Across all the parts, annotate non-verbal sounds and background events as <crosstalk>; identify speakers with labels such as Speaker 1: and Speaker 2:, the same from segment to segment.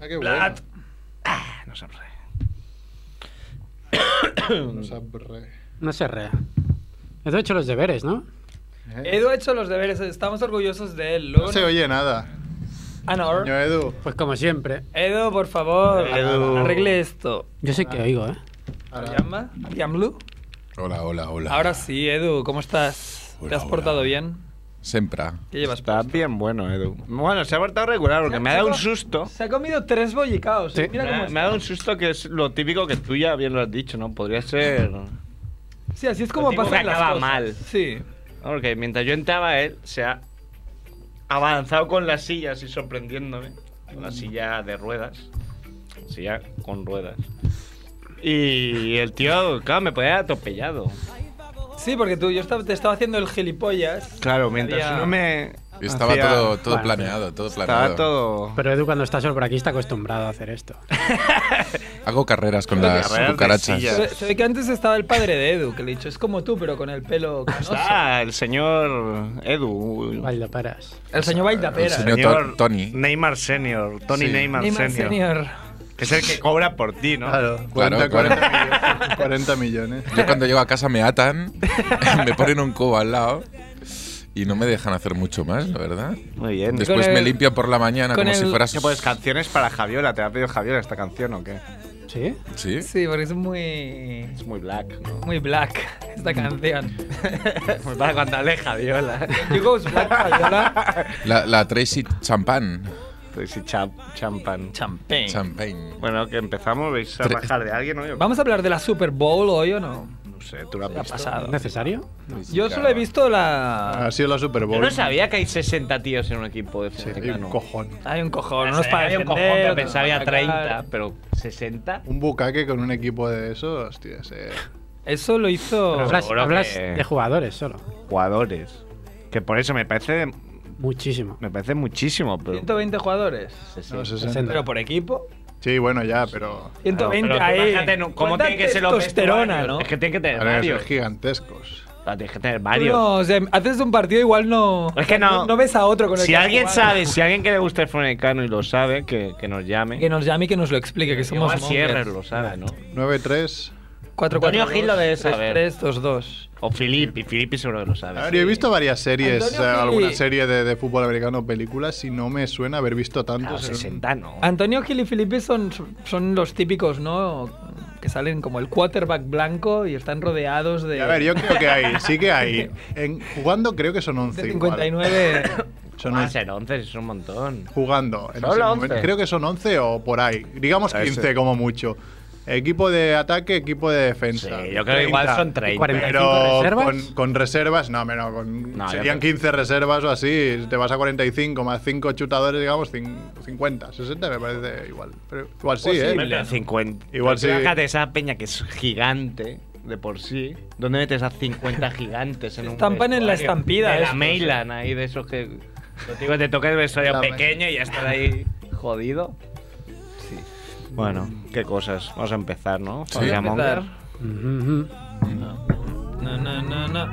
Speaker 1: Ah, qué bueno.
Speaker 2: Plat. Ah, no sabré.
Speaker 1: No sabré.
Speaker 3: No se rea. Esto he hecho los deberes, ¿no?
Speaker 1: ¿Eh?
Speaker 4: Edu ha hecho los deberes, estamos orgullosos de él.
Speaker 1: No
Speaker 4: Luego
Speaker 1: se
Speaker 4: no-
Speaker 1: oye nada.
Speaker 4: Ah, no.
Speaker 1: Coño, Edu.
Speaker 3: Pues como siempre.
Speaker 4: Edu, por favor,
Speaker 1: Edu.
Speaker 4: arregle esto. Ah,
Speaker 3: Yo sé que oigo, ¿eh?
Speaker 1: Ahora-
Speaker 4: ¿Llama? ¿Yamlu?
Speaker 5: Hola, hola, hola.
Speaker 4: Ahora sí, Edu, ¿cómo estás? ¿Te
Speaker 5: Hola,
Speaker 4: has
Speaker 5: hola.
Speaker 4: portado bien?
Speaker 5: Siempre.
Speaker 4: ¿Qué llevas?
Speaker 6: Está bien bueno, Edu. Bueno, se ha portado regular porque me ha dado un susto.
Speaker 4: Se ha comido tres bollicaos. ¿eh?
Speaker 3: Sí.
Speaker 4: Mira cómo
Speaker 6: Me, me ha dado un susto que es lo típico que tú ya bien lo has dicho, ¿no? Podría ser... No,
Speaker 4: Sí, así es como
Speaker 6: Lo digo
Speaker 4: pasa
Speaker 6: que acaba mal.
Speaker 4: Sí.
Speaker 6: Porque mientras yo entraba él se ha avanzado con las sillas y sorprendiéndome. Una silla de ruedas. Silla con ruedas. Y el tío, claro, me podía haber atropellado.
Speaker 4: Sí, porque tú, yo estaba- te estaba haciendo el gilipollas.
Speaker 6: Claro, mientras
Speaker 4: Había-
Speaker 6: no me...
Speaker 5: Estaba
Speaker 6: hacía-
Speaker 5: todo, todo
Speaker 3: Bueno,
Speaker 5: planeado, todo planeado.
Speaker 6: Estaba todo...
Speaker 3: Pero Edu cuando está solo por aquí está acostumbrado a hacer esto.
Speaker 5: Hago carreras con las
Speaker 6: Carreras de
Speaker 5: cucarachas.
Speaker 6: sillas.
Speaker 4: Se, se ve que antes estaba el padre de Edu, que le he dicho, es como tú, pero con el pelo canoso.
Speaker 6: Está el señor Edu.
Speaker 3: Vale, lo paras.
Speaker 4: El señor Baitapera.
Speaker 5: El señor- To- Tony.
Speaker 6: Neymar Senior. Tony
Speaker 5: Sí.
Speaker 6: Neymar,
Speaker 4: Neymar
Speaker 6: Senior.
Speaker 4: Senior.
Speaker 6: Que es el que cobra por ti, ¿no?
Speaker 1: Cuarenta-
Speaker 5: claro.
Speaker 1: 40, millones. 40 millones.
Speaker 5: Yo cuando llego a casa me atan, <laughs> me ponen un cubo al lado y no me dejan hacer mucho más, la verdad.
Speaker 6: Muy bien.
Speaker 5: Después
Speaker 4: Con
Speaker 5: me
Speaker 4: el-
Speaker 5: limpian por la mañana
Speaker 4: con
Speaker 5: como si
Speaker 4: el-
Speaker 5: fueras...
Speaker 6: ¿Qué pues canciones para Javiola? ¿Te ha pedido Javiola esta canción o qué?
Speaker 3: ¿Sí?
Speaker 5: Sí,
Speaker 4: Sí, porque es muy...
Speaker 6: Es muy black, ¿no?
Speaker 4: Muy black esta canción.
Speaker 6: <laughs> Muy para cuando ale Javiola.
Speaker 4: You goes black, Fabiola.
Speaker 5: la, la Tracy Champán.
Speaker 6: Pues sí, cham- champan.
Speaker 4: Champagne.
Speaker 5: Champagne.
Speaker 6: Bueno, que empezamos, ¿veis a
Speaker 5: Tre-
Speaker 6: bajar de alguien hoy? o qué?
Speaker 4: Vamos a hablar de la Super Bowl hoy o no.
Speaker 6: No sé, tú la has
Speaker 4: Ha
Speaker 6: visto.
Speaker 4: pasado.
Speaker 3: ¿Necesario?
Speaker 4: Yo solo he visto la.
Speaker 1: Ha sido la Super Bowl.
Speaker 6: que hay 60 tíos en un equipo de
Speaker 1: Sí, hay un cojón.
Speaker 4: Hay un cojón,
Speaker 6: No
Speaker 4: unos para defender, otros para atacar.
Speaker 6: pero 60.
Speaker 1: Un bucaque con un equipo de esos, hostia. ese-
Speaker 4: Eso lo hizo.
Speaker 3: hablas
Speaker 6: seguro
Speaker 3: hablas
Speaker 6: que-
Speaker 3: de jugadores solo.
Speaker 6: Jugadores. Que por eso me parece,
Speaker 3: Muchísimo.
Speaker 6: me parece muchísimo, pero.
Speaker 4: 120 jugadores.
Speaker 1: No, 60.
Speaker 3: 60.
Speaker 4: Pero por equipo.
Speaker 1: Sí, bueno, ya, pero.
Speaker 4: 120
Speaker 6: Pero tú
Speaker 4: ahí.
Speaker 6: imagínate, ¿no? ¿Cómo
Speaker 4: ¿Cuánta
Speaker 6: tiene que ser los
Speaker 4: testosterona,
Speaker 6: vestuarios?
Speaker 4: ¿no?
Speaker 6: Es que tienen que
Speaker 7: Eh,
Speaker 6: tener
Speaker 1: Ahora van a ser
Speaker 6: varios.
Speaker 1: gigantescos.
Speaker 6: Ah, Tienes que tener
Speaker 4: Tú
Speaker 6: varios.
Speaker 4: No, o sea, antes de un partido igual no.
Speaker 6: Es que no.
Speaker 4: No ves a otro con el
Speaker 6: si
Speaker 4: que
Speaker 6: alguien
Speaker 4: jugar.
Speaker 6: sabe, si alguien que le gusta el fornicano y lo sabe, que, que nos llame.
Speaker 4: Que nos llame y que nos lo explique, que somos.
Speaker 6: Igual Sierra
Speaker 4: mongers.
Speaker 6: lo sabe, ¿no?
Speaker 1: 9-3.
Speaker 4: 4
Speaker 6: Antonio Gil lo debe saber.
Speaker 4: 3, 2, 2.
Speaker 6: O Filippi, Filippi seguro que lo sabe.
Speaker 1: A ver, yo he visto varias series,
Speaker 4: Antonio
Speaker 1: eh,
Speaker 4: Gil.
Speaker 1: alguna serie de, de fútbol americano o películas, y no me suena haber visto
Speaker 6: Claro,
Speaker 1: tantos. en un-
Speaker 6: 60 no.
Speaker 4: Antonio Gil y Felipe son, son los típicos, ¿no? Que salen como el quarterback blanco y están rodeados de,
Speaker 1: A ver, yo creo que hay, sí que hay. En, jugando creo que son 11.
Speaker 4: de
Speaker 1: igual.
Speaker 4: 59.
Speaker 1: Son
Speaker 6: Va a
Speaker 1: 11.
Speaker 6: ser 11, es un montón.
Speaker 1: Jugando. en
Speaker 6: Ah, Solo
Speaker 1: ese
Speaker 6: 11.
Speaker 1: momento. Creo que son 11 o por ahí. Digamos
Speaker 6: A ver,
Speaker 1: 15
Speaker 6: sí.
Speaker 1: como mucho. Equipo de ataque, equipo de defensa.
Speaker 6: Sí, yo creo que igual
Speaker 1: 30.
Speaker 6: son Mm, 30.
Speaker 3: 40.
Speaker 1: Pero
Speaker 3: 45 reservas.
Speaker 1: Con, con reservas, no, menos. Con,
Speaker 6: No, yo
Speaker 1: serían
Speaker 6: creo-
Speaker 1: 15 reservas o así. Te vas a 45 más 5 chutadores, digamos, cin- 50. 60 me parece igual. Pero igual sí, ¿eh?
Speaker 6: Pero 50.
Speaker 1: Igual
Speaker 6: Pero
Speaker 1: sí.
Speaker 6: Fíjate esa peña que es gigante de por sí. ¿Dónde metes a 50 gigantes en
Speaker 4: <laughs>
Speaker 6: un
Speaker 4: Estampan en la
Speaker 6: vestuario?
Speaker 4: estampida
Speaker 6: De la
Speaker 4: estos.
Speaker 6: Meilan ahí de esos que. Lo digo, te toca el vestuario
Speaker 1: La Meilan.
Speaker 6: pequeño y ya estar ahí jodido. Sí. Bueno, qué cosas. Vamos a empezar, ¿no?
Speaker 5: Sí.
Speaker 6: Familia
Speaker 4: Voy Mm. a
Speaker 6: Monger.
Speaker 4: empezar.
Speaker 3: Ujú, ujú.
Speaker 4: No, no, no, no.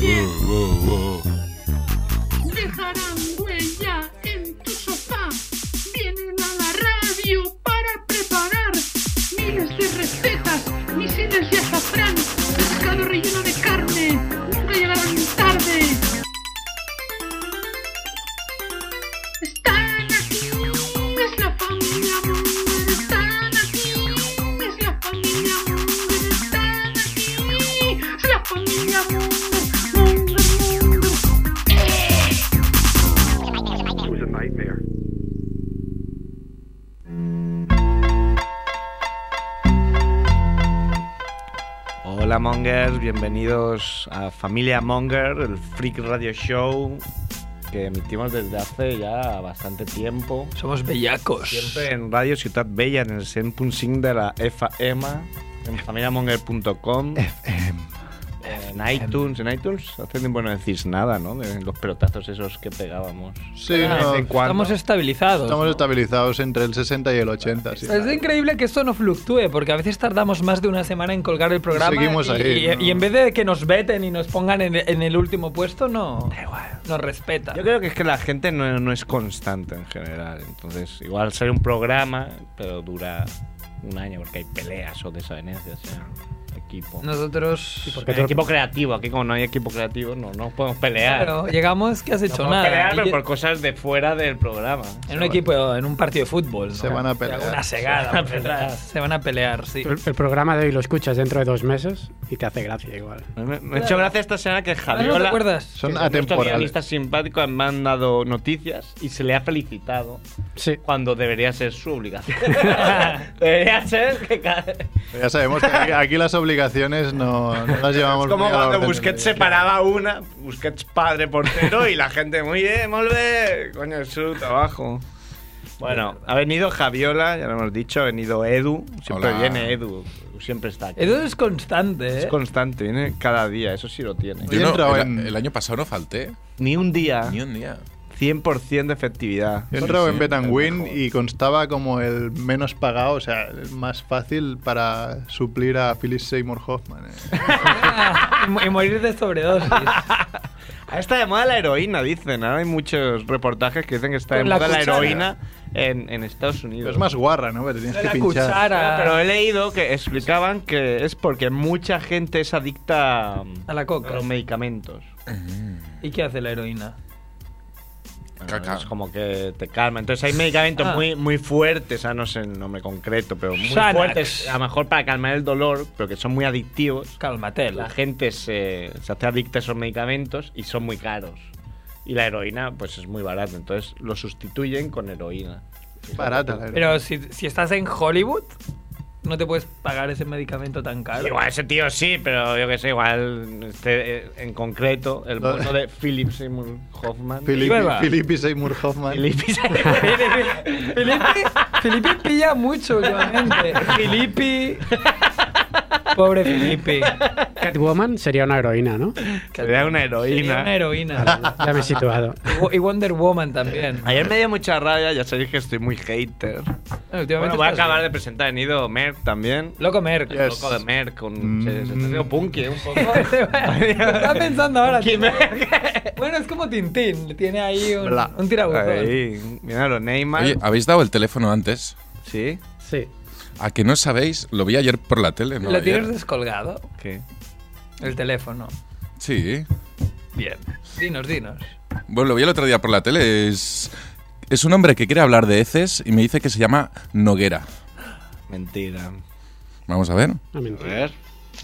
Speaker 5: Uh, uh, uh.
Speaker 8: Dejarán huella en tu sofá. Vienen a la radio para preparar miles de recetas, misiles de azafrán, pescado relleno de carne. Nunca llegarán tarde. Están aquí, es la familia Munger. Están aquí, es la familia Munger. Están aquí, es la familia Munger. Munger, Munger.
Speaker 6: Hola Mongers, bienvenidos a Familia Monger, el Freak Radio Show que emitimos desde hace ya bastante tiempo.
Speaker 4: Somos bellacos.
Speaker 6: Siempre en Radio Ciudad Bella, en el 100.5 de la FM, en familiamonger.com, en En iTunes, en iTunes hace tiempo no decís nada, ¿no? De los pelotazos esos que pegábamos.
Speaker 1: Sí,
Speaker 6: De
Speaker 1: no,
Speaker 6: vez en cuando.
Speaker 4: Estamos estabilizados.
Speaker 1: estamos estabilizados entre el 60 y el 80. sí.
Speaker 4: Es increíble que esto no fluctúe, porque a veces tardamos más de una semana en colgar el programa.
Speaker 1: Seguimos
Speaker 4: y,
Speaker 1: ahí,
Speaker 4: y-
Speaker 1: ¿no?
Speaker 4: y en vez de que nos veten y nos pongan en, en el último puesto, no. Nos respeta.
Speaker 6: Yo creo que es que la gente no, no es constante en general. Entonces, igual sale un programa, pero dura un año porque hay peleas o desavenencias en equipo.
Speaker 4: Nosotros.
Speaker 3: porque
Speaker 6: En
Speaker 3: tú-
Speaker 6: equipo creativo, aquí como no hay equipo creativo, no, no podemos pelear.
Speaker 4: Claro, llegamos que has
Speaker 6: no
Speaker 4: hecho
Speaker 6: podemos
Speaker 4: nada.
Speaker 6: pelear,
Speaker 4: Y
Speaker 6: pero
Speaker 4: yo-
Speaker 6: por cosas de fuera del programa.
Speaker 4: en un equipo, en un partido de fútbol. ¿no?
Speaker 1: Se van a pelear.
Speaker 4: Una segada.
Speaker 6: Se van a
Speaker 4: por detrás.
Speaker 6: pelear.
Speaker 4: Se van a pelear, sí.
Speaker 3: El, el programa de hoy lo escuchas dentro de dos meses y te hace gracia igual.
Speaker 6: Me, me ha hecho gracia esta semana que
Speaker 4: Ah, ¿No te
Speaker 6: Javiola,
Speaker 4: acuerdas?
Speaker 1: Son
Speaker 6: nuestro
Speaker 1: atemporales.
Speaker 6: guionista simpático, me han dado noticias y se le ha felicitado
Speaker 3: Sí.
Speaker 6: cuando debería ser su obligación. debería ser que cada...
Speaker 1: Ya sabemos que aquí, aquí las obligaciones no, no las llevamos
Speaker 6: Es como
Speaker 1: muy a la
Speaker 6: cuando
Speaker 1: orden
Speaker 6: Busquets
Speaker 1: del
Speaker 6: se
Speaker 1: día.
Speaker 6: paraba una, Busquets padre portero y la gente muy bien, muy bien, coño, es su trabajo. Bueno, ha venido Javiola, ya lo hemos dicho, ha venido Edu, siempre
Speaker 5: Hola.
Speaker 6: viene Edu, siempre está aquí.
Speaker 4: Edu es constante,
Speaker 6: es
Speaker 4: ¿eh?
Speaker 6: constante, viene cada día, eso sí lo tiene.
Speaker 1: Yo-
Speaker 5: Yo no,
Speaker 1: entro
Speaker 5: el,
Speaker 1: en-
Speaker 5: el año pasado no falté,
Speaker 6: Ni un día,
Speaker 5: ni un día.
Speaker 6: 100% de efectividad.
Speaker 1: Yo he entrado
Speaker 5: Sí,
Speaker 1: en
Speaker 5: sí,
Speaker 1: Bet and
Speaker 5: el
Speaker 1: Win
Speaker 5: mejor.
Speaker 1: y constaba como el menos pagado, o sea, el más fácil para suplir a Phyllis Seymour Hoffman. eh.
Speaker 4: Ah, <laughs> y mo- y morir de
Speaker 6: <laughs>
Speaker 4: sobredosis.
Speaker 6: Ahora está de moda la heroína, dicen. Ahora hay muchos reportajes que dicen que está de
Speaker 4: Con la
Speaker 6: moda la
Speaker 4: cuchara.
Speaker 6: heroína en, en Estados
Speaker 1: Pero
Speaker 6: Unidos.
Speaker 1: es más guarra, ¿no? Pero tienes
Speaker 4: De
Speaker 1: que
Speaker 4: la
Speaker 1: pinchar.
Speaker 4: cuchara.
Speaker 6: Pero he leído que explicaban que es porque mucha gente es adicta
Speaker 4: A la coca.
Speaker 6: a los medicamentos.
Speaker 4: ¿Y qué hace la heroína?
Speaker 5: Caca.
Speaker 6: Ah, Es como que te calma. Entonces hay medicamentos
Speaker 4: Ah.
Speaker 6: muy, muy fuertes, ah, no sé el nombre concreto, pero muy
Speaker 4: Xanax.
Speaker 6: fuertes. A lo mejor para calmar el dolor, pero que son muy adictivos.
Speaker 4: Cálmate.
Speaker 6: La gente se, se hace adicta a esos medicamentos y son muy caros. Y la heroína, pues es muy barata. Entonces lo sustituyen con heroína.
Speaker 1: Es barata, la verdad.
Speaker 4: Pero si, si estás en Hollywood, no te puedes pagar ese medicamento tan caro.
Speaker 6: Igual ese tío sí, pero yo que sé, igual este, eh, en concreto, el
Speaker 1: Lo-
Speaker 6: mono de Philip Seymour Hoffman.
Speaker 1: Philip-
Speaker 4: Ibarra.
Speaker 1: Philip y Seymour Hoffman.
Speaker 6: Philip Seymour
Speaker 4: <laughs> Felipe, Felipe, Felipe pilla mucho últimamente.
Speaker 6: <laughs>
Speaker 4: Felipe. Pobre Felipe.
Speaker 3: Catwoman sería una heroína, ¿no?
Speaker 6: Sería una
Speaker 4: Sería
Speaker 6: heroína.
Speaker 4: una heroína.
Speaker 3: Ya me he situado.
Speaker 4: Y Wo- Y Wonder Woman también.
Speaker 6: Ayer me dio mucha rabia, ya sabéis que estoy muy hater. Bueno, voy a acabar de presentar a Nido Merck también.
Speaker 4: Loco Merck.
Speaker 1: Yes.
Speaker 6: Loco de Merck, con,
Speaker 1: Mm.
Speaker 6: se, se está haciendo punky ¿eh? un poco. <laughs>
Speaker 4: Está pensando ahora. tío.
Speaker 6: Punky Merck.
Speaker 4: Bueno, es como Tintín. Tiene ahí un,
Speaker 1: Bla.
Speaker 4: un tirabuzón.
Speaker 6: Ahí, mira lo Neymar.
Speaker 5: Oye, ¿habéis dado el teléfono antes?
Speaker 6: ¿Sí?
Speaker 3: <laughs> Sí.
Speaker 5: A que no sabéis, lo vi ayer por la tele, ¿no?
Speaker 4: ¿Lo
Speaker 5: Ayer.
Speaker 4: tienes descolgado?
Speaker 6: ¿Qué?
Speaker 4: El teléfono.
Speaker 5: Sí.
Speaker 4: Bien. Dinos, dinos.
Speaker 5: Bueno, lo vi el otro día por la tele. Es, es un hombre que quiere hablar de heces y me dice que se llama Noguera.
Speaker 6: Mentira.
Speaker 5: Vamos a ver.
Speaker 3: No
Speaker 6: A
Speaker 3: mentira.
Speaker 6: ver.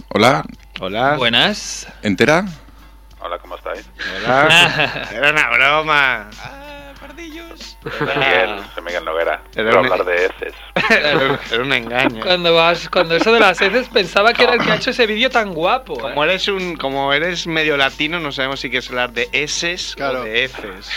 Speaker 5: Hola,
Speaker 6: Hola.
Speaker 9: Buenas.
Speaker 5: ¿entera?
Speaker 10: Hola, ¿cómo estáis?
Speaker 9: <laughs>
Speaker 6: Hola. Era una broma.
Speaker 9: Pardillos.
Speaker 10: Miguel, soy Miguel Noguera.
Speaker 6: Era
Speaker 10: Quiero
Speaker 6: un-
Speaker 10: hablar
Speaker 6: <laughs>
Speaker 10: de heces.
Speaker 6: Era, <laughs> era un engaño.
Speaker 9: Cuando vas, cuando eso de las heces pensaba que era el que ha hecho ese vídeo tan guapo. ¿eh?
Speaker 6: Como eres un, como eres medio latino, no sabemos si quieres hablar de S
Speaker 1: Claro.
Speaker 6: o de Fs.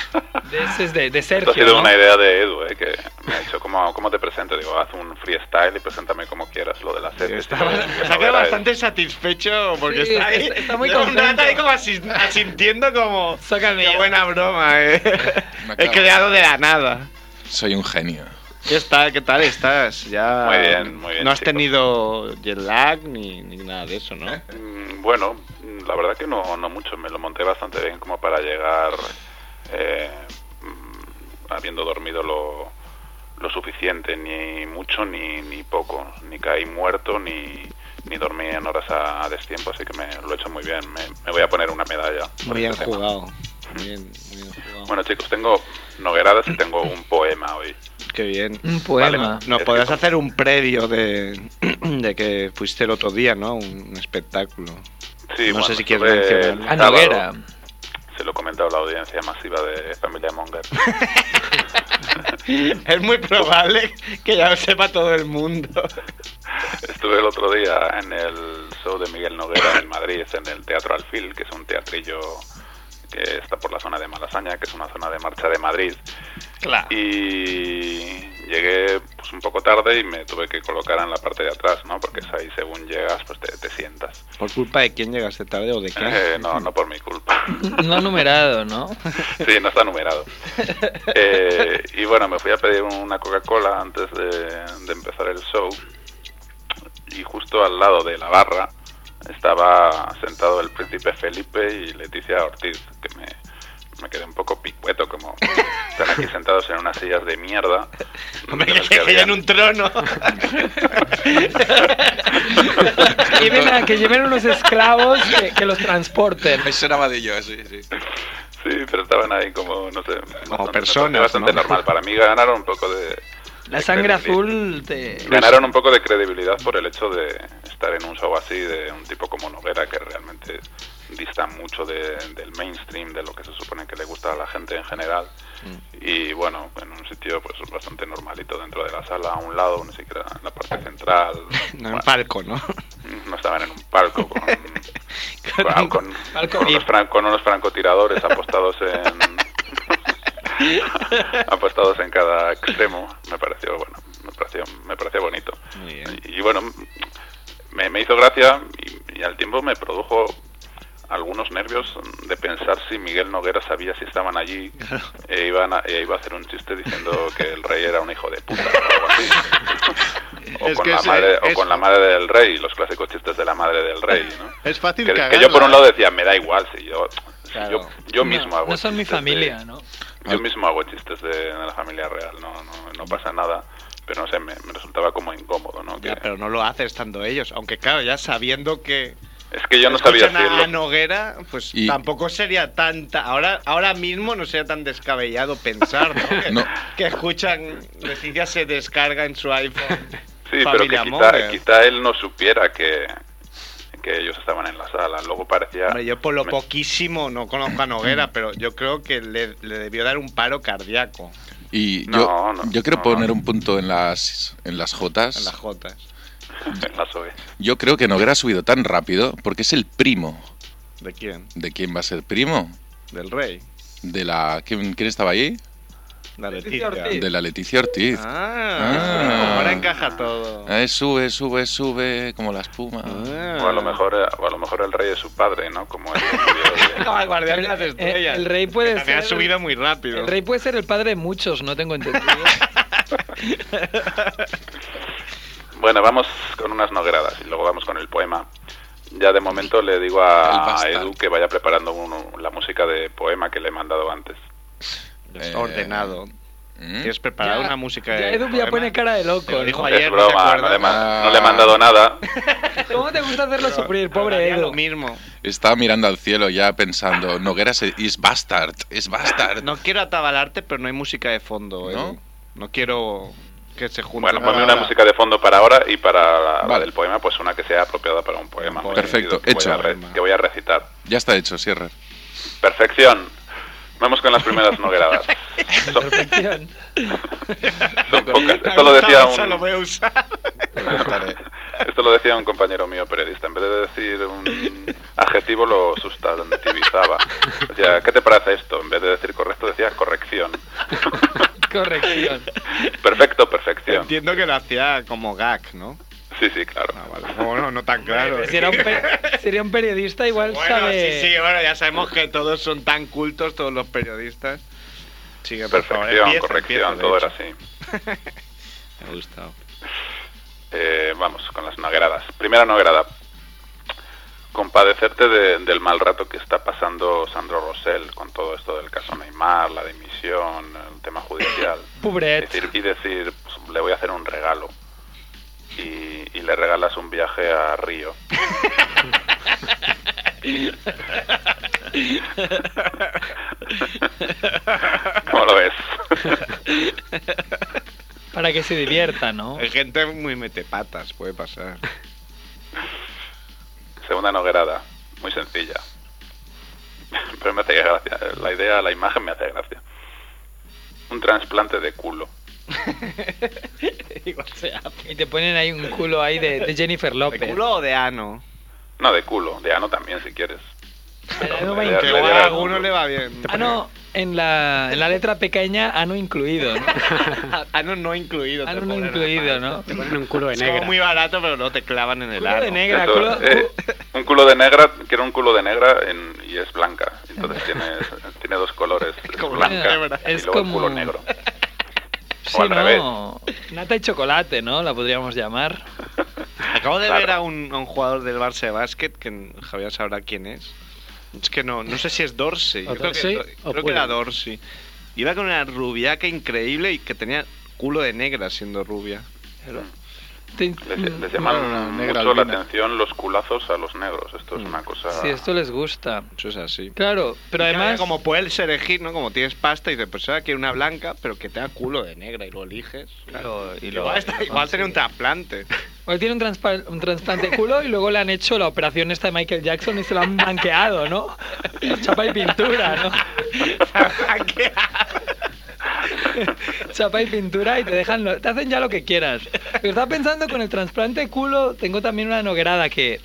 Speaker 9: De ese es de, de
Speaker 10: Esto
Speaker 9: Sergio.
Speaker 10: ha sido
Speaker 9: ¿no?
Speaker 10: una idea de Edu, eh, que me ha dicho, ¿cómo, cómo te presento? Digo, haz un freestyle y preséntame como quieras lo de las
Speaker 6: <laughs>
Speaker 10: heces.
Speaker 6: Estaba,
Speaker 10: Y yo, Miguel
Speaker 6: se ha quedado
Speaker 10: Noguera,
Speaker 6: bastante satisfecho porque
Speaker 9: Sí,
Speaker 6: está ahí.
Speaker 9: está- está muy
Speaker 6: lleva <laughs> un
Speaker 9: contento.
Speaker 6: rato ahí como asin- asintiendo como.
Speaker 9: Sácame
Speaker 6: Qué
Speaker 9: ya".
Speaker 6: buena broma, eh. <laughs>
Speaker 5: Me
Speaker 6: He
Speaker 5: acabo.
Speaker 6: creado de la nada.
Speaker 5: Soy un genio.
Speaker 6: ¿Qué, está, ¿Qué tal estás? Ya
Speaker 10: Muy bien, muy bien,
Speaker 6: No has
Speaker 10: chicos.
Speaker 6: tenido jet lag ni, ni nada de eso, ¿no?
Speaker 10: Mm, Bueno, mm, la verdad que no, no mucho. Me lo monté bastante bien como para llegar eh, mm, habiendo dormido lo, lo suficiente, ni mucho ni, ni poco. Ni caí muerto, ni, ni dormí en horas a, a destiempo, así que me lo he hecho muy bien. Me, me voy a poner una medalla. por
Speaker 6: Muy bien
Speaker 10: este tema.
Speaker 6: jugado. Muy bien, muy bien jugado.
Speaker 10: Bueno, chicos, tengo nogueradas y tengo un poema hoy.
Speaker 6: Qué bien.
Speaker 4: Un poema.
Speaker 10: Vale.
Speaker 6: Nos
Speaker 10: Es
Speaker 6: podrás
Speaker 10: que-
Speaker 6: hacer un previo de, <clears throat> de que fuiste el otro día, ¿no? Un espectáculo. <laughs>
Speaker 10: Sí,
Speaker 6: No sé
Speaker 10: bueno,
Speaker 6: si quieres Ah,
Speaker 10: estuve el
Speaker 6: mencionarlo.
Speaker 4: A
Speaker 10: sábado,
Speaker 4: Noguera.
Speaker 10: Se lo he comentado a la audiencia masiva de Familia Monger. <laughs>
Speaker 6: Es muy probable que ya lo sepa todo el mundo.
Speaker 10: Estuve el otro día en el show de Miguel Noguera en Madrid, en el Teatro Alfil, que es un teatrillo que está por la zona de Malasaña, que es una zona de marcha de Madrid.
Speaker 11: Claro.
Speaker 10: Y llegué pues, un poco tarde y me tuve que colocar en la parte de atrás, ¿no? Porque es ahí según llegas, pues te, te sientas.
Speaker 6: ¿Por culpa de quién llegaste tarde o de quién?
Speaker 10: Eh, <laughs> no, no por mi culpa.
Speaker 11: No numerado, ¿no?
Speaker 10: Sí, no está numerado. Eh, y bueno, me fui a pedir una Coca-Cola antes de, de empezar el show. Y justo al lado de la barra estaba sentado el príncipe Felipe y Leticia Ortiz, que me, me quedé un poco picueto, como están aquí sentados en unas sillas de
Speaker 6: <laughs>
Speaker 10: mierda.
Speaker 6: <laughs> Hombre,
Speaker 10: de las
Speaker 6: que, que hay en
Speaker 10: habían-
Speaker 6: un trono.
Speaker 7: Lleven a- que lleven unos esclavos que, que los transporten.
Speaker 5: Me sonaba de yo, sí, sí.
Speaker 10: Sí, pero estaban ahí como, no sé, bastante-
Speaker 6: personas,
Speaker 10: Bastante
Speaker 6: ¿no?
Speaker 10: normal. Para mí ganaron un poco de.
Speaker 7: La
Speaker 10: de
Speaker 7: sangre
Speaker 10: credibilidad.
Speaker 7: azul te...
Speaker 10: Ganaron un poco de credibilidad por el hecho de estar en un show así de un tipo como Noguera, que realmente dista mucho de- del mainstream, de lo que se supone que le gusta a la gente en general.
Speaker 6: Mm.
Speaker 10: Y bueno, en un sitio pues bastante normalito dentro de la sala, a un lado, ni siquiera en la parte central.
Speaker 6: <laughs> <laughs> No, pues. en
Speaker 10: Bueno,
Speaker 6: palco, ¿no?
Speaker 10: no estaban en un
Speaker 6: <laughs>
Speaker 10: palco con, con, con-
Speaker 6: Palco
Speaker 10: con
Speaker 6: VIP.
Speaker 10: unos, fran- con unos francotiradores apostados
Speaker 6: <laughs>
Speaker 10: en <laughs> apostados en cada extremo me pareció bueno me pareció me pareció bonito
Speaker 6: Muy bien.
Speaker 10: y, y bueno me, me hizo gracia y, y al tiempo me produjo algunos nervios de pensar si Miguel Noguera sabía si estaban allí e, iban a- e iba a hacer un chiste diciendo que el rey era un hijo de puta o algo así o,
Speaker 1: Es
Speaker 10: con
Speaker 1: que
Speaker 10: la,
Speaker 1: es-
Speaker 10: madre, o
Speaker 1: es-
Speaker 10: con la madre del rey, los clásicos chistes de la madre del rey, ¿no?
Speaker 1: Es fácil
Speaker 10: Que, que
Speaker 1: cagarla,
Speaker 10: yo por un
Speaker 1: ¿eh?
Speaker 10: lado decía, me da igual, si yo, si
Speaker 6: Claro.
Speaker 10: yo, yo mismo
Speaker 7: no,
Speaker 10: hago
Speaker 7: no son mi
Speaker 10: chistes de-
Speaker 7: familia, ¿no?
Speaker 10: Yo mismo hago chistes de, de la familia real, no, no,
Speaker 1: Mm.
Speaker 10: no pasa nada, pero no sé, me, me resultaba como incómodo, ¿no?
Speaker 6: Ya,
Speaker 10: Que-
Speaker 6: pero no lo hace estando ellos. Aunque claro, ya sabiendo que
Speaker 10: Es que yo no sabía
Speaker 6: escuchan a
Speaker 10: decirlo.
Speaker 6: Noguera, pues
Speaker 5: Y-
Speaker 6: tampoco sería tanta. Ahora, ahora mismo no sería tan descabellado pensar,
Speaker 5: <laughs>
Speaker 6: ¿no? Que,
Speaker 5: No.
Speaker 6: que escuchan, Leticia se descarga en su
Speaker 10: <laughs>
Speaker 6: iPhone.
Speaker 10: Sí, pero que
Speaker 6: Familia
Speaker 10: quizá,
Speaker 6: Monger.
Speaker 10: quizá él no supiera que, que ellos estaban en la sala, luego parecía...
Speaker 6: Hombre, yo por lo
Speaker 10: me- <laughs>
Speaker 6: poquísimo no conozco a Noguera, pero yo creo que le, le debió dar un paro cardíaco
Speaker 5: Y
Speaker 10: No,
Speaker 5: yo,
Speaker 10: no,
Speaker 5: yo quiero
Speaker 10: no,
Speaker 5: poner
Speaker 10: no.
Speaker 5: un punto en las, en las jotas.
Speaker 6: en las Jotas.
Speaker 10: en la SOE.
Speaker 5: Yo creo que Noguera ha subido tan rápido porque es el primo.
Speaker 6: ¿De quién?
Speaker 5: ¿De quién va a ser primo?
Speaker 6: Del rey.
Speaker 5: De la... ¿Quién, quién estaba ahí?
Speaker 6: La
Speaker 7: Leticia
Speaker 6: Leticia.
Speaker 7: Ortiz.
Speaker 5: De la Leticia Ortiz.
Speaker 6: Ah,
Speaker 5: Ah.
Speaker 6: ahora encaja todo.
Speaker 5: Eh, sube, sube, sube, como la espuma.
Speaker 6: Ah.
Speaker 10: O a, lo mejor, o a lo mejor el rey es su padre, ¿no? Como el
Speaker 6: <laughs> Como el guardián de las
Speaker 7: El-
Speaker 6: estrellas.
Speaker 7: Eh, el rey puede
Speaker 6: También
Speaker 7: ser-
Speaker 6: ha subido muy rápido.
Speaker 7: El rey puede ser el padre de muchos, no
Speaker 6: <laughs>
Speaker 7: tengo entendido.
Speaker 10: Bueno, vamos con unas nogueradas y luego vamos con el poema. Ya de momento le digo
Speaker 5: El
Speaker 10: a
Speaker 5: bastard.
Speaker 10: Edu que vaya preparando uno- la música de poema que le he mandado antes.
Speaker 6: Está Ordenado.
Speaker 5: ¿Mm?
Speaker 6: ¿Tienes preparado
Speaker 7: Ya-
Speaker 6: una música
Speaker 7: ya
Speaker 6: de
Speaker 7: Edu ya
Speaker 6: poema?
Speaker 7: pone cara de loco.
Speaker 6: Te lo
Speaker 7: ¿no?
Speaker 6: dijo
Speaker 10: Es
Speaker 6: ayer, ¿no se
Speaker 10: broma, no
Speaker 6: acuerda?
Speaker 10: le, ma-
Speaker 5: Ah.
Speaker 10: no le he mandado nada.
Speaker 7: <laughs> ¿Cómo te gusta hacerlo sufrir, pobre
Speaker 6: Haría
Speaker 7: Edu?
Speaker 6: lo
Speaker 7: <laughs>
Speaker 6: mismo.
Speaker 5: Estaba mirando al cielo ya pensando, Noguera se- is bastard, es bastard.
Speaker 6: No quiero atabalarte, pero no hay música de fondo, Edu.
Speaker 5: ¿No?
Speaker 6: No quiero que se junte.
Speaker 10: Bueno,
Speaker 6: <laughs>
Speaker 10: ponme una música de fondo para ahora y para la- la
Speaker 5: Vale.
Speaker 10: del poema, pues una que sea apropiada para un
Speaker 6: Poema.
Speaker 10: poema. muy
Speaker 5: Perfecto,
Speaker 10: divertido que
Speaker 5: hecho.
Speaker 10: voy a re- que voy a recitar.
Speaker 5: Ya está hecho, cierre.
Speaker 10: Perfección. Vamos con las primeras nogueradas. Son,
Speaker 6: <laughs>
Speaker 7: Perfección.
Speaker 10: son pocas.
Speaker 6: Me ha
Speaker 10: Esto lo
Speaker 6: gustado,
Speaker 10: decía
Speaker 6: eso
Speaker 10: un,
Speaker 6: lo voy a
Speaker 10: <laughs>
Speaker 6: usar.
Speaker 10: Esto lo decía un compañero mío periodista. En vez de decir un adjetivo, lo sustantivizaba. Decía, ¿qué te parece esto? En vez de decir correcto, decía
Speaker 6: <laughs>
Speaker 10: corrección.
Speaker 7: Corrección.
Speaker 10: Perfecto, perfección.
Speaker 6: Entiendo que lo hacía como gag, ¿no?
Speaker 10: Sí, sí, claro.
Speaker 6: Ah, vale. Bueno, no tan claro. ¿eh?
Speaker 7: Si era un, pe- si era un periodista,
Speaker 6: <laughs>
Speaker 7: igual
Speaker 6: Bueno, sí,
Speaker 7: sabe.
Speaker 6: sí, bueno, ya sabemos que todos son tan cultos, todos los periodistas. Sigue, por favor,
Speaker 10: Perfección,
Speaker 6: empieza,
Speaker 10: corrección,
Speaker 6: empieza, de
Speaker 10: todo
Speaker 6: hecho.
Speaker 10: era así.
Speaker 6: Me ha gustado.
Speaker 10: Eh, vamos con las nogradas. Primera nograda. Compadecerte de- del mal rato que está pasando Sandro Rosell con todo esto del caso Neymar, la dimisión, el tema judicial.
Speaker 7: Pobret.
Speaker 10: decir, y decir, pues, le voy a hacer un regalo. Y, y le regalas un viaje a Río. <laughs> ¿Cómo lo ves?
Speaker 7: Para que se divierta, ¿no?
Speaker 6: Hay gente muy metepatas, puede pasar.
Speaker 10: Segunda noguerada, muy sencilla. <laughs> Pero me hace gracia. La idea, la imagen me hace gracia. Un trasplante de culo.
Speaker 7: Y te ponen ahí un culo ahí de, de Jennifer
Speaker 6: ¿De
Speaker 7: López.
Speaker 6: culo o de ano?
Speaker 10: No, de culo, de ano también si quieres.
Speaker 6: Año
Speaker 10: Le-
Speaker 6: 20.
Speaker 10: le
Speaker 6: Igual
Speaker 10: dará
Speaker 6: a
Speaker 10: alguno.
Speaker 6: alguno le va bien. <laughs>
Speaker 7: Ah,
Speaker 4: Ano en la, en la letra pequeña, ano incluido,
Speaker 6: <laughs>
Speaker 4: ¿no?
Speaker 6: Ano Ah, no incluido. te
Speaker 4: Ano Ah, no
Speaker 6: ponen,
Speaker 4: incluido,
Speaker 6: además.
Speaker 4: ¿no?
Speaker 3: Te ponen un culo de
Speaker 6: Es como
Speaker 3: negra.
Speaker 6: muy barato, pero no te clavan en el
Speaker 4: Culo de
Speaker 6: ano.
Speaker 4: negra,
Speaker 10: Eso,
Speaker 4: culo,
Speaker 10: eh, un culo de negra, quiero un culo de negra en- y es blanca. Entonces
Speaker 4: <laughs>
Speaker 10: tiene, tiene dos colores, es
Speaker 6: Como una
Speaker 10: blanca
Speaker 6: hebra.
Speaker 10: y
Speaker 4: Es
Speaker 10: luego el
Speaker 4: como-
Speaker 10: culo negro.
Speaker 4: sí,
Speaker 10: o al revés.
Speaker 4: ¿no? Nata y chocolate, ¿no? La podríamos llamar.
Speaker 6: Acabo de
Speaker 10: Claro.
Speaker 6: ver a un, a un jugador del Barça de básquet, que Javier sabrá quién es. Es que no, no sé si es Dorsey.
Speaker 3: ¿O
Speaker 6: Yo creo que,
Speaker 3: Dorsey
Speaker 6: Do-
Speaker 3: o
Speaker 6: creo que
Speaker 3: Puel?
Speaker 6: era Dorsey. Iba con una rubiaca increíble y que tenía culo de negra siendo rubia.
Speaker 4: Te-
Speaker 10: Les, les
Speaker 4: mm,
Speaker 10: llaman
Speaker 1: Bueno, no, negra
Speaker 10: mucho la
Speaker 1: albina.
Speaker 10: atención los culazos a los negros. Esto es una cosa...
Speaker 4: mm, Si esto les gusta.
Speaker 6: Eso es así.
Speaker 4: Claro, pero
Speaker 6: Y claro,
Speaker 4: además...
Speaker 6: como puedes elegir, ¿no? Como tienes pasta y dices, pues ahora quiero una blanca, pero que tenga culo de negra y lo eliges.
Speaker 4: Claro, y lo-
Speaker 6: igual está-
Speaker 4: y lo
Speaker 6: igual tenía un
Speaker 4: consigues.
Speaker 6: trasplante.
Speaker 4: Hoy tiene un, transpa- un trasplante de culo y luego le han hecho la operación esta de Michael Jackson y se lo han blanqueado, ¿no? <laughs> Chapa y pintura, ¿no?
Speaker 6: <laughs>
Speaker 4: Chapa y pintura y te dejan, lo- te hacen ya lo que quieras. Pero estaba pensando con el trasplante de culo, tengo también una noguerada que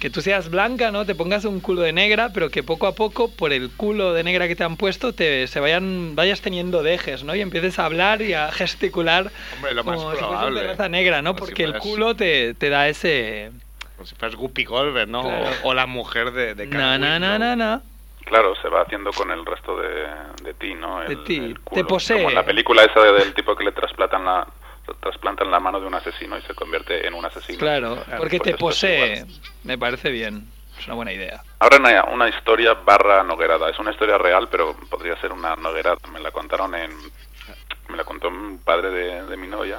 Speaker 4: que tú seas blanca, ¿no? Te pongas un culo de negra, pero que poco a poco por el culo de negra que te han puesto te se vayan vayas teniendo dejes, ¿no? Y empieces a hablar y a <laughs> gesticular
Speaker 6: Hombre, lo más
Speaker 4: como si fuese
Speaker 6: probable.
Speaker 4: una raza negra, ¿no?
Speaker 6: Como si
Speaker 4: Porque el
Speaker 6: fueras-
Speaker 4: culo te, te da ese
Speaker 6: Como si fueras Guppy Goldberg, ¿no?
Speaker 4: Claro.
Speaker 6: O, o la mujer de, de
Speaker 4: na na na na na.
Speaker 10: Claro, se va haciendo con el resto de, de ti, ¿no? El,
Speaker 4: De ti.
Speaker 10: el culo.
Speaker 4: Te posee.
Speaker 10: Como en la película esa de- del tipo que le trasplantan la, trasplantan la mano de un asesino y se convierte en un asesino.
Speaker 4: Claro, porque
Speaker 10: Pues
Speaker 4: te
Speaker 10: esto es
Speaker 4: posee.
Speaker 10: igual.
Speaker 4: Me parece bien. Es una buena
Speaker 6: <laughs>
Speaker 4: idea.
Speaker 10: Ahora una, una historia barra noguerada. Es una historia real, pero podría ser una noguerada. Me la contaron en... Me la contó un padre de, de mi novia.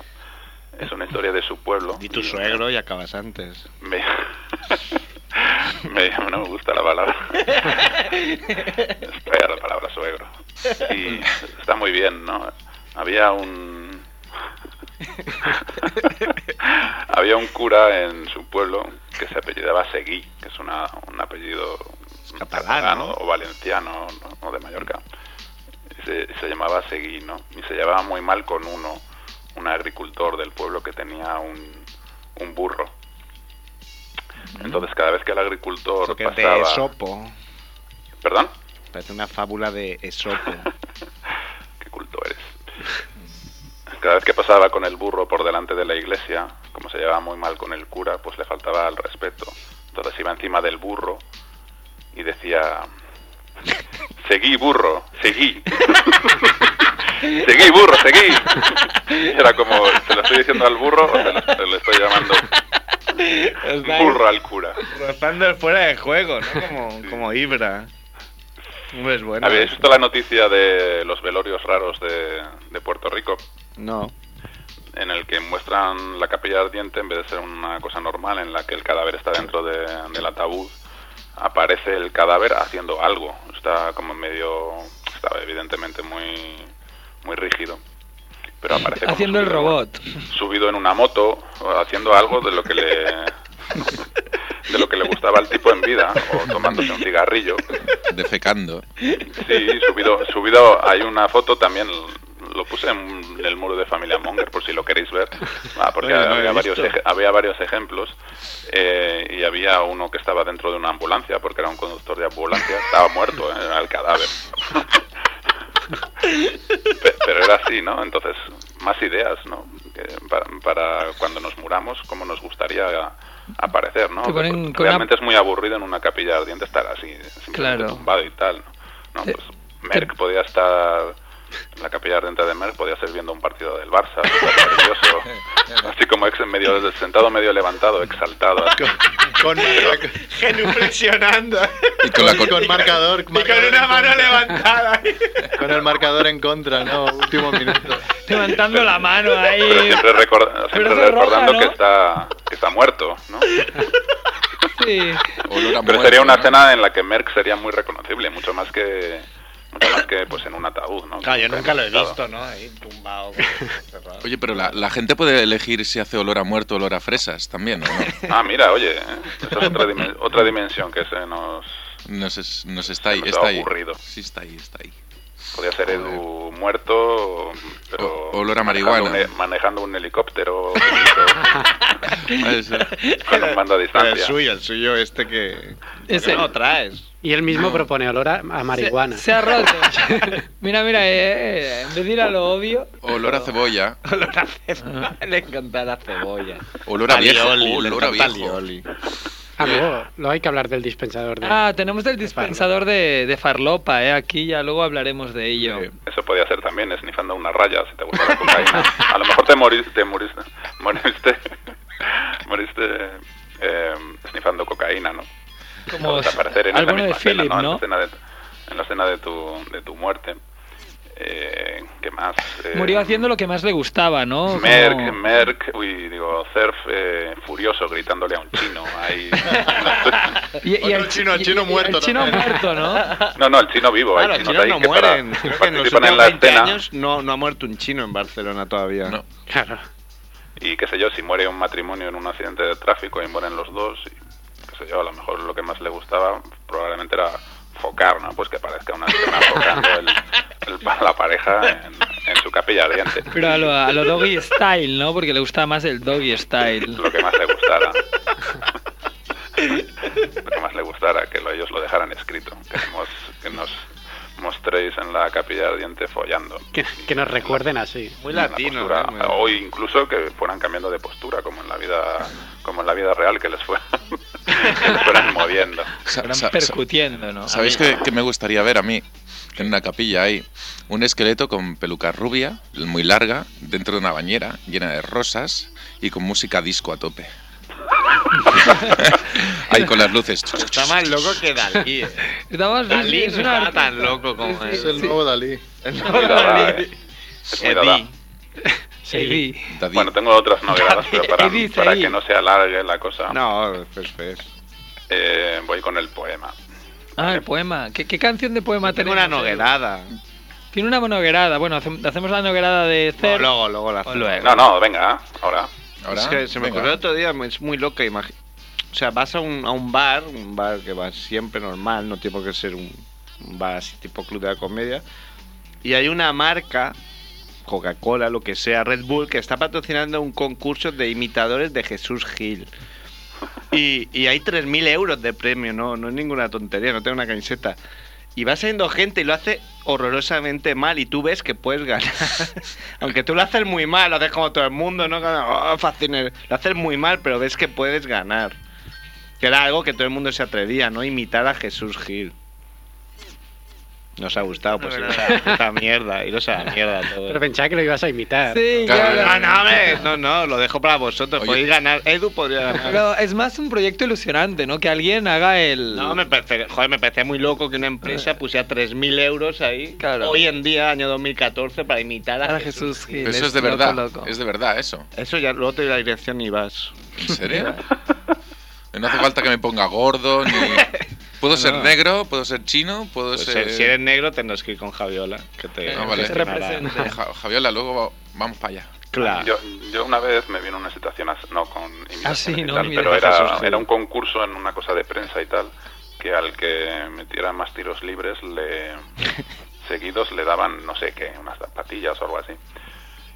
Speaker 10: Es una historia de su pueblo.
Speaker 6: Y tu suegro y acabas antes.
Speaker 10: Me... <laughs> me- no me gusta
Speaker 6: <laughs>
Speaker 10: la palabra. Es fea la palabra suegro. Y está muy bien, ¿no? Había un... <laughs> Había un cura en su pueblo que se apellidaba Seguí, que es una, un apellido
Speaker 6: catalán, ¿no?
Speaker 10: o valenciano ¿no? o de Mallorca. Se, se llamaba Seguí, ¿no? Y se llevaba muy mal con uno, un agricultor del pueblo que tenía un, un burro. Entonces cada vez que el agricultor
Speaker 6: Eso que es de
Speaker 10: pasaba,
Speaker 6: Esopo.
Speaker 10: perdón,
Speaker 6: Parece una fábula de <laughs> Esopo.
Speaker 10: qué culto eres. Cada vez que pasaba con el burro por delante de la iglesia, como se llevaba muy mal con el cura, pues le faltaba al respeto. Entonces iba encima del burro y decía, seguí burro, seguí. <laughs> seguí burro, seguí. Y era como, ¿se lo estoy diciendo al burro o se lo, se lo estoy llamando burro al cura?
Speaker 6: Rozando el fuera de juego, ¿no? Como, como Ibra. Hombre, es bueno.
Speaker 10: ¿Habéis visto la noticia de los velorios raros de, de Puerto Rico?
Speaker 6: No.
Speaker 10: en el que muestran la capilla ardiente en vez de ser una cosa normal en la que el cadáver está dentro de, del ataúd aparece el cadáver haciendo algo está como medio está evidentemente muy muy rígido pero aparece como
Speaker 4: Haciendo el
Speaker 10: subido en-
Speaker 4: robot.
Speaker 10: subido en una moto o haciendo algo de lo que le <laughs> de lo que le gustaba al tipo en vida o tomándose un cigarrillo <laughs>
Speaker 5: defecando.
Speaker 10: Sí, subido, subido hay una foto también, lo puse en el muro de Familia Monger por si lo queréis ver, Ah, porque
Speaker 6: Oye, no
Speaker 10: había,
Speaker 6: he
Speaker 10: varios,
Speaker 6: visto.
Speaker 10: ej- había varios ejemplos eh, y había uno que estaba dentro de una ambulancia porque era un conductor de ambulancia, estaba muerto, eh, era el cadáver. <laughs> Pe- Pero era así, ¿no? Entonces, más ideas, ¿no? Que Para, para cuando nos muramos, cómo nos gustaría aparecer, ¿no?
Speaker 4: Te ponen con una-
Speaker 10: Realmente es muy aburrido en una capilla ardiente estar así, simplemente
Speaker 4: Claro.
Speaker 10: tumbado y tal, ¿no? No,
Speaker 4: Te-
Speaker 10: pues Merck
Speaker 4: te-
Speaker 10: podía estar. La capilla ardiente de Merck podía ser viendo un partido del Barça, estar
Speaker 4: <laughs>
Speaker 10: nervioso. Así como ex medio sentado, medio levantado, exaltado. así.
Speaker 1: ¿eh? Con, marca-
Speaker 6: <laughs> Genuflexionando.
Speaker 5: Y con la
Speaker 1: con,
Speaker 5: con-
Speaker 1: marcador.
Speaker 6: y con
Speaker 1: marcador en
Speaker 6: una mano
Speaker 1: contra.
Speaker 6: levantada.
Speaker 1: Con el marcador en contra, ¿no? Último minuto.
Speaker 4: Levantando la mano
Speaker 10: Pero
Speaker 4: ahí.
Speaker 10: siempre, recorda- siempre
Speaker 4: Pero eso es roja,
Speaker 10: recordando
Speaker 4: ¿no?
Speaker 10: que, está, que está muerto, ¿no?
Speaker 4: Sí.
Speaker 5: olor a
Speaker 10: Pero
Speaker 5: muerto,
Speaker 10: sería una
Speaker 5: ¿no?
Speaker 10: escena en la que Merck sería muy reconocible, mucho más que. Mucho más que pues en un ataúd,
Speaker 6: <laughs>
Speaker 10: ¿no?
Speaker 6: Claro, yo nunca lo he
Speaker 10: Claro.
Speaker 6: visto, ¿no? Ahí <laughs> tumbado. cerrado.
Speaker 5: Oye, pero la, la gente puede elegir si hace olor a muerto o olor a fresas también, ¿o no?
Speaker 10: <laughs> Ah, mira, oye, ¿eh? eso es otra, dimen- otra dimensión que se nos.
Speaker 5: Nos, es- nos está ahí,
Speaker 10: Demasiado
Speaker 5: está ahí.
Speaker 10: aburrido.
Speaker 5: Sí, está ahí, está ahí.
Speaker 10: Podía ser Edu muerto, pero.
Speaker 5: O- olor a
Speaker 10: manejando
Speaker 5: marihuana.
Speaker 10: un he- Manejando un
Speaker 6: <laughs>
Speaker 10: helicóptero bonito,
Speaker 5: Puede ser.
Speaker 10: con un mando
Speaker 6: Pero
Speaker 10: a
Speaker 6: el
Speaker 10: distancia.
Speaker 6: suyo, el suyo este que...
Speaker 4: Ese.
Speaker 6: no traes?
Speaker 3: Y él mismo propone olor a, a marihuana.
Speaker 4: Se, se ha roto. <laughs> mira, mira, eh, eh, en vez de ir a lo obvio.
Speaker 5: Olor a cebolla.
Speaker 6: Olor a cebolla. Le encanta la cebolla.
Speaker 5: Olor a viejo.
Speaker 6: Alioli, le
Speaker 5: Olor a
Speaker 6: encanta
Speaker 5: viejo.
Speaker 6: alioli.
Speaker 3: Amigo, luego hay que hablar del dispensador de...
Speaker 4: Ah, tenemos el dispensador de, de farlopa, ¿eh? Aquí ya luego hablaremos de ello.
Speaker 5: Sí.
Speaker 10: Eso podía ser también, esnifando una raya, si te gusta la cocaína. A lo mejor te moriste, te moriste, moriste, <laughs> moriste eh, esnifando cocaína, ¿no?
Speaker 4: Como
Speaker 10: O sea, aparecer en esa
Speaker 4: alguno de
Speaker 10: misma escena,
Speaker 4: Philip,
Speaker 10: ¿no? En la
Speaker 4: ¿no?
Speaker 10: escena de, en la escena de tu, de tu muerte. Eh, ¿Qué más? Eh,
Speaker 4: Murió haciendo lo que más le gustaba, ¿no?
Speaker 10: Merck,
Speaker 4: Como-
Speaker 10: Merck, uy, digo, Surf eh, furioso gritándole a un chino.
Speaker 6: <laughs>
Speaker 10: Ahí.
Speaker 4: Y, y
Speaker 1: Otro chino, el chino muerto
Speaker 4: El chino
Speaker 1: también.
Speaker 4: muerto, ¿no?
Speaker 10: No, no, el chino vivo.
Speaker 6: Claro,
Speaker 10: hay
Speaker 6: los chinos
Speaker 10: chinos ahí
Speaker 6: no
Speaker 10: que para-
Speaker 6: mueren. Creo que en los
Speaker 10: participan en
Speaker 6: últimos
Speaker 10: la
Speaker 6: 20
Speaker 10: escena.
Speaker 6: años no, no ha muerto un chino en Barcelona todavía.
Speaker 5: No.
Speaker 3: Claro.
Speaker 10: Y qué sé yo, si muere un matrimonio en un accidente de tráfico y mueren los dos, y, qué sé yo, a lo mejor lo que más le gustaba probablemente era focar, ¿no? Pues que aparezca una escena focando el, el- la pareja en, en su capilla ardiente.
Speaker 4: Pero a lo, a lo doggy style, ¿no? Porque le gustaba más el doggy style.
Speaker 10: Lo que más le gustara. lo que más le gustara, que lo- ellos lo dejaran escrito. Que nos, que nos mostréis en la capilla ardiente follando.
Speaker 3: Que, que nos recuerden así.
Speaker 6: Muy
Speaker 10: la
Speaker 6: latino.
Speaker 10: postura,
Speaker 6: ¿no? Muy-
Speaker 10: o incluso que fueran cambiando de postura como en la vida como en la vida real que les fueran, <laughs> que les
Speaker 6: <laughs>
Speaker 10: fueran moviendo
Speaker 5: Sa-
Speaker 4: Gran
Speaker 5: sa- sa-
Speaker 4: percutiendo, ¿no?
Speaker 5: ¿Sabéis qué, qué me gustaría ver a mí? En una capilla hay un esqueleto con peluca rubia, muy larga, dentro de una bañera llena de rosas y con música disco a tope. <laughs> Ahí con las luces.
Speaker 6: Está más loco que Dalí.
Speaker 10: <laughs>
Speaker 6: eh.
Speaker 4: Estamos-
Speaker 6: Dalí
Speaker 4: es
Speaker 6: no
Speaker 4: una
Speaker 6: estaba
Speaker 4: artista.
Speaker 6: tan loco como
Speaker 1: Es
Speaker 6: él.
Speaker 1: el nuevo Dalí.
Speaker 6: <laughs>
Speaker 10: Muy dada, eh. Es muy dada.
Speaker 6: Eddy.
Speaker 4: Sí.
Speaker 5: Daddy.
Speaker 10: bueno tengo otras novedades
Speaker 6: <laughs>
Speaker 10: pero para,
Speaker 4: Dice
Speaker 10: para
Speaker 4: ahí.
Speaker 10: que no se alargue la cosa
Speaker 6: No, pues, pues.
Speaker 10: eh, voy con el poema
Speaker 4: Ah, el poema. ¿Qué, qué canción de poema
Speaker 6: Tengo
Speaker 4: tenemos?
Speaker 6: una
Speaker 4: Edu?
Speaker 6: noguerada.
Speaker 4: Tiene una noguerada. Bueno, hace- hacemos la noguerada de
Speaker 6: No,
Speaker 4: Cer.
Speaker 6: luego, luego la hacemos.
Speaker 4: luego.
Speaker 10: no no venga ahora
Speaker 5: Ahora,
Speaker 6: Es que se me
Speaker 5: venga.
Speaker 6: ocurrió otro día, es muy loca imagi- O sea, vas a un, a un bar, un bar que va siempre normal, no tiene por qué ser un, un bar así tipo club de la comedia, y hay una marca, Coca-Cola, lo que sea, Red Bull, que está patrocinando un concurso de imitadores de Jesús Gil. Y, y hay 3.000 euros de premio, no, no es ninguna tontería, no tengo una camiseta. Y va saliendo gente y lo hace horrorosamente mal y tú ves que puedes
Speaker 4: <laughs>
Speaker 6: ganar. Aunque tú lo haces muy mal, lo haces como todo el mundo, ¿no? Como, "Oh, fasciner". Lo haces muy mal, pero ves que puedes ganar. Que era algo que todo el mundo se atrevía, ¿no? Imitar a Jesús Gil. Nos ha gustado, pues esta mierda, iros a la mierda todo.
Speaker 3: Pero pensaba que lo ibas a imitar.
Speaker 4: Sí,
Speaker 5: Claro.
Speaker 4: ya la-
Speaker 6: No, no, hombre, no, no, lo dejo para vosotros.
Speaker 5: Oye.
Speaker 6: Podéis ganar. Edu podría ganar.
Speaker 4: Pero es más un proyecto ilusionante, ¿no? Que alguien haga el...
Speaker 6: No, me parece, joder, me parece muy loco que una empresa pusiera 3.000 euros ahí,
Speaker 4: Eh. Claro.
Speaker 6: hoy en día, año 2014, para imitar a,
Speaker 4: a
Speaker 6: Jesús.
Speaker 4: Jesús Gil.
Speaker 5: Pero eso es de
Speaker 4: loco,
Speaker 5: verdad.
Speaker 4: loco.
Speaker 5: Es de verdad eso.
Speaker 6: Eso ya luego te doy la dirección y vas. <laughs>
Speaker 5: ¿En serio? No hace falta que me ponga
Speaker 6: <laughs>
Speaker 5: gordo ni... Puedo ser negro, puedo ser chino, puedo
Speaker 6: Pues,
Speaker 5: ser...
Speaker 6: eh, si eres negro tendrás que ir con Javiola, que te,
Speaker 5: Ah, vale.
Speaker 6: que te
Speaker 5: Se
Speaker 6: hará-
Speaker 4: represente.
Speaker 5: Ja- Javiola, luego va- vamos para allá.
Speaker 6: Claro.
Speaker 10: yo, yo una vez me vino una situación as- no con imitaciones
Speaker 4: Ah, sí,
Speaker 10: y
Speaker 4: no,
Speaker 10: tal,
Speaker 4: mira,
Speaker 10: pero
Speaker 6: Jesús
Speaker 10: era,
Speaker 6: Gil.
Speaker 10: era un concurso en una cosa de prensa y tal que al que metiera más tiros
Speaker 4: <laughs>
Speaker 10: libres le seguidos le daban no sé qué unas zapatillas o algo así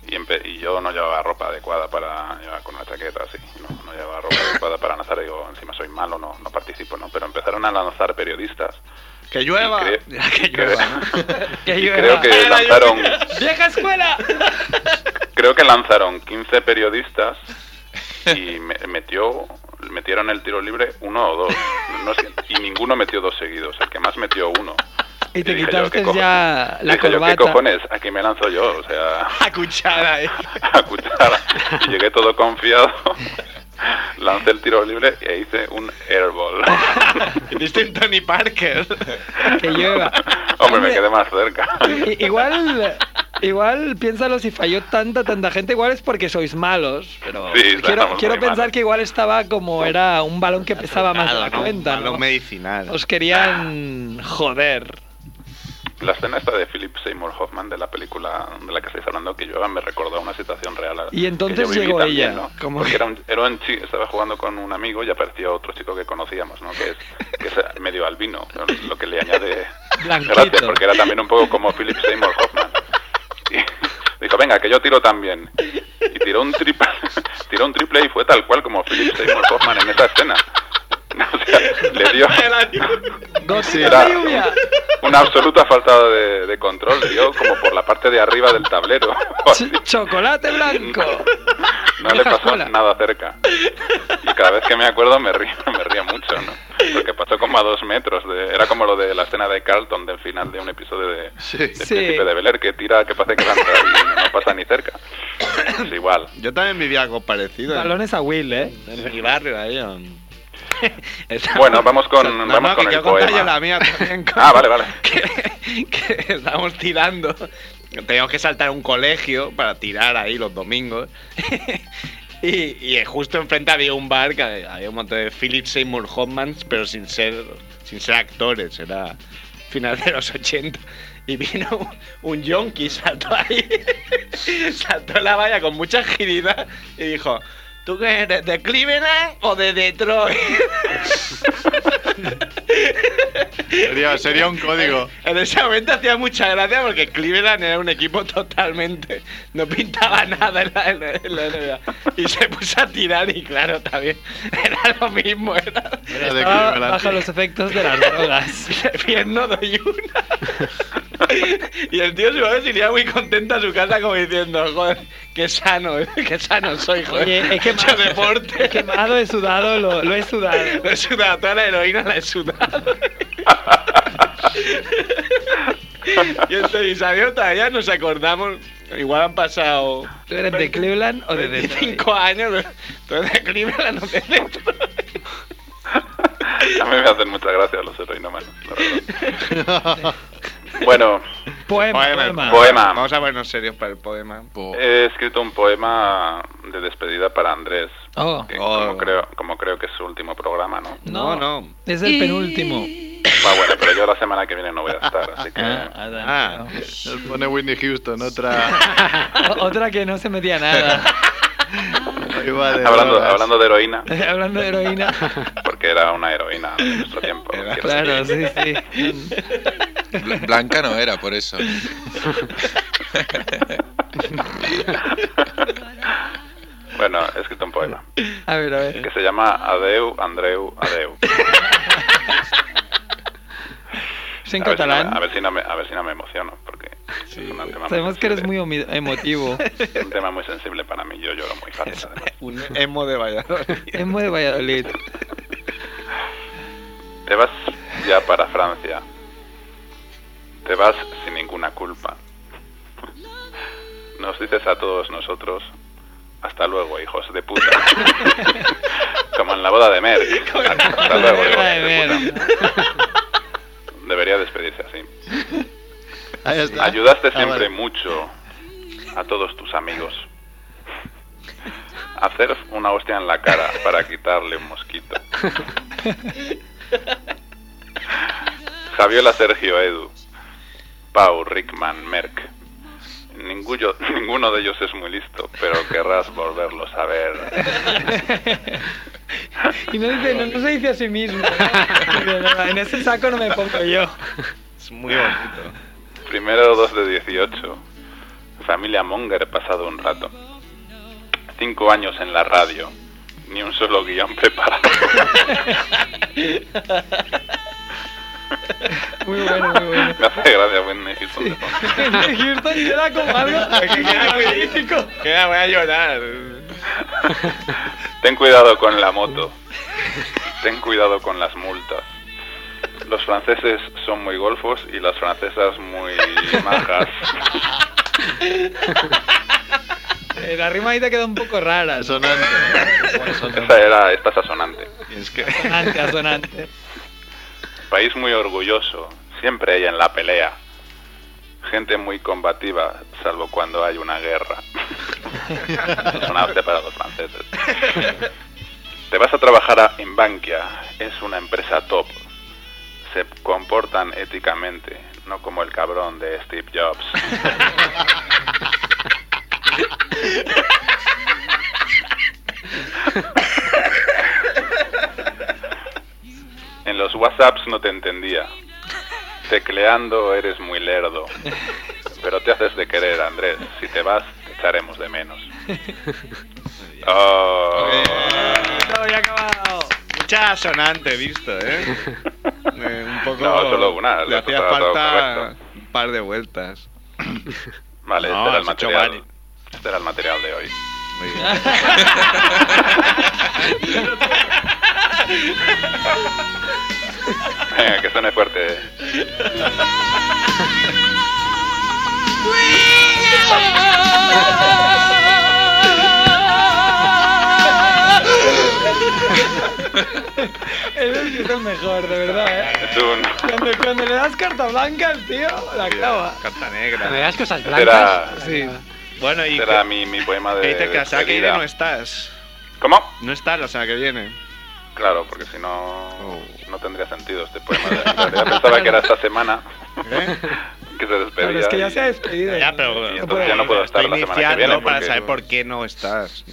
Speaker 10: y, empe- y yo no llevaba ropa adecuada para llevaba con una chaqueta así no, no llevaba ropa adecuada para lanzar digo encima soy malo no no participo no pero empezaron a lanzar periodistas
Speaker 6: Que llueva.
Speaker 10: Y
Speaker 4: <laughs>
Speaker 10: creo-
Speaker 6: Ya que
Speaker 10: y creo-
Speaker 6: llueva, ¿no?
Speaker 4: Que
Speaker 10: y
Speaker 4: llueva.
Speaker 10: creo que lanzaron
Speaker 4: <laughs> ¡Vieja escuela! <laughs>
Speaker 10: creo que lanzaron 15 periodistas y me- metió metieron el tiro libre uno o dos No sé, y ninguno metió dos seguidos el que más metió uno
Speaker 4: Y te
Speaker 10: dije yo,
Speaker 4: quitaste
Speaker 10: ¿qué cojones?
Speaker 4: ya la
Speaker 10: Dije yo,
Speaker 4: corbata.
Speaker 10: qué cojones aquí me lanzo yo o sea <laughs>
Speaker 6: A cuchara, eh.
Speaker 10: a cuchara Y llegué todo confiado lancé el tiro libre e hice un
Speaker 4: <laughs>
Speaker 10: airball
Speaker 6: <laughs> Viste un Tony Parker.
Speaker 4: Que llueva.
Speaker 10: hombre me quedé más cerca
Speaker 4: I- Igual, igual, piénsalo, si falló tanta, tanta gente, igual es porque sois malos. Pero
Speaker 10: Sí,
Speaker 4: quiero,
Speaker 10: estamos
Speaker 4: quiero
Speaker 10: muy
Speaker 4: pensar
Speaker 10: malos.
Speaker 4: que igual estaba como era un balón que pesaba más de la
Speaker 6: Claro, ¿no?
Speaker 4: cuenta,
Speaker 6: Malo
Speaker 4: ¿no?
Speaker 6: medicinal.
Speaker 4: Os querían joder.
Speaker 10: La escena esta de Philip Seymour Hoffman de la película de la que estáis hablando, que yo me recordó una situación real. a-
Speaker 4: Y entonces
Speaker 10: que yo viví
Speaker 4: llegó
Speaker 10: también,
Speaker 4: ella.
Speaker 10: ¿no?
Speaker 4: ¿Cómo?
Speaker 10: Porque era un, era un chi- estaba jugando con un amigo y aparecía otro chico que conocíamos, ¿no? Que es, que es medio albino, lo que le añade
Speaker 4: <laughs>
Speaker 10: Gracias,
Speaker 4: Blanquito.
Speaker 10: porque era también un poco como Philip Seymour Hoffman. Y <laughs> dijo, venga, que yo tiro también. Y tiró un triple, <laughs> tiró un triple y fue tal cual como Philip Seymour Hoffman en esa escena. <laughs> O sea, le dio
Speaker 4: Gotita
Speaker 10: Sí,
Speaker 4: de
Speaker 10: era-
Speaker 4: lluvia.
Speaker 10: una absoluta falta de, de control, le dio como por la parte de arriba del tablero.
Speaker 4: <laughs> Ch- chocolate blanco.
Speaker 10: No le
Speaker 4: Vieja
Speaker 10: pasó
Speaker 4: escuela.
Speaker 10: nada cerca. Y cada vez que me acuerdo me río, me río mucho, ¿no? Porque pasó como a dos metros. de- era como lo de la escena de Carlton del final de un episodio de, del
Speaker 4: Sí.
Speaker 10: Príncipe de Bel Air, que tira, que pasa que lanza y no pasa ni cerca. Es igual.
Speaker 6: Yo también vivía algo parecido. ¿eh?
Speaker 4: Balones a Will, ¿eh?
Speaker 12: En mi barrio, ahí. en-
Speaker 10: Bueno,
Speaker 6: <laughs>
Speaker 10: vamos con,
Speaker 6: No,
Speaker 10: vamos
Speaker 6: no,
Speaker 10: con
Speaker 6: que
Speaker 10: el
Speaker 6: yo contaba yo
Speaker 10: poema.
Speaker 6: la mía
Speaker 10: <laughs>
Speaker 6: también.
Speaker 10: Ah, vale, vale.
Speaker 4: que, que estábamos tirando.
Speaker 6: Teníamos que saltar a un colegio para tirar ahí los domingos. <laughs> y, y justo enfrente había un bar que había un montón de Philip Seymour Hoffman, pero sin ser, sin ser actores, era final de los 80. Y vino un, un yonki, saltó ahí, <laughs> saltó la valla con mucha agilidad y dijo: ¿Tú qué eres, de Cleveland o de Detroit?
Speaker 1: Sería, sería un código.
Speaker 6: En ese momento hacía mucha gracia porque Cleveland era un equipo totalmente. No pintaba nada en la, en la- en la NBA. Y se puso a tirar, y claro, también era lo mismo. Era.
Speaker 1: Era de
Speaker 4: Ah,
Speaker 1: Cleveland.
Speaker 4: bajo los efectos de
Speaker 1: <laughs>
Speaker 4: las drogas.
Speaker 6: Bien, no doy una. Y el tío, supongo, se iría muy contento a su casa, como diciendo: Joder, qué sano, qué sano soy, joder.
Speaker 4: Oye, es que
Speaker 6: he hecho
Speaker 4: más-
Speaker 6: deporte.
Speaker 4: He quemado, he sudado, lo, lo he sudado.
Speaker 6: Lo he sudado, toda la heroína la
Speaker 4: <laughs>
Speaker 6: he sudado. y entonces, ¿sabes? Todavía nos acordamos. Igual han pasado
Speaker 4: ¿Tú eres de Cleveland o de Detroit?
Speaker 6: 25 años. Entonces, de Cleveland no te dentro.
Speaker 10: A mí me hacen muchas gracias los heroinomanos, la verdad.
Speaker 4: <laughs>
Speaker 10: Bueno,
Speaker 4: Poema, poema.
Speaker 10: poema.
Speaker 6: Vamos a ponernos serios para
Speaker 4: <laughs>
Speaker 6: el poema.
Speaker 5: Po-
Speaker 10: He escrito un poema de despedida para Andrés,
Speaker 4: Oh,
Speaker 10: que
Speaker 6: Oh.
Speaker 10: como, creo, como creo que es su último programa, ¿no?
Speaker 4: no, no.
Speaker 6: no.
Speaker 4: Es el penúltimo.
Speaker 10: Va, bueno, pero yo la semana que viene no voy a estar, así que...
Speaker 6: Ah,
Speaker 1: Nos pone Whitney Houston, otra.
Speaker 4: O- Otra que no se metía
Speaker 10: <laughs>
Speaker 4: nada.
Speaker 1: Ahí va de
Speaker 10: Hablando,
Speaker 1: drogas.
Speaker 10: hablando de heroína,
Speaker 4: Hablando de heroína.
Speaker 10: porque era una heroína de nuestro tiempo. quiero
Speaker 4: Claro,
Speaker 10: decir.
Speaker 4: sí, sí.
Speaker 10: <laughs>
Speaker 5: Bl- Blanca no era, por
Speaker 7: <laughs>
Speaker 5: eso.
Speaker 10: Bueno, he escrito un poema
Speaker 4: A ver, a ver.
Speaker 10: que se llama Adeu, Andreu, Adeu.
Speaker 4: Es en
Speaker 10: A ver si no-
Speaker 4: catalán.
Speaker 10: A ver si no me, a ver si no me emociono, porque es un tema,
Speaker 4: Sabemos que eres muy
Speaker 10: sensible.
Speaker 4: homi-
Speaker 10: <laughs>
Speaker 4: emotivo.
Speaker 10: Es un tema muy sensible para mí, yo lloro muy fácil. además.
Speaker 6: un emo de Valladolid.
Speaker 4: Es muy de
Speaker 10: <laughs>
Speaker 4: Valladolid. <laughs>
Speaker 10: Te vas ya para Francia. Te vas sin ninguna culpa. Nos dices a todos nosotros, hasta luego, hijos de <laughs> puta. Como en la boda de Merck. Hasta luego, hijos de puta. Debería despedirse así.
Speaker 1: Ahí está.
Speaker 10: Ayudaste
Speaker 1: Ah, vale.
Speaker 10: siempre mucho a todos tus amigos. <laughs> Hacer una hostia en la cara para quitarle
Speaker 1: <laughs>
Speaker 10: un mosquito. Javiola Sergio Edu, Pau Rickman Merck. Ninguno, <laughs> ninguno de ellos es muy listo, pero querrás volverlos a ver.
Speaker 4: Y no, dice, no, no se dice a sí mismo. En ese saco no me pongo yo.
Speaker 12: Es muy bonito.
Speaker 10: Primero 2 de 18. Familia Monger pasado un rato. Cinco años en la radio. Ni un solo guión <laughs> preparado.
Speaker 4: Muy bueno, muy bueno.
Speaker 10: Me hace gracia Whitney Houston de fondo.
Speaker 4: Houston queda como
Speaker 10: <laughs>
Speaker 4: algo político.
Speaker 6: Queda, voy a llorar.
Speaker 10: Ten cuidado con la moto. Ten cuidado con las multas. Los franceses son muy golfos y las francesas muy
Speaker 4: <laughs>
Speaker 10: majas.
Speaker 4: Eh, La rima ahí te queda un poco rara. <laughs>
Speaker 1: Sonante.
Speaker 6: <laughs>
Speaker 10: Esta era, esta es asonante.
Speaker 4: Asonante, asonante.
Speaker 10: País muy orgulloso, siempre ella en la pelea. Gente muy combativa, salvo cuando hay una guerra. es una hostia para los franceses. Te vas a trabajar a Inbankia, es una empresa top. Se comportan éticamente, no como el cabrón de Steve Jobs. En los WhatsApps no te entendía. Tecleando eres muy lerdo. Pero te haces de querer, Andrés. Si te vas, te echaremos de menos. Oh.
Speaker 4: No, ya he acabado.
Speaker 6: Mucha sonante, he visto, <laughs> ¿eh? Eh, un poco.
Speaker 10: No, solo una,
Speaker 6: Le
Speaker 10: la
Speaker 6: hacía
Speaker 10: otra, todo
Speaker 6: falta
Speaker 10: correcto.
Speaker 6: un par de vueltas.
Speaker 10: Vale,
Speaker 6: No,
Speaker 10: este, era el
Speaker 6: has hecho <laughs>
Speaker 10: material,
Speaker 6: varios.
Speaker 10: este era el material de hoy. <laughs>
Speaker 6: Muy bien.
Speaker 10: Venga, que suene fuerte. eh.
Speaker 4: Ese sí es el mejor, de verdad, ¿eh?
Speaker 10: Es un...
Speaker 4: Cuando, cuando le das carta blanca al tío, la clava.
Speaker 6: Carta
Speaker 3: Me
Speaker 6: negra.
Speaker 3: das cosas
Speaker 10: Este
Speaker 3: blancas.
Speaker 10: era,
Speaker 4: Sí.
Speaker 6: Bueno, y
Speaker 10: este era mi, mi poema de.
Speaker 6: Peter Kazaki
Speaker 10: despedida.
Speaker 6: no estás.
Speaker 10: ¿Cómo?
Speaker 6: No estás la semana que viene.
Speaker 10: Claro, porque si no. No tendría sentido este poema. De... En realidad pensaba que era esta semana. <laughs> que se despedía.
Speaker 4: Pero es que ya
Speaker 10: y-
Speaker 4: se ha despedido.
Speaker 6: Ya, pero
Speaker 10: Y
Speaker 6: bueno,
Speaker 10: entonces ya no puedo estar
Speaker 6: estoy
Speaker 10: la semana que
Speaker 6: iniciando
Speaker 10: viene
Speaker 6: para
Speaker 10: porque-
Speaker 6: saber por qué no estás.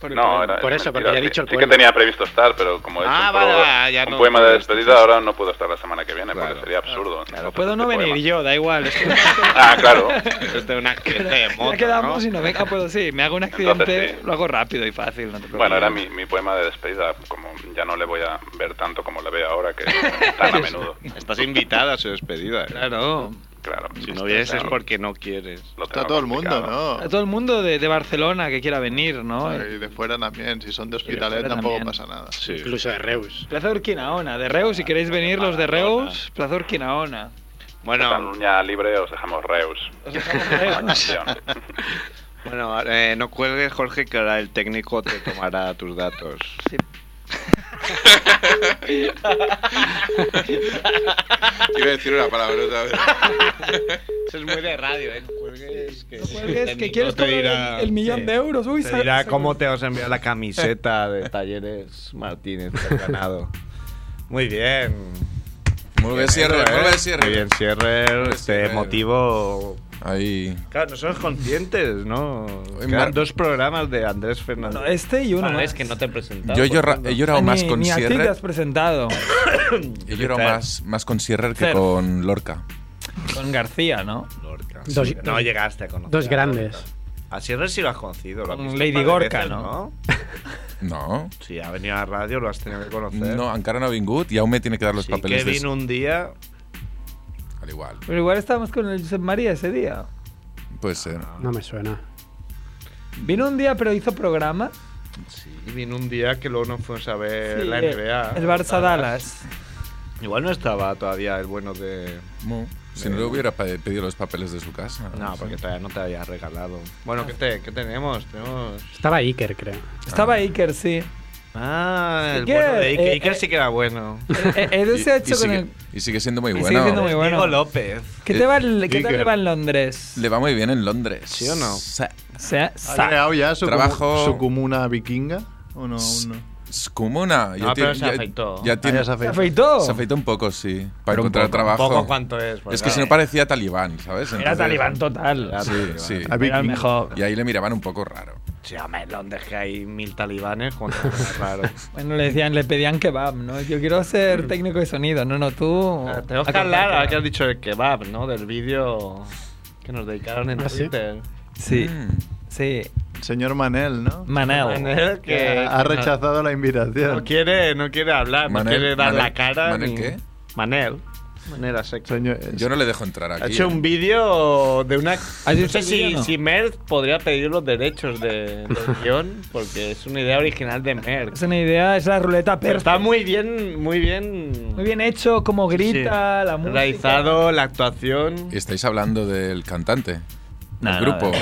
Speaker 4: Por el
Speaker 10: No,
Speaker 4: poema.
Speaker 10: era,
Speaker 3: Por
Speaker 10: es
Speaker 3: eso, porque
Speaker 10: mentira,
Speaker 3: ya he
Speaker 10: sí-
Speaker 3: dicho el
Speaker 10: Sí que
Speaker 3: poema.
Speaker 10: tenía previsto estar, pero como es
Speaker 6: Ah,
Speaker 10: un,
Speaker 6: vale,
Speaker 10: poema-
Speaker 6: vale, ya
Speaker 10: un
Speaker 6: no
Speaker 10: poema de
Speaker 6: puedes.
Speaker 10: despedida, ahora no puedo estar la semana que viene,
Speaker 6: Claro.
Speaker 10: porque sería absurdo. Entonces,
Speaker 4: Puedo no
Speaker 10: este
Speaker 4: venir
Speaker 10: poema.
Speaker 4: yo, da igual. es que-
Speaker 10: Ah, claro.
Speaker 6: Es de una crece de moto,
Speaker 4: ya quedamos
Speaker 6: ¿no?
Speaker 4: y no venga, puedo sí, me hago un accidente,
Speaker 10: Entonces, sí.
Speaker 4: lo hago rápido y fácil, no te preocupes.
Speaker 10: Bueno, era mi, mi poema de despedida, como ya no le voy a ver tanto como la veo ahora, que es tan
Speaker 8: <laughs>
Speaker 10: a menudo.
Speaker 6: Estás invitada a su despedida. ¿eh?
Speaker 4: Claro.
Speaker 10: Claro.
Speaker 6: Si no vienes es porque no quieres.
Speaker 10: Lo
Speaker 1: Está
Speaker 10: tengo
Speaker 1: todo el mundo,
Speaker 10: complicado.
Speaker 1: ¿no?
Speaker 4: A todo el mundo de, de Barcelona que quiera venir, ¿no?
Speaker 1: Y de fuera también, si son de
Speaker 4: de
Speaker 1: hospitalet
Speaker 4: fuera
Speaker 1: tampoco
Speaker 4: también.
Speaker 1: pasa nada.
Speaker 6: Sí.
Speaker 3: Incluso de Reus.
Speaker 4: Plaza Urquinaona, de Reus, si queréis venir los de Reus, Plaza Urquinaona.
Speaker 6: Bueno,
Speaker 10: Cataluña libre os
Speaker 8: <laughs>
Speaker 10: dejamos Reus.
Speaker 4: Reus.
Speaker 6: bueno eh, no cuelgues, Jorge, que ahora el técnico te tomará tus
Speaker 7: <laughs>
Speaker 6: datos.
Speaker 5: Iba a decir una palabra otra vez.
Speaker 6: Eso es muy de radio, ¿eh? No cuelgues, que,
Speaker 4: Es que quieres todo el, el millón de euros, uy,
Speaker 7: Te
Speaker 4: se-
Speaker 7: dirá
Speaker 4: se-
Speaker 7: cómo te vas a enviar la camiseta
Speaker 4: <laughs>
Speaker 7: de Talleres Martínez que has ganado. Muy bien.
Speaker 5: Muy bien, cierre,
Speaker 7: Bueno, ¿eh?
Speaker 5: muy bien, cierre.
Speaker 7: Muy bien, cierre. Este
Speaker 5: Sierrer.
Speaker 7: motivo.
Speaker 5: Ahí.
Speaker 7: Claro, no somos conscientes, ¿no?
Speaker 5: Hoy mar-
Speaker 7: Quedan dos programas de Andrés Fernández.
Speaker 4: No, este y uno.
Speaker 7: Ah,
Speaker 4: más.
Speaker 7: es que no te he
Speaker 5: Yo
Speaker 7: presentado.
Speaker 5: llora- he llorado
Speaker 4: Ah,
Speaker 5: más
Speaker 4: ni-
Speaker 5: con
Speaker 4: ni a ti te
Speaker 5: cierre.
Speaker 4: has presentado.
Speaker 5: He llorado
Speaker 7: Fer.
Speaker 5: más, más con Sierrer que
Speaker 4: Fer.
Speaker 5: con Lorca.
Speaker 4: Con García, ¿no?
Speaker 7: Lorca.
Speaker 3: Dos-
Speaker 7: no
Speaker 3: dos-
Speaker 7: llegaste a conocer.
Speaker 3: dos
Speaker 7: a
Speaker 3: grandes.
Speaker 7: Lorca. A Sierra sí lo has conocido. lo has
Speaker 4: Con
Speaker 7: visto
Speaker 4: Lady
Speaker 7: un par de
Speaker 4: Gorka,
Speaker 7: veces,
Speaker 4: ¿no?
Speaker 5: No.
Speaker 7: Sí, ha venido a la radio, lo has tenido que conocer.
Speaker 5: No, encara no ha vingut i aún me tiene que dar los
Speaker 7: sí
Speaker 5: papeles
Speaker 7: que
Speaker 5: de...
Speaker 7: vino un día.
Speaker 5: Al igual,
Speaker 4: Pero igual estábamos con el Josep María ese día.
Speaker 5: puede ser.
Speaker 7: Ah.
Speaker 3: No me suena.
Speaker 4: Vino un día, pero hizo programa.
Speaker 7: Sí, vino un día que luego no fuimos a
Speaker 6: Eh,
Speaker 7: ver
Speaker 4: Sí,
Speaker 7: la
Speaker 4: el-
Speaker 7: NBA.
Speaker 4: El
Speaker 6: Ah.
Speaker 4: Barça Dallas.
Speaker 7: Igual no estaba todavía el bueno de.
Speaker 5: Mu. Si no le hubiera pe- pedido los papeles de su casa.
Speaker 7: No, porque todavía no te había regalado. Bueno, ¿qué, te- qué tenemos? Tenemos.
Speaker 3: Estaba Iker, creo.
Speaker 4: Estaba Iker, sí. Eh,
Speaker 7: Ah, el
Speaker 4: ¿Qué?
Speaker 7: bueno de Iker.
Speaker 4: Eh,
Speaker 7: Iker
Speaker 4: eh.
Speaker 7: sí que era bueno.
Speaker 4: Eh, Él
Speaker 5: Y-
Speaker 4: se ha
Speaker 5: y
Speaker 4: hecho con
Speaker 5: sigue,
Speaker 4: el.
Speaker 5: y sigue siendo muy
Speaker 4: y sigue
Speaker 5: bueno.
Speaker 4: siendo muy bueno.
Speaker 7: Diego López.
Speaker 4: ¿Qué, te va,
Speaker 1: Eh,
Speaker 4: ¿qué tal
Speaker 1: Iker.
Speaker 4: le va en Londres?
Speaker 5: Le va muy bien en Londres.
Speaker 7: ¿Sí o no?
Speaker 4: Se-
Speaker 1: ¿Ha
Speaker 4: sa-
Speaker 1: creado ya su,
Speaker 5: Trabajo.
Speaker 1: comu- su comuna vikinga? ¿O no? aún no?
Speaker 5: Es como una.
Speaker 7: No, pero se afeitó.
Speaker 5: Ya tiene,
Speaker 1: Ah, ya se ha
Speaker 4: ¿Se
Speaker 1: afeitado.
Speaker 4: afeitó?
Speaker 5: se afeitó un poco, sí. Para encontrar trabajo.
Speaker 7: Poco cuánto es. eh, porque,
Speaker 5: es que si no
Speaker 7: claro,
Speaker 5: parecía talibán, ¿sabes?
Speaker 4: Era
Speaker 5: Entonces-
Speaker 4: talibán total.
Speaker 7: era talibán.
Speaker 5: eh. Sí,
Speaker 1: A
Speaker 4: Era el
Speaker 1: viking.
Speaker 4: mejor.
Speaker 5: Y ahí le miraban un poco raro.
Speaker 7: Sí, hombre, en Londres que hay mil talibanes. cuánto es raro.
Speaker 4: Bueno, le decían, le pedían kebab, ¿no? Yo quiero ser técnico de sonido. No, no, tú.
Speaker 7: Mm. Ah, Tenemos que
Speaker 4: a
Speaker 7: hablar,
Speaker 4: cantar
Speaker 7: ahora que has
Speaker 4: kebab.
Speaker 7: dicho el kebab, ¿no? Del vídeo que nos dedicaron en
Speaker 3: Ah, ¿sí?
Speaker 7: Twitter.
Speaker 4: Sí,
Speaker 5: Mm.
Speaker 4: sí.
Speaker 1: Señor Manel, ¿no?
Speaker 4: Manel.
Speaker 7: Manel,
Speaker 1: Que
Speaker 7: que
Speaker 1: ha rechazado la
Speaker 7: No
Speaker 1: invitación.
Speaker 7: quiere, no quiere hablar, no
Speaker 5: Manel,
Speaker 7: quiere dar
Speaker 5: Manel,
Speaker 7: la cara.
Speaker 5: ¿Manel
Speaker 7: ni-
Speaker 5: qué?
Speaker 7: Manel. Manel a sexo.
Speaker 1: Señor-
Speaker 5: Yo no le dejo entrar aquí. ¿eh?
Speaker 7: Ha hecho un vídeo de una. No
Speaker 4: visto
Speaker 7: sé
Speaker 4: el
Speaker 7: si,
Speaker 4: vídeo, no?
Speaker 7: si Merck podría pedir los derechos de, del
Speaker 1: <laughs>
Speaker 7: guión, porque es una idea original de Merck.
Speaker 4: Es una idea, es la ruleta
Speaker 7: Pero
Speaker 4: perfecta.
Speaker 7: está muy bien, muy bien.
Speaker 4: Muy bien hecho, como grita,
Speaker 7: Sí.
Speaker 4: la música.
Speaker 7: Realizado, la actuación.
Speaker 5: Estáis hablando del cantante.
Speaker 4: No,
Speaker 5: del
Speaker 4: no,
Speaker 5: grupo.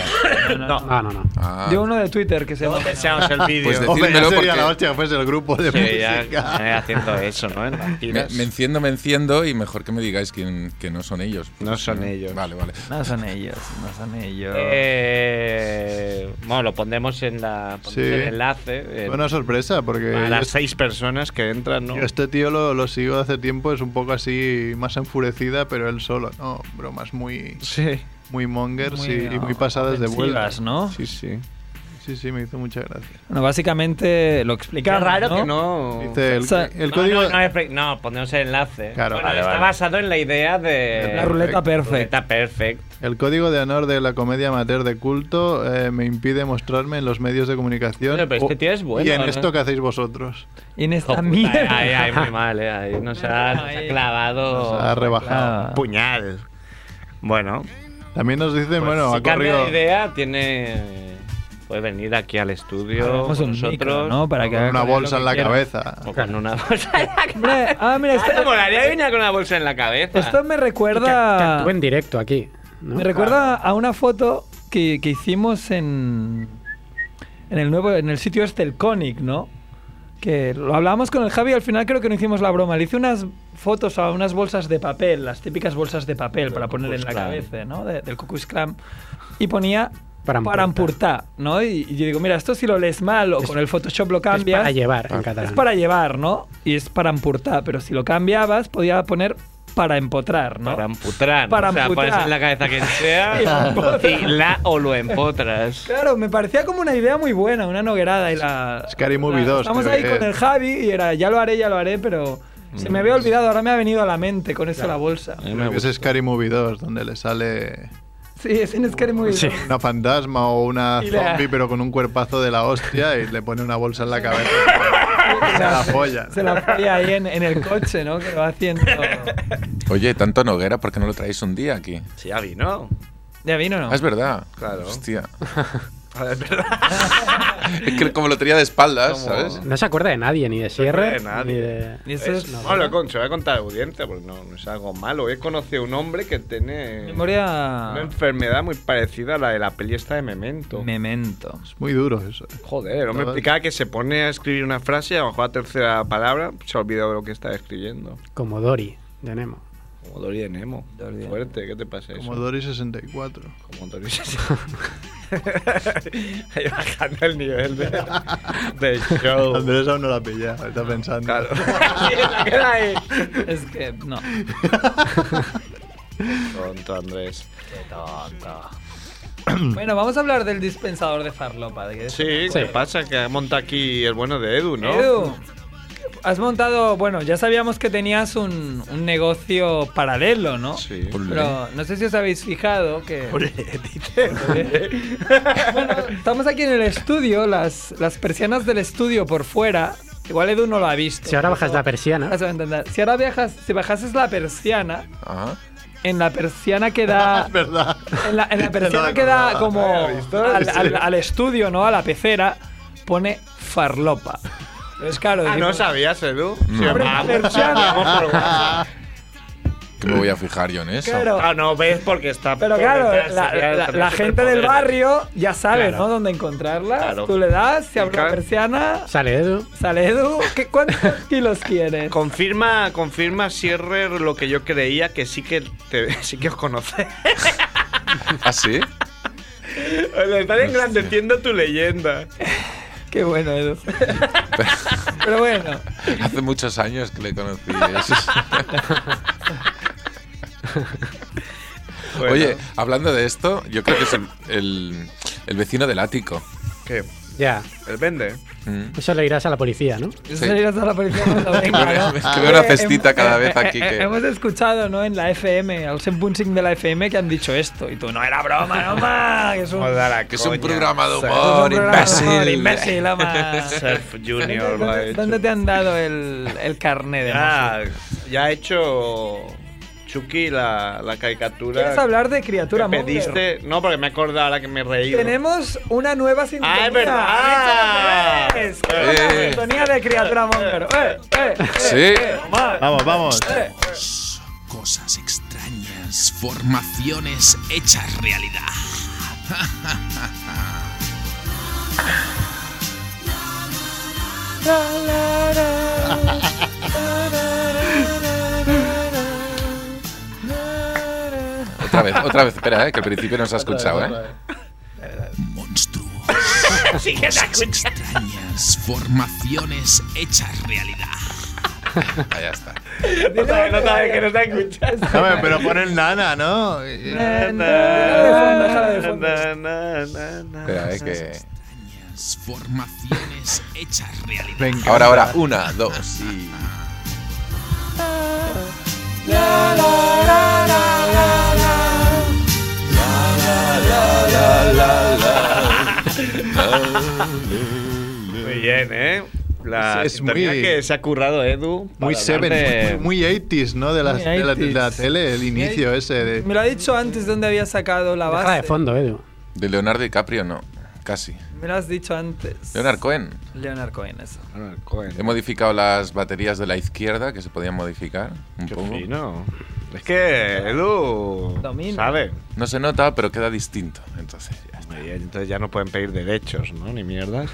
Speaker 3: Ah, no, no.
Speaker 5: Ah,
Speaker 4: De uno de Twitter que se llama.
Speaker 7: Deseamos el vídeo.
Speaker 5: Pues
Speaker 1: Hombre, ya
Speaker 5: Decídmelo
Speaker 1: sería
Speaker 5: porque-
Speaker 1: la hostia que fuese el grupo de
Speaker 7: Sí, ya,
Speaker 1: música.
Speaker 7: eh, haciendo eso, ¿no? En las
Speaker 5: me,
Speaker 7: tiras.
Speaker 5: me enciendo, me enciendo y mejor que me digáis quién- que no son ellos. Mm.
Speaker 7: No son ellos.
Speaker 5: Vale, vale.
Speaker 4: No son ellos, no son ellos.
Speaker 7: Eh, bueno, lo pondremos en la pondremos
Speaker 1: Sí.
Speaker 7: el enlace. en-
Speaker 1: Fue una sorpresa, porque
Speaker 7: Eh,
Speaker 1: yo
Speaker 7: a
Speaker 1: este
Speaker 7: las seis personas que entran, ¿no?
Speaker 1: Yo este tío lo, lo sigo hace tiempo, es un poco así más enfurecida, pero él solo, ¿no? Bromas muy,
Speaker 7: Sí,
Speaker 1: muy mongers
Speaker 4: Muy,
Speaker 1: y, y
Speaker 4: no,
Speaker 1: muy pasadas de vuelta.
Speaker 4: ofensivas, ¿no?
Speaker 7: sí, sí.
Speaker 1: Sí, sí, me hizo mucha gracia.
Speaker 4: Bueno, básicamente lo explicaba.
Speaker 7: raro
Speaker 4: ¿no?
Speaker 7: que no.
Speaker 1: Dice, el,
Speaker 4: O sea,
Speaker 1: el
Speaker 7: Oh. No,
Speaker 1: código...
Speaker 7: No, no, es pre- no, ponemos el enlace.
Speaker 1: Claro.
Speaker 7: Bueno,
Speaker 1: Vale,
Speaker 7: está
Speaker 1: vale.
Speaker 7: basado en la idea de.
Speaker 4: La ruleta perfecta.
Speaker 7: Ruleta perfect.
Speaker 1: El código de honor de la comedia amateur de culto eh, me impide mostrarme en los medios de comunicación.
Speaker 7: Pero, pero este
Speaker 1: o-
Speaker 7: tío es bueno,
Speaker 1: Y en
Speaker 7: ¿no?
Speaker 1: esto que hacéis vosotros.
Speaker 4: En esta
Speaker 7: Ahí,
Speaker 4: mierda.
Speaker 7: ahí,
Speaker 4: <laughs>
Speaker 7: ahí, muy mal, eh. Ahí nos ha, nos ha
Speaker 4: Ahí.
Speaker 7: clavado.
Speaker 1: Ha rebajado.
Speaker 4: Ah.
Speaker 7: Puñal. Bueno,
Speaker 1: También nos dicen, bueno,
Speaker 7: si
Speaker 1: ha
Speaker 7: cambia
Speaker 1: corrido.
Speaker 7: de idea, tiene. Puede venir aquí al estudio.
Speaker 4: Hagamos
Speaker 7: Con
Speaker 4: un micro,
Speaker 7: nosotros.
Speaker 4: ¿no? Para que haga
Speaker 1: una
Speaker 4: con él lo
Speaker 1: bolsa
Speaker 4: que
Speaker 1: en la
Speaker 4: quiera. <laughs>
Speaker 1: cabeza.
Speaker 7: O con una bolsa.
Speaker 4: Hombre, ah, mira,
Speaker 7: Ah, te
Speaker 4: esto,
Speaker 7: molaría venir con una bolsa en la cabeza.
Speaker 4: esto me
Speaker 3: Que, que
Speaker 4: recuerda.
Speaker 3: actúe en directo aquí. ¿no? Ah,
Speaker 4: Me recuerda a una foto que, que hicimos en, en el nuevo en el sitio este, el Conic, ¿no? Que lo hablábamos con el Javi y al final creo que no hicimos la broma. Le hice unas fotos a unas bolsas de papel, las típicas bolsas de papel para poner en la
Speaker 7: Klux Klan.
Speaker 4: cabeza, ¿no? De- del Cucus Clan. Y ponía
Speaker 3: Para
Speaker 4: para,
Speaker 3: emportar.
Speaker 4: emportar, ¿no? Y, y yo digo, mira, esto si lo lees mal o
Speaker 3: Es-
Speaker 4: con el Photoshop lo
Speaker 3: Es
Speaker 4: cambias.
Speaker 3: para llevar en
Speaker 4: Es
Speaker 3: catalán.
Speaker 4: para llevar, ¿no? Y es para emportar, pero si lo cambiabas podía poner para empotrar, ¿no?
Speaker 7: Para emputrar.
Speaker 4: Para
Speaker 7: o sea,
Speaker 4: emputrar.
Speaker 7: pones en la
Speaker 4: <laughs>
Speaker 7: cabeza quien sea
Speaker 4: Empotra.
Speaker 7: y la o lo empotras.
Speaker 4: Claro, me parecía como una idea muy buena, una noguerada y la...
Speaker 1: Scary Movie
Speaker 4: la-
Speaker 1: 2,
Speaker 4: Estamos
Speaker 1: creo
Speaker 4: ahí
Speaker 1: que
Speaker 4: con
Speaker 1: es.
Speaker 4: el Javi y era, ya lo haré, ya lo haré, pero se
Speaker 1: Mm.
Speaker 4: me había olvidado, ahora me ha venido a la mente con eso la bolsa.
Speaker 7: A mí me gusta.
Speaker 1: Es Scary Movie 2, donde le sale
Speaker 4: Sí, es en Scary Movie.
Speaker 3: Sí.
Speaker 1: una fantasma o una
Speaker 4: Y le-
Speaker 1: zombie, pero con un cuerpazo de la hostia y le pone una bolsa en la cabeza. <laughs> Se la folla.
Speaker 4: Se la folla ahí en, en el coche, ¿no? Que lo
Speaker 1: <laughs>
Speaker 4: va haciendo...
Speaker 5: Oye, tanto Noguera, ¿por qué no lo traéis un día aquí?
Speaker 6: Si ya vino.
Speaker 4: ¿Ya vino o no?
Speaker 5: Ah, es verdad.
Speaker 6: Claro.
Speaker 5: Hostia.
Speaker 6: <laughs>
Speaker 5: <laughs>
Speaker 6: A ver, es verdad.
Speaker 5: Es que como lo tenía de espaldas,
Speaker 6: Como-
Speaker 5: ¿sabes?
Speaker 3: No se acuerda de nadie, ni de Sierra,
Speaker 6: de
Speaker 3: ni
Speaker 6: nadie.
Speaker 3: de...
Speaker 4: Y eso es
Speaker 6: no, lo he con- se lo voy a contar a la audiencia porque no, no es algo malo. He conocido a un hombre que tiene una
Speaker 4: memoria...
Speaker 6: enfermedad muy parecida a la de la peli esta de Memento.
Speaker 4: Memento.
Speaker 1: Es muy duro eso. eh.
Speaker 6: Joder, no me
Speaker 1: Todo.
Speaker 6: explicaba que se pone a escribir una frase y a lo mejor la tercera palabra se ha olvidado de lo que estaba escribiendo.
Speaker 3: Como Dory, de Nemo.
Speaker 6: Como Dory de Nemo.
Speaker 4: Dory de Nemo.
Speaker 6: Fuerte, ¿qué te pasa eso?
Speaker 1: Como Dory 64.
Speaker 6: Como Dory. <laughs> Ahí bajando el nivel de, de show.
Speaker 1: Andrés aún no la pilla, está pensando.
Speaker 6: Oh. Claro.
Speaker 4: Es que... No.
Speaker 6: Tonto, Andrés.
Speaker 4: Bueno, vamos a hablar del dispensador de farlopa. de que-
Speaker 6: Sí, ¿qué pasa? Que monta aquí el bueno de Edu, ¿no?
Speaker 4: Edu, has montado, bueno, ya sabíamos que tenías un, un negocio paralelo, ¿no?
Speaker 6: Sí.
Speaker 4: Pero no sé si os habéis fijado
Speaker 6: <laughs>
Speaker 4: que... <laughs> bueno, estamos aquí en el estudio, las, las persianas del estudio por fuera. Igual Edu no lo ha visto.
Speaker 3: Si ahora
Speaker 4: pero
Speaker 3: bajas la persiana,
Speaker 4: vas a entender. Si ahora viajas, si bajases la persiana,
Speaker 5: Ajá.
Speaker 4: en la persiana que da...
Speaker 1: <laughs>
Speaker 6: <laughs>
Speaker 1: Es verdad.
Speaker 4: En la, en la persiana que da como al, al- al estudio, ¿no? A la pecera, pone farlopa. Pero es claro,
Speaker 6: Ah, no
Speaker 4: decimos,
Speaker 6: sabías, Edu.
Speaker 5: No.
Speaker 4: Abre la persiana.
Speaker 5: Que me voy a fijar yo en eso.
Speaker 4: Claro,
Speaker 7: Ah, no, ves porque está.
Speaker 4: pero
Speaker 7: por
Speaker 4: claro,
Speaker 7: detrás,
Speaker 4: la,
Speaker 7: sería-
Speaker 4: la-
Speaker 7: sería
Speaker 4: la gente del
Speaker 7: superpoder. <laughs>
Speaker 4: barrio ya sabe,
Speaker 7: Claro.
Speaker 4: ¿no? Dónde encontrarla.
Speaker 7: Claro.
Speaker 4: Tú le das, se abre la
Speaker 6: Claro.
Speaker 4: persiana,
Speaker 3: sale Edu.
Speaker 4: sale Edu. ¿Qué, ¿Cuántos
Speaker 7: <laughs>
Speaker 4: kilos quieres?
Speaker 6: Confirma, confirma Sierrer lo que yo creía que sí que te, <laughs> sí que os conoce.
Speaker 5: ¿Ah,
Speaker 7: <laughs>
Speaker 5: sí?
Speaker 6: O sea, están engrandeciendo tu leyenda.
Speaker 4: Qué bueno, Edu. Pero bueno,
Speaker 5: <laughs> Hace muchos años que le conocí. Oye, hablando de esto, yo creo que es el, el- el vecino del ático.
Speaker 6: ¿qué?
Speaker 3: Ya,
Speaker 6: Depende.
Speaker 5: Mm. Eh.
Speaker 3: eso le dirás a la policía, ¿no?
Speaker 4: eso le irás a la policía
Speaker 5: <laughs>
Speaker 4: cuando venga, ¿no?
Speaker 5: Es que veo una
Speaker 4: Eh, hem-
Speaker 5: cestita cada
Speaker 4: eh,
Speaker 5: vez
Speaker 4: eh,
Speaker 5: aquí
Speaker 4: eh,
Speaker 5: que-
Speaker 4: Hemos escuchado, ¿no? En la FM, al 100.5 de la FM, que han dicho esto. Y tú, no era broma, no más. Es un,
Speaker 6: Joder, la
Speaker 5: Que es un
Speaker 6: coña.
Speaker 5: programa de
Speaker 6: Surf-
Speaker 5: humor,
Speaker 4: es un programa de humor,
Speaker 5: imbécil.
Speaker 4: imbécil, ama.
Speaker 6: Surf Junior lo ha
Speaker 4: ¿Dónde,
Speaker 6: hecho.
Speaker 4: dónde te han dado el, el carnet de
Speaker 7: Ah,
Speaker 6: Ya,
Speaker 4: mozo?
Speaker 6: ya ha hecho Chucky la, la caricatura.
Speaker 4: ¿Quieres hablar de
Speaker 6: que
Speaker 4: criatura Munger?
Speaker 6: pediste? No, porque me he acordado ahora que me he reído.
Speaker 4: Tenemos una nueva sintonía.
Speaker 6: Ah, es verdad.
Speaker 4: ¡Ah! Es
Speaker 5: Eh.
Speaker 4: la sintonía de criatura Monger. ¡Eh, eh, eh,
Speaker 5: Sí.
Speaker 4: eh, mamá!
Speaker 1: Vamos, vamos.
Speaker 4: Eh.
Speaker 13: Cosas extrañas, formaciones hechas realidad.
Speaker 5: Otra vez, otra vez. Espera, eh, que al principio no se ha escuchado. ¿eh?
Speaker 13: Monstruos. Cosas extrañas, formaciones hechas
Speaker 4: <laughs>
Speaker 13: realidad.
Speaker 5: Ah, ya está.
Speaker 6: No sabes que no te escuchas.
Speaker 1: No, hombre, pero pon el nana, ¿no?
Speaker 4: Déjala de fondo, déjala de fondo.
Speaker 2: Ah,
Speaker 5: Espera, eh, que... <laughs>
Speaker 2: Transformaciones hechas realidad.
Speaker 5: Venga, ahora, ahora, una, dos y.
Speaker 6: Muy bien, ¿eh? La
Speaker 1: Es- es
Speaker 6: sintonía
Speaker 1: muy-
Speaker 6: que se ha currado Edu. para
Speaker 1: Muy
Speaker 6: hablar
Speaker 1: 70,
Speaker 6: de-
Speaker 1: muy,
Speaker 6: <laughs>
Speaker 1: muy 80s, ¿no? De la,
Speaker 4: Muy
Speaker 1: de la, de la
Speaker 4: 80s.
Speaker 1: tele, el inicio ese. De,
Speaker 4: Me lo ha dicho antes dónde había sacado la base.
Speaker 3: Deja de fondo, Edu.
Speaker 5: De Leonardo DiCaprio, no. Casi.
Speaker 4: Me lo has dicho antes.
Speaker 5: Leonard Cohen.
Speaker 4: Leonard Cohen, eso.
Speaker 5: He modificado las baterías de la izquierda que se podían modificar un poco.
Speaker 6: Es que Edu.
Speaker 4: Domina.
Speaker 6: ¿Sabe?
Speaker 5: No se nota, pero queda distinto. Entonces,
Speaker 6: <laughs>
Speaker 5: ya está.
Speaker 6: Muy bien, entonces ya no pueden pedir derechos, ¿no?
Speaker 4: <laughs>
Speaker 6: Ni mierdas.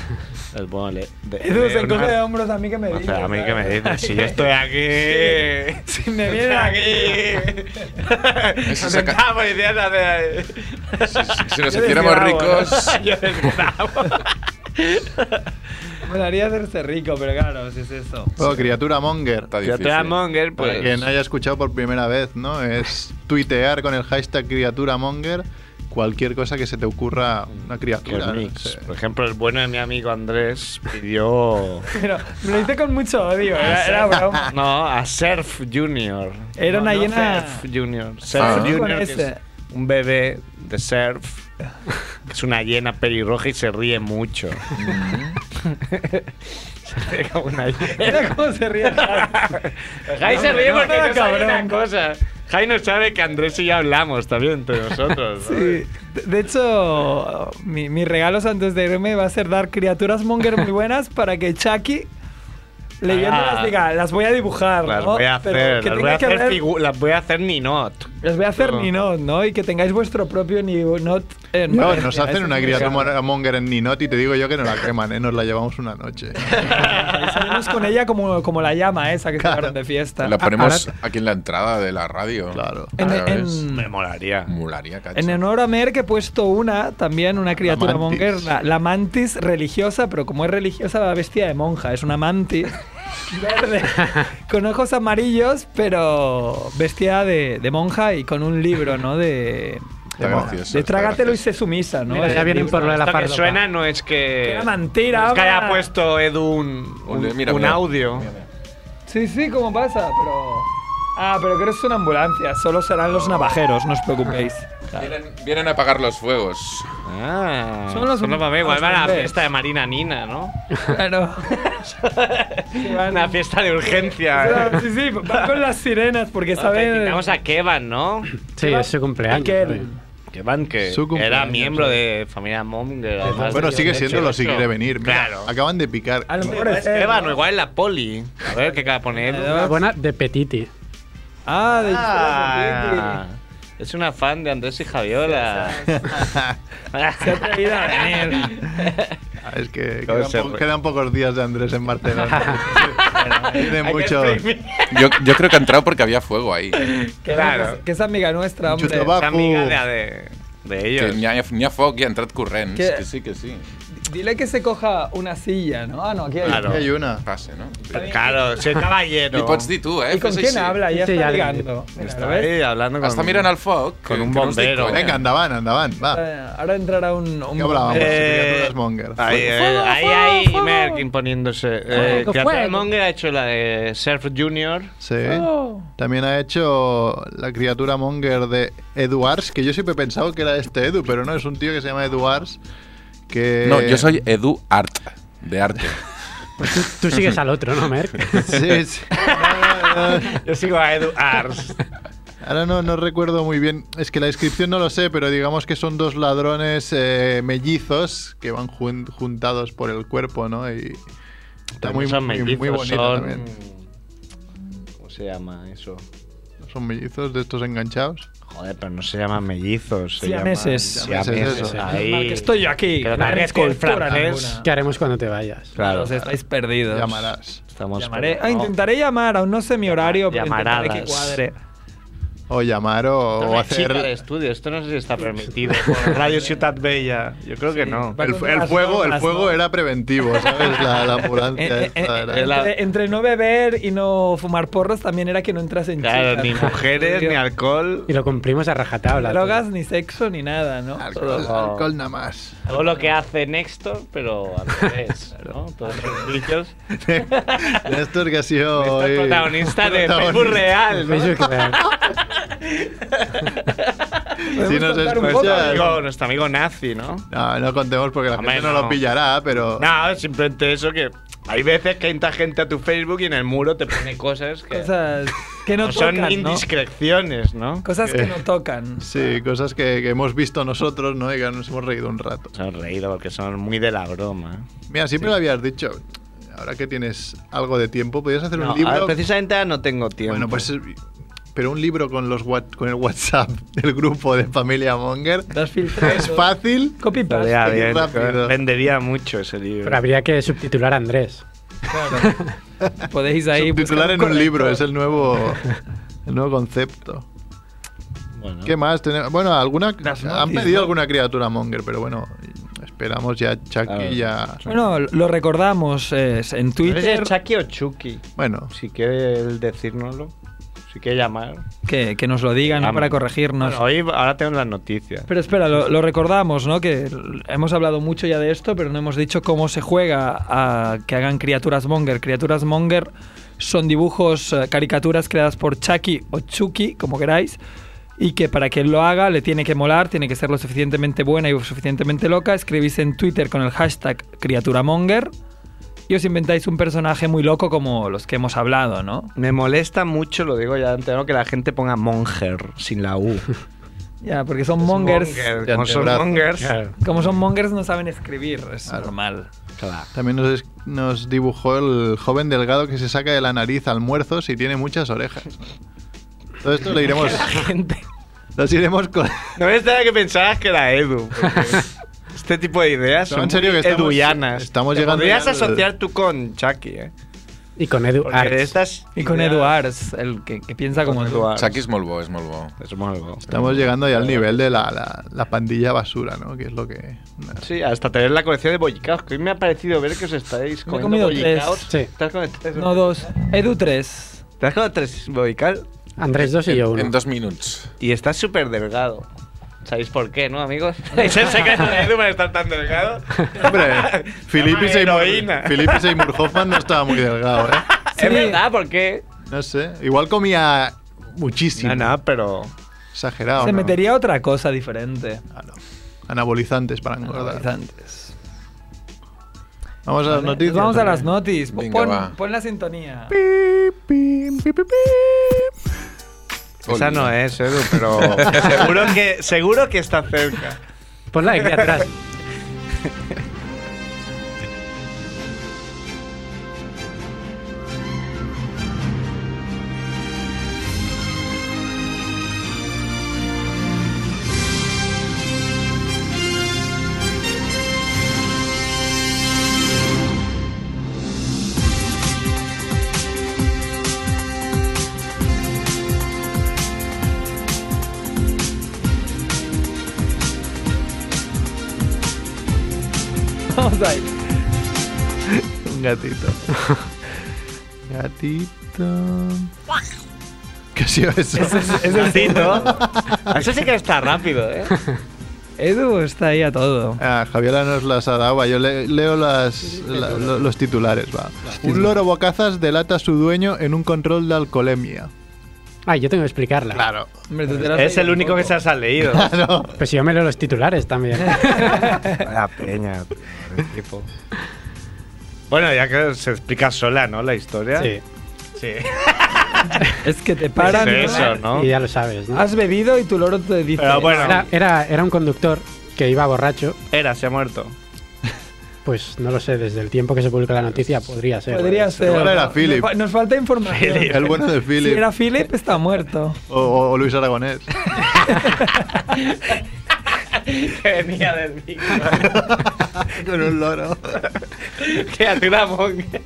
Speaker 6: Les pongo le- de-
Speaker 4: Edu se encoge de
Speaker 6: Leonardo.
Speaker 4: hombros a mí que me
Speaker 6: O
Speaker 4: dices.
Speaker 6: sea, a mí que me
Speaker 4: ¿sabes?
Speaker 6: dices, si yo estoy aquí.
Speaker 4: <laughs> Si me vienen aquí.
Speaker 6: <laughs>
Speaker 5: Eso
Speaker 6: Nos
Speaker 5: saca-
Speaker 6: sentamos y decían, "Hace-
Speaker 5: Si, si nos
Speaker 4: Yo desgrabo,
Speaker 5: hiciéramos
Speaker 4: ¿no?
Speaker 5: ricos.
Speaker 6: yo desgrabo".
Speaker 4: Me daría hacerse rico, pero claro, si es eso.
Speaker 1: Bueno, criatura Monger.
Speaker 5: Está
Speaker 6: Yo te
Speaker 5: difícil.
Speaker 6: amo, Monger,
Speaker 1: Para
Speaker 6: pues.
Speaker 1: quien haya escuchado por primera vez, ¿no? Es tuitear con el hashtag criatura Monger cualquier cosa que se te ocurra una criatura.
Speaker 6: Los
Speaker 1: no
Speaker 6: mix.
Speaker 1: sé.
Speaker 6: Por ejemplo, el bueno de mi amigo Andrés pidió.
Speaker 4: Pero me lo hice con mucho odio, era, era broma.
Speaker 6: No, a Surf Junior.
Speaker 4: Era
Speaker 6: Ah, No,
Speaker 4: una
Speaker 6: no
Speaker 4: llena-
Speaker 6: Surf Junior. Surf
Speaker 5: Ah.
Speaker 4: Con
Speaker 6: Junior. que
Speaker 4: ese.
Speaker 6: es un bebé de surf. que Es una hiena pelirroja y se ríe mucho. se ríe <laughs> como una hiena.
Speaker 4: Mm. Era como se ríe. Pues
Speaker 6: Jai se ríe
Speaker 4: No,
Speaker 6: porque
Speaker 4: no,
Speaker 6: no sabe
Speaker 4: cabrón.
Speaker 6: una cosa. Jai no sabe que Andrés y yo hablamos también entre nosotros.
Speaker 4: Sí. De- De hecho, mi, mis regalos antes de irme va a ser dar criaturas monger muy buenas para que Chucky leyéndolas
Speaker 6: Ah.
Speaker 4: diga, las voy a dibujar.
Speaker 6: Las
Speaker 4: ¿no?
Speaker 6: voy a
Speaker 4: Pero
Speaker 6: hacer,
Speaker 4: que
Speaker 6: las
Speaker 4: tenga
Speaker 6: voy a
Speaker 4: que
Speaker 6: hacer,
Speaker 4: haber-
Speaker 6: figu- las voy a hacer Ninot.
Speaker 4: Las voy a hacer
Speaker 6: No.
Speaker 4: ni no, ¿no? Y que tengáis vuestro propio ni no.
Speaker 1: No, nos hacen una criatura Monger en Ninot y te digo yo que nos la queman, ¿eh? Nos la llevamos una noche.
Speaker 4: Salimos con ella como, como la llama esa que
Speaker 1: Claro.
Speaker 4: sacaron de fiesta.
Speaker 5: La
Speaker 4: Ah,
Speaker 5: ponemos
Speaker 4: ahora-
Speaker 5: aquí en la entrada de la radio.
Speaker 1: Claro.
Speaker 4: en,
Speaker 5: Ahora
Speaker 4: en-
Speaker 5: ves.
Speaker 6: Me molaría.
Speaker 5: Mularía, cacho.
Speaker 4: en honor a Merck he puesto una, también una criatura
Speaker 1: mantis.
Speaker 4: monger, la, la mantis religiosa, pero como es religiosa va vestida de monja, es una
Speaker 6: <laughs>
Speaker 4: mantis verde, con ojos amarillos, pero vestida de, de monja y con un libro, ¿no? De,
Speaker 5: Está gracioso,
Speaker 4: de
Speaker 5: está
Speaker 4: trágatelo y
Speaker 5: gracioso.
Speaker 4: sé sumisa, ¿no?
Speaker 3: Mira,
Speaker 4: Es
Speaker 3: ya
Speaker 4: el
Speaker 3: vienen
Speaker 4: libro.
Speaker 3: por lo de la
Speaker 6: Esto que
Speaker 3: farlopa.
Speaker 6: suena no es que.
Speaker 4: Que era mentira,
Speaker 6: no es que
Speaker 4: habla.
Speaker 6: haya puesto Edu un, un,
Speaker 5: Ole, mira,
Speaker 6: un
Speaker 5: mira.
Speaker 6: audio.
Speaker 4: Sí, sí, como pasa, pero... Ah, pero creo que es una ambulancia, solo serán los navajeros, no os
Speaker 6: <laughs>
Speaker 4: preocupéis.
Speaker 5: Vienen, vienen a apagar los fuegos.
Speaker 6: Ah.
Speaker 4: Son los-
Speaker 6: solo para mí, igual
Speaker 4: los
Speaker 6: va a la
Speaker 4: hombres.
Speaker 6: fiesta de Marina Nina, ¿no?
Speaker 4: Claro.
Speaker 6: Una fiesta de urgencia.
Speaker 4: Sí, sí, va con las sirenas porque saben.
Speaker 6: Vamos a Kevan, ¿no?
Speaker 3: Sí, es su cumpleaños.
Speaker 4: Aquel.
Speaker 3: oye.
Speaker 6: <coughs> Kevan, que
Speaker 1: Su
Speaker 6: era
Speaker 1: cumpleaños,
Speaker 6: miembro de familia Monger. además
Speaker 1: Bueno,
Speaker 6: de-
Speaker 1: sigue
Speaker 6: de
Speaker 1: siéndolo si
Speaker 6: hecho.
Speaker 1: quiere venir. Mira,
Speaker 6: Claro.
Speaker 1: Acaban de picar.
Speaker 4: A lo
Speaker 6: Sí, pues,
Speaker 4: mejor
Speaker 6: igual
Speaker 4: es
Speaker 6: es
Speaker 4: él,
Speaker 6: Kevan,
Speaker 4: ¿no?
Speaker 6: o igual la poli. A ver qué acaba de poner.
Speaker 3: Una buena de Petiti.
Speaker 4: <laughs> Ah, de
Speaker 6: Ah, es una fan de Andrés y Javiola.
Speaker 4: Se ha atrevido a venir.
Speaker 6: <laughs>
Speaker 1: Ah, <laughs> Es que
Speaker 6: Todo
Speaker 1: quedan,
Speaker 6: se
Speaker 1: po-
Speaker 6: re-
Speaker 1: quedan pocos días de Andrés en
Speaker 6: <laughs>
Speaker 1: Barcelona. Tiene
Speaker 6: Hay que
Speaker 1: mucho.
Speaker 6: exprimir.
Speaker 5: Yo, yo creo que ha entrado porque había fuego ahí.
Speaker 4: Claro. Que, es amiga nuestra, hombre.
Speaker 1: Chuto va.
Speaker 6: Es amiga de, de, de
Speaker 5: Que
Speaker 6: ellos.
Speaker 5: ni a, ni a fuego que ha entrado corrents.
Speaker 4: ¿Qué?
Speaker 5: Que sí, que sí.
Speaker 4: Dile que se coja una silla, ¿no? Ah, no, aquí hay.
Speaker 6: Claro.
Speaker 1: Aquí hay una.
Speaker 5: Pase, ¿no?
Speaker 6: Claro, se estaba lleno.
Speaker 5: Y pots dir tu, eh?
Speaker 4: ¿Y con
Speaker 5: Sí,
Speaker 4: quién
Speaker 5: sí.
Speaker 4: habla? Ya
Speaker 3: Sí, ya
Speaker 4: está
Speaker 3: le-
Speaker 4: ligando. Mira, ¿lo
Speaker 6: Estaba
Speaker 4: ves?
Speaker 6: ahí hablando con...
Speaker 5: Hasta miren al fuego. que-
Speaker 6: Con un
Speaker 5: que no os dic
Speaker 6: bombero.
Speaker 5: coña.
Speaker 1: Venga, andaban, andaban. Va.
Speaker 4: Eh, Ahora entrará un. un
Speaker 1: ¿Qué hablábamos?
Speaker 6: Eh,
Speaker 1: Criaturas Monger.
Speaker 6: Ahí, eh,
Speaker 4: fuego,
Speaker 6: ahí,
Speaker 4: fuego,
Speaker 6: ahí,
Speaker 4: fuego.
Speaker 6: Merck imponiéndose. Eh,
Speaker 3: Fuego,
Speaker 6: que
Speaker 3: fuego.
Speaker 6: Atal Monger ha hecho la de Surf Junior.
Speaker 1: Sí.
Speaker 4: Oh.
Speaker 1: También ha hecho la criatura monger de Eduards, que yo siempre he pensado que era este Edu, pero no, es un tío que se llama Eduards. Que...
Speaker 5: No, yo soy
Speaker 6: Eh.
Speaker 5: Edu Art.
Speaker 6: <laughs>
Speaker 5: De arte.
Speaker 3: Pues tú, tú sigues al otro, ¿no, Merck?
Speaker 1: <laughs> Sí, sí.
Speaker 6: Yo sigo a Edu <laughs> Ars.
Speaker 1: Ahora no, no recuerdo muy bien, es que la descripción no lo sé, pero digamos que son dos ladrones eh, mellizos que van jun- juntados por el cuerpo, ¿no? Y está muy,
Speaker 6: son
Speaker 1: muy, muy
Speaker 6: mellizos,
Speaker 1: bonito
Speaker 6: son-
Speaker 1: también.
Speaker 6: ¿Cómo se llama eso?
Speaker 1: Son mellizos de estos enganchados.
Speaker 6: Joder, pero no se llaman mellizos. Se
Speaker 4: Siameses.
Speaker 6: llaman
Speaker 1: Siameses,
Speaker 6: Siameses.
Speaker 1: eso.
Speaker 4: Normal
Speaker 6: Ahí.
Speaker 4: que estoy yo aquí.
Speaker 6: Pero
Speaker 4: no
Speaker 6: también
Speaker 4: eres
Speaker 6: es con
Speaker 4: criatura
Speaker 6: francés.
Speaker 4: alguna.
Speaker 3: ¿Qué haremos cuando te vayas?
Speaker 6: Claro.
Speaker 4: Os estáis perdidos.
Speaker 1: Llamarás.
Speaker 6: Estamos
Speaker 4: Llamaré.
Speaker 6: por-
Speaker 4: Ah,
Speaker 6: no.
Speaker 4: intentaré llamar, aún no sé mi horario, pero intentaré que
Speaker 6: Llamaradas.
Speaker 4: cuadre.
Speaker 1: O llamar o,
Speaker 6: Esto
Speaker 1: o
Speaker 6: no es
Speaker 1: hacer.
Speaker 6: chica de estudio, esto no sé si está permitido
Speaker 1: <laughs>
Speaker 6: por Radio Ciudad Bella. Yo creo que no.
Speaker 1: El, fu- el fuego, el fuego era preventivo, ¿sabes? La, la ambulancia.
Speaker 4: Eh, eh,
Speaker 1: esta era-
Speaker 4: entre, entre no beber y no fumar porros también era que no entras en
Speaker 6: Claro,
Speaker 4: chicas. <laughs>
Speaker 6: ni mujeres, ni alcohol.
Speaker 3: Y lo cumplimos a rajatabla.
Speaker 4: drogas, ni sexo, ni nada, ¿no?
Speaker 1: Alcohol,
Speaker 4: Todo.
Speaker 1: alcohol nada más.
Speaker 6: Todo lo que hace Nextor, pero al revés, ¿no? Todos
Speaker 1: <laughs>
Speaker 6: los vicios.
Speaker 1: Néstor que ha sido. hoy-
Speaker 6: protagonista de
Speaker 1: protagonista.
Speaker 6: Facebook Real, ¿no?
Speaker 3: Facebook Real.
Speaker 1: Si nos
Speaker 6: Nuestro
Speaker 1: escuchas.
Speaker 6: amigo, nuestro amigo nazi, ¿no?
Speaker 1: No, no contemos porque la
Speaker 6: Hombre,
Speaker 1: gente no,
Speaker 6: no.
Speaker 1: lo pillará, pero.
Speaker 6: No, simplemente eso que hay veces que entra gente a tu Facebook y en el muro te pone cosas que
Speaker 4: Cosas que
Speaker 6: <laughs>
Speaker 4: no,
Speaker 6: no son
Speaker 4: tocan, ¿no?
Speaker 6: indiscreciones, ¿no?
Speaker 4: Cosas que no tocan.
Speaker 1: Sí, cosas que, que hemos visto nosotros, ¿no? Y que nos hemos reído un rato.
Speaker 6: Se han reído porque son muy de la broma.
Speaker 1: Mira, siempre lo habías dicho. Ahora que tienes algo de tiempo, podrías hacer
Speaker 6: No,
Speaker 1: un libro.
Speaker 6: ahora precisamente ahora no tengo tiempo.
Speaker 1: Bueno, pues. Pero un libro con, los, what- con el WhatsApp <laughs> del grupo de Familia Monger
Speaker 4: Estás filtrando.
Speaker 1: es fácil.
Speaker 4: Copy paste.
Speaker 6: Estaría bien,
Speaker 1: rápido.
Speaker 6: vendería mucho ese libro.
Speaker 3: Pero habría que subtitular a Andrés.
Speaker 4: Podéis ahí.
Speaker 1: Subtitular
Speaker 4: buscar
Speaker 1: en un libro, es
Speaker 4: corrector.
Speaker 1: el nuevo, el nuevo concepto.
Speaker 6: Bueno.
Speaker 1: ¿Qué más tenemos? Bueno, alguna,
Speaker 6: Las
Speaker 1: han
Speaker 6: notis,
Speaker 1: pedido
Speaker 6: ¿no?
Speaker 1: alguna criatura monger, pero bueno, esperamos ya Chucky,
Speaker 6: ver.
Speaker 1: ya...
Speaker 4: Bueno, lo recordamos eh, en
Speaker 6: ¿No sé si es
Speaker 4: Twitter
Speaker 6: Chucky o Chucky?
Speaker 1: Bueno,
Speaker 6: Si quiere él decírnoslo, si quiere llamar.
Speaker 4: que, que nos lo digan ¿no?
Speaker 6: Vamos.
Speaker 4: para corregirnos.
Speaker 6: Bueno, hoy, ahora tengo las noticias.
Speaker 4: Pero espera, lo, lo recordamos, ¿no? Que l- hemos hablado mucho ya de esto, pero no hemos dicho cómo se juega a que hagan criaturas monger. Criaturas monger son dibujos, eh, caricaturas creadas por Chucky o Chucky, como queráis, y que para que él lo haga le tiene que molar, tiene que ser lo suficientemente buena y lo suficientemente loca. Escribís en Twitter con el hashtag criaturamonger y os inventáis un personaje muy loco como los que hemos hablado, ¿no?
Speaker 6: Me molesta mucho, lo digo ya antes, ¿no? que la gente ponga monger sin la U.
Speaker 4: Ya, porque son mongers.
Speaker 6: Monger,
Speaker 1: De
Speaker 6: como son
Speaker 1: antebrazo.
Speaker 6: mongers.
Speaker 4: Como son mongers no saben escribir, es normal. <laughs>
Speaker 6: Claro.
Speaker 1: también nos, es- nos dibujó el joven delgado que se saca de la nariz almuerzos y tiene muchas orejas. Todo esto lo
Speaker 6: <laughs>
Speaker 1: iremos...
Speaker 4: Gente.
Speaker 1: Los iremos con...
Speaker 6: No me extraña que pensabas que era Edu. porque
Speaker 4: <laughs>
Speaker 6: Este tipo de ideas
Speaker 1: No,
Speaker 6: son
Speaker 1: en serio
Speaker 6: muy
Speaker 1: que estamos-
Speaker 6: eduyanas.
Speaker 1: estamos
Speaker 6: Te
Speaker 1: llegando
Speaker 6: Podrías
Speaker 1: ya al-
Speaker 6: asociar tú con Chucky, ¿eh?
Speaker 3: Y con Edu
Speaker 6: Porque
Speaker 3: Arts.
Speaker 6: estas
Speaker 4: Y con
Speaker 6: ideas-
Speaker 4: Eduards, el que, que piensa como tú.
Speaker 6: Eduard.
Speaker 5: Chucky es Molbo, es Molbo.
Speaker 6: Es malo.
Speaker 1: Estamos llegando ya al nivel de la, la- la pandilla basura, ¿no? Que es lo que...
Speaker 6: Sí, hasta tener la colección de bollicaos. Que hoy me ha parecido ver que os estáis
Speaker 4: Me he comido
Speaker 6: comiendo bollicaos.
Speaker 3: tres. Sí.
Speaker 6: ¿Estás con tres?
Speaker 4: No dos. Edu tres.
Speaker 6: ¿Estás con tres bollicaos?
Speaker 3: Andrés 2 y yo
Speaker 5: En,
Speaker 3: 1.
Speaker 5: en dos minutos.
Speaker 6: Y estás
Speaker 4: <laughs>
Speaker 6: súper delgado. ¿Sabéis por qué, no, amigos? <laughs> ¿Es el secreto de Edu para estar tan delgado? <laughs>
Speaker 1: Hombre, Filipe
Speaker 6: Llama heroína.
Speaker 1: Seymour, Filipe Seymour Hoffman no estaba muy delgado, ¿eh?
Speaker 6: Es verdad, ¿por qué?
Speaker 1: No sé, igual comía muchísimo.
Speaker 6: No, no, pero...
Speaker 1: Exagerado.
Speaker 4: Se
Speaker 1: ¿no?
Speaker 4: metería otra cosa diferente.
Speaker 1: Ah, no. Anabolizantes para engordar.
Speaker 4: Antes.
Speaker 1: Vamos a las noticias.
Speaker 4: Vamos a las notis.
Speaker 5: Venga, va.
Speaker 4: Pon, pon la sintonía. <laughs>
Speaker 6: Esa no es, Edu,
Speaker 1: <laughs>
Speaker 6: pero seguro que, seguro que está cerca.
Speaker 3: Ponla aquí atrás.
Speaker 4: Vamos ahí.
Speaker 1: Un gatito. <laughs> gatito. ¿Qué ha sido eso?
Speaker 6: Es el Tito. Eso sí que está rápido, ¿eh?
Speaker 4: Edu está ahí a todo.
Speaker 1: <laughs> Ah, Javiola nos las ha dado. Va, yo le- leo las, la- lo- los titulares. Va. Un loro bocazas delata a su dueño en un control de alcoholemia. <laughs>
Speaker 3: Ah, yo tengo que explicarla.
Speaker 1: Claro.
Speaker 4: Hombre, tú te la has
Speaker 6: Es
Speaker 4: leído
Speaker 6: el único
Speaker 4: un
Speaker 6: que se
Speaker 4: poco.
Speaker 6: las ha
Speaker 4: <laughs>
Speaker 6: leído.
Speaker 1: Claro.
Speaker 3: Pues si yo me leo los titulares también.
Speaker 6: La peña. tipo. <laughs> Bueno, ya que se explica sola, ¿no? La historia.
Speaker 3: Sí.
Speaker 6: Sí.
Speaker 4: Es que te paran.
Speaker 6: Es eso,
Speaker 4: ¿no?
Speaker 6: ¿no?
Speaker 3: Y ya lo sabes, ¿no?
Speaker 4: Has bebido y tu loro te dice.
Speaker 6: Pero bueno.
Speaker 3: Era, era, era un conductor que iba borracho.
Speaker 6: Era, se ha muerto.
Speaker 3: Pues no lo sé, desde el tiempo que se publicó la noticia podría ser. Pues,
Speaker 4: Podría ser.
Speaker 1: Igual era
Speaker 4: ¿no?
Speaker 1: Philip.
Speaker 4: Nos fa- Nos falta información.
Speaker 1: El bueno de
Speaker 4: Si
Speaker 1: Philip.
Speaker 4: era Philip, está
Speaker 1: <laughs>
Speaker 4: muerto.
Speaker 1: O, o- o Luis Aragonés.
Speaker 6: Que venía <laughs> del micro.
Speaker 1: <laughs> Con un loro.
Speaker 6: Criatura monger.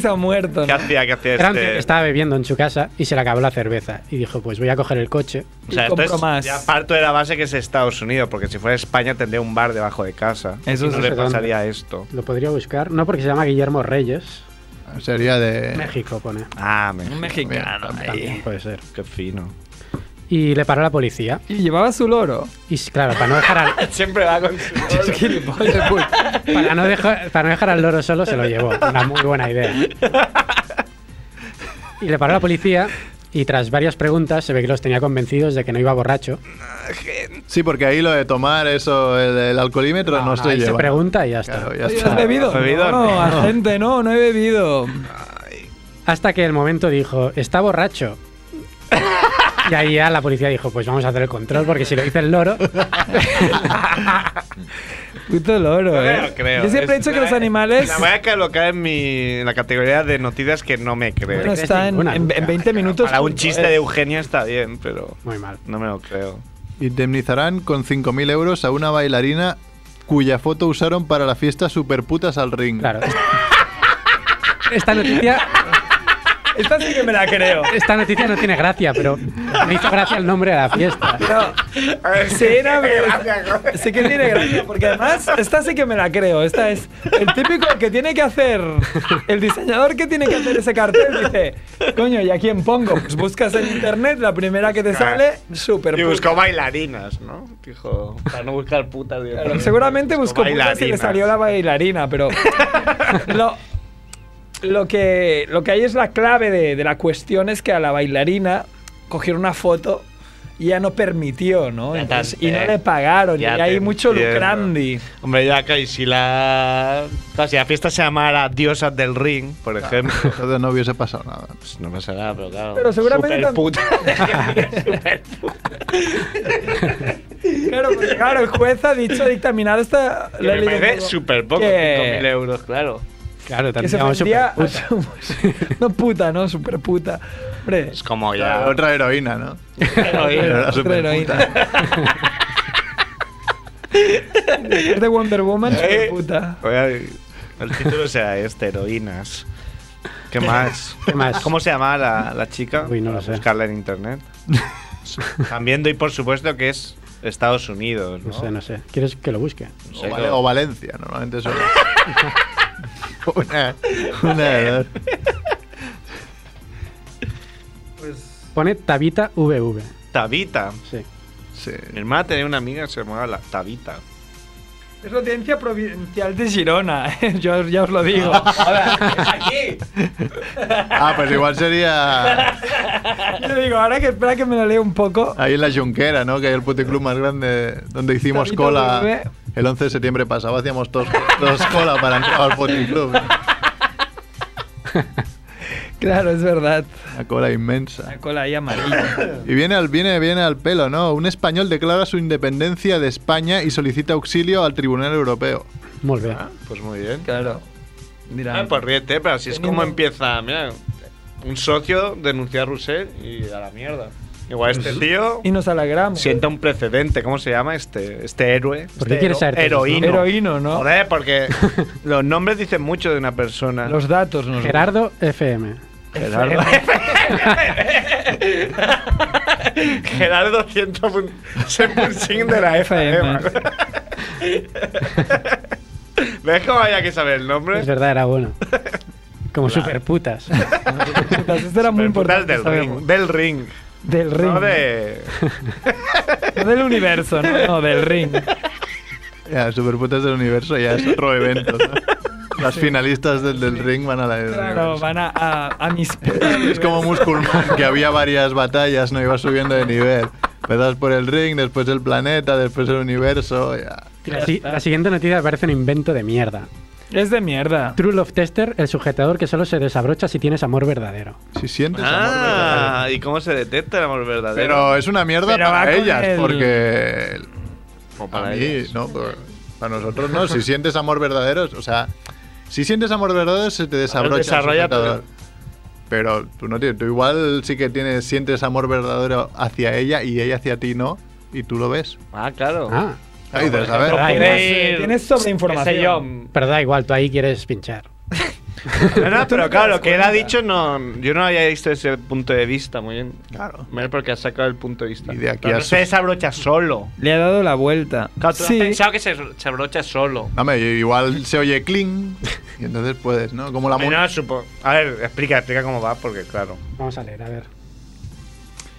Speaker 4: se ha muerto.
Speaker 6: ¿Qué hacía? ¿Qué hacía
Speaker 3: Era un tío que
Speaker 6: este?
Speaker 3: estaba bebiendo en su casa y se le acabó la cerveza. Y dijo, pues voy a coger el coche.
Speaker 6: O sea, esto es, ya parto de la base que es Estados Unidos, porque si fuera España tendría un bar debajo de casa.
Speaker 3: Eso
Speaker 6: Y
Speaker 3: sí.
Speaker 6: no le
Speaker 3: No sé dónde.
Speaker 6: pasaría esto.
Speaker 3: Lo podría buscar. No, porque se llama Guillermo Reyes.
Speaker 1: <laughs> Sería de.
Speaker 3: México, pone.
Speaker 6: Ah,
Speaker 4: Un mexicano ahí.
Speaker 3: Puede ser.
Speaker 6: Qué fino.
Speaker 4: <laughs>
Speaker 3: Y le paró la policía.
Speaker 4: Y llevaba su loro.
Speaker 3: Y s- claro, para no dejar al,
Speaker 1: <laughs>
Speaker 6: Siempre va con su
Speaker 3: <laughs> para no dejar, para no dejar al loro solo, se lo llevó. Una muy buena idea. Y le paró la policía y tras varias preguntas se ve que los tenía convencidos de que no iba borracho.
Speaker 1: Sí, porque ahí lo de tomar eso, el, el alcoholímetro, no, estoy
Speaker 3: Ah, ahí se
Speaker 1: llevando.
Speaker 3: pregunta y ya está.
Speaker 1: Claro, ya
Speaker 4: Oye,
Speaker 1: está.
Speaker 4: ¿Has bebido? No, agente, no, no he bebido.
Speaker 3: Hasta que el momento dijo, está borracho. Y ahí ya la policía dijo, pues vamos a hacer el control porque si lo dice el loro...
Speaker 4: Puto loro, <laughs>
Speaker 6: Creo, creo.
Speaker 4: eh. Yo siempre he
Speaker 6: Es-
Speaker 4: dicho que
Speaker 6: la-
Speaker 4: los animales.
Speaker 6: La voy a colocar en, mi, en la categoría de noticias que no me creo.
Speaker 4: Bueno, está en, en- en 20 minutos.
Speaker 6: Para un chiste de
Speaker 4: es.
Speaker 6: Eugenia está bien, pero.
Speaker 3: Muy mal.
Speaker 6: No me lo creo.
Speaker 1: Indemnizarán con 5.000 euros a una bailarina cuya foto usaron para la fiesta Superputas al Ring.
Speaker 3: Claro.
Speaker 1: <laughs>
Speaker 3: Esta noticia...
Speaker 4: Esta sí que me la
Speaker 3: <laughs>
Speaker 4: creo.
Speaker 3: Esta noticia no tiene gracia, pero me hizo gracia el nombre de la fiesta.
Speaker 4: Sí, era, pero- sí que tiene gracia, porque además, esta sí que me la creo. Esta es el típico que tiene que hacer, el diseñador que tiene que hacer ese cartel dice, coño, ¿y a quién pongo? Pues buscas en internet la primera que te sale, súper
Speaker 6: Y
Speaker 4: puta.
Speaker 6: buscó bailarinas, ¿no? Dijo, para no buscar putas. digo, <laughs>
Speaker 4: Claro, Seguramente buscó putas y le
Speaker 6: bailarinas.
Speaker 4: salió la bailarina,
Speaker 6: <laughs>
Speaker 4: pero lo, lo, que, lo que hay es la clave de, de la cuestión es que a la bailarina cogieron una foto y ya no permitió, ¿no?
Speaker 6: Ya
Speaker 4: Entonces,
Speaker 6: te
Speaker 4: y no
Speaker 6: entiendo.
Speaker 4: le pagaron,
Speaker 6: Ya
Speaker 4: y hay
Speaker 6: te
Speaker 4: mucho
Speaker 6: entiendo.
Speaker 4: lucrandi.
Speaker 6: Hombre, ya que si la. claro, si la fiesta se llamara Diosas del Ring, por ejemplo.
Speaker 1: Entonces no hubiese pasado nada.
Speaker 6: Pues no pasa nada, pero claro.
Speaker 4: Pero seguramente tam-
Speaker 6: Superputa.
Speaker 4: Claro, porque, claro, el juez ha dicho, ha dictaminado esta
Speaker 6: Que me parece súper poco,
Speaker 4: que-
Speaker 6: 5.000 euros, claro.
Speaker 3: Claro,
Speaker 4: que se
Speaker 3: llama
Speaker 4: vendía
Speaker 3: superputa.
Speaker 4: a- <laughs> no puta, no, super puta. Hombre,
Speaker 6: Es como ya.
Speaker 1: Claro, otra heroína, ¿no? Pero
Speaker 4: otra
Speaker 1: era superputa.
Speaker 4: heroína. Es de Wonder Woman,
Speaker 6: Eh,
Speaker 4: super puta.
Speaker 6: Voy a- el título sea este, heroínas. ¿Qué más?
Speaker 3: ¿Qué más?
Speaker 6: ¿Cómo se llamaba la, la chica?
Speaker 3: Uy, no lo sé.
Speaker 6: Buscarla en internet. También doy por supuesto que es Estados Unidos, ¿no?
Speaker 3: No sé, no sé. ¿Quieres que lo busque?
Speaker 6: No sé,
Speaker 1: O, Vale-
Speaker 6: creo-
Speaker 1: o Valencia, normalmente eso. <laughs> una, una de dos.
Speaker 3: Pone Tabita VV.
Speaker 6: Tabita.
Speaker 3: Sí.
Speaker 1: Sí.
Speaker 6: Mi hermana tenía una amiga que se llamaba la Tabita.
Speaker 4: Es la audiencia provincial de Girona, <laughs> eh, yo ya os lo digo. Ahora, aquí.
Speaker 1: Ah, pues igual sería
Speaker 4: Yo digo, ahora que espera que me lo lea un poco.
Speaker 1: ahí en la Junquera, ¿no? Que hay el puticlub más grande donde hicimos
Speaker 4: Tabito bebé.
Speaker 1: cola el 11 de septiembre pasado. Hacíamos dos, dos cola para entrar al puticlub.
Speaker 4: Claro, es verdad.
Speaker 1: Una cola inmensa.
Speaker 4: La cola ahí amarilla.
Speaker 1: Y viene al, viene, viene al pelo, ¿no? Un español declara su independencia de España y solicita auxilio al Tribunal Europeo.
Speaker 3: Muy bien.
Speaker 6: Ah, pues muy bien.
Speaker 4: Claro. Dirán,
Speaker 6: Ah, pues ríete, pero así es como
Speaker 4: Teniendo-
Speaker 6: empieza, mira, un socio denuncia a Rousseff y a la mierda. Igual este tío
Speaker 4: y nos alegramos.
Speaker 6: sienta un precedente, ¿cómo se llama este, este héroe?
Speaker 3: ¿Por qué quieres saber todo esto?
Speaker 6: Heroíno.
Speaker 4: Heroíno, ¿no?
Speaker 6: Joder,
Speaker 3: <laughs>
Speaker 6: porque los nombres dicen mucho de una persona.
Speaker 4: Los datos nos
Speaker 3: Gerardo FM.
Speaker 6: Gerardo. <laughs> Gerardo 100% de la FM. <laughs> ¿Ves cómo había que saber el nombre?
Speaker 3: Es verdad, era bueno. Como
Speaker 6: <laughs>
Speaker 3: superputas.
Speaker 4: Putas, Esto era muy
Speaker 6: Superputas
Speaker 4: importante.
Speaker 6: del
Speaker 4: sabemos.
Speaker 6: ring. Del ring.
Speaker 4: Del ring.
Speaker 6: No de.
Speaker 4: No del universo, no, no, del ring.
Speaker 1: Ya, Superputas del Universo ya es otro evento, ¿no? Las finalistas del, del ring van a la del
Speaker 4: Claro,
Speaker 1: Universo.
Speaker 4: van a, a, a mis
Speaker 1: Es como Musculman, que había varias batallas, no iba subiendo de nivel. Empezas por el ring, después el planeta, después el universo. Ya.
Speaker 3: La, si- la siguiente noticia parece un invento de mierda.
Speaker 4: Es de mierda.
Speaker 3: True Love Tester, el sujetador que solo se desabrocha si tienes amor verdadero.
Speaker 1: Si sientes amor verdadero.
Speaker 6: Ah, ¿y cómo se detecta el amor verdadero?
Speaker 1: Pero es una mierda
Speaker 4: Pero va
Speaker 1: para
Speaker 4: con
Speaker 1: ellas,
Speaker 4: el-
Speaker 1: porque.
Speaker 6: O
Speaker 1: Para
Speaker 6: para
Speaker 1: mí,
Speaker 6: ellas.
Speaker 1: no. pero Para nosotros no. Si sientes amor verdadero, o sea, si sientes amor verdadero, se te desabrocha. el
Speaker 6: desarrolla, pero-
Speaker 1: sujetador. Pero tú no tienes. Tú igual sí que tienes, sientes amor verdadero hacia ella y ella hacia ti no, y tú lo ves.
Speaker 6: Ah, claro.
Speaker 3: Ah,
Speaker 1: Ahí de saber.
Speaker 3: Ay,
Speaker 4: Tienes sobreinformación.
Speaker 3: pero da igual, tú ahí quieres pinchar.
Speaker 4: <laughs>
Speaker 6: No, no,
Speaker 4: Tú no
Speaker 6: pero
Speaker 4: te
Speaker 6: claro,
Speaker 4: das
Speaker 6: lo que él ha
Speaker 4: cuenta.
Speaker 6: dicho no. Yo no había visto ese punto de vista, muy bien.
Speaker 1: Claro.
Speaker 6: porque ha sacado el punto de vista. Y
Speaker 1: de aquí a
Speaker 6: no
Speaker 1: su-
Speaker 6: se desabrocha solo.
Speaker 4: Le ha dado la vuelta.
Speaker 6: Claro, tú
Speaker 4: Sí.
Speaker 6: has pensado que se desabrocha solo.
Speaker 1: Dame, igual se oye cling y entonces puedes, ¿no? Como la
Speaker 6: Ah, Bueno,
Speaker 1: mu-
Speaker 6: supo- A ver, explica, explica cómo va, porque claro.
Speaker 3: Vamos a leer, a ver.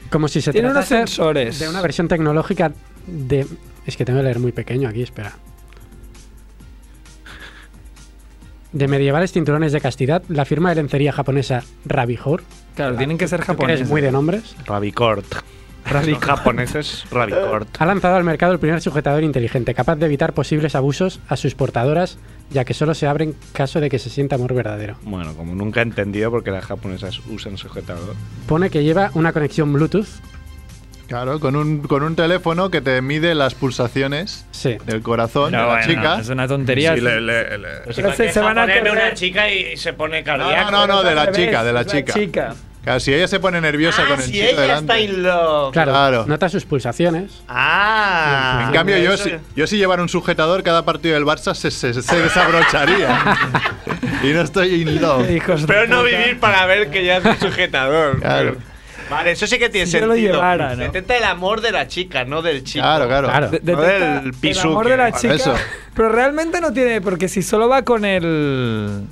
Speaker 3: Como si se
Speaker 4: Tiene unos
Speaker 3: tratase
Speaker 4: sensores.
Speaker 3: de una versión tecnológica de... Es que tengo que leer muy pequeño aquí, espera. De medievales cinturones de castidad, la firma de lencería japonesa Rabihor.
Speaker 4: Claro, tienen que ser
Speaker 3: ¿Tú que eres
Speaker 4: japoneses.
Speaker 3: muy de nombres.
Speaker 6: Rabicort. Los japoneses, Rabicort.
Speaker 3: Ha lanzado al mercado el primer sujetador inteligente, capaz de evitar posibles abusos a sus portadoras, ya que solo se abre en caso de que se sienta amor verdadero.
Speaker 6: Bueno, como nunca he entendido porque las japonesas usan sujetador.
Speaker 3: Pone que lleva una conexión Bluetooth.
Speaker 1: Claro, con un, con un teléfono que te mide las pulsaciones
Speaker 3: Sí.
Speaker 1: del corazón
Speaker 4: No,
Speaker 1: de la
Speaker 4: bueno,
Speaker 1: chica.
Speaker 4: es una tontería.
Speaker 1: Sí, le- le- le-
Speaker 4: Pero se, se van a
Speaker 6: ponerme
Speaker 4: acordar-
Speaker 6: una chica y se pone
Speaker 1: No,
Speaker 6: cardíaco.
Speaker 1: no, no, de
Speaker 4: Al
Speaker 1: la
Speaker 4: revés,
Speaker 1: chica, de la
Speaker 4: es
Speaker 1: chica. Claro, si ella se pone nerviosa
Speaker 6: Ah,
Speaker 1: con el
Speaker 6: si
Speaker 1: chico
Speaker 6: ella
Speaker 1: delante.
Speaker 6: está in love.
Speaker 3: Claro,
Speaker 1: Claro.
Speaker 3: nota sus pulsaciones.
Speaker 6: Ah.
Speaker 1: En cambio, yo
Speaker 6: eso-
Speaker 1: si, yo si llevara un sujetador, cada partido del Barça se, se- se
Speaker 6: <laughs>
Speaker 1: desabrocharía. y no estoy in love.
Speaker 4: Hijos de
Speaker 6: Pero no
Speaker 4: puta.
Speaker 6: vivir para ver que ya es un
Speaker 4: <laughs>
Speaker 6: sujetador.
Speaker 1: Claro.
Speaker 6: Vale, eso sí que tiene
Speaker 4: Si yo lo
Speaker 6: sentido.
Speaker 4: llevara, ¿no?
Speaker 6: Se tenta el amor de la chica, no del chico.
Speaker 1: Claro, claro.
Speaker 3: Claro.
Speaker 4: De-
Speaker 6: No
Speaker 4: detecta
Speaker 6: del
Speaker 4: el
Speaker 6: pisuque.
Speaker 4: amor de la
Speaker 6: Bueno,
Speaker 4: chica.
Speaker 1: eso.
Speaker 4: Pero realmente no tiene, porque si solo va con el.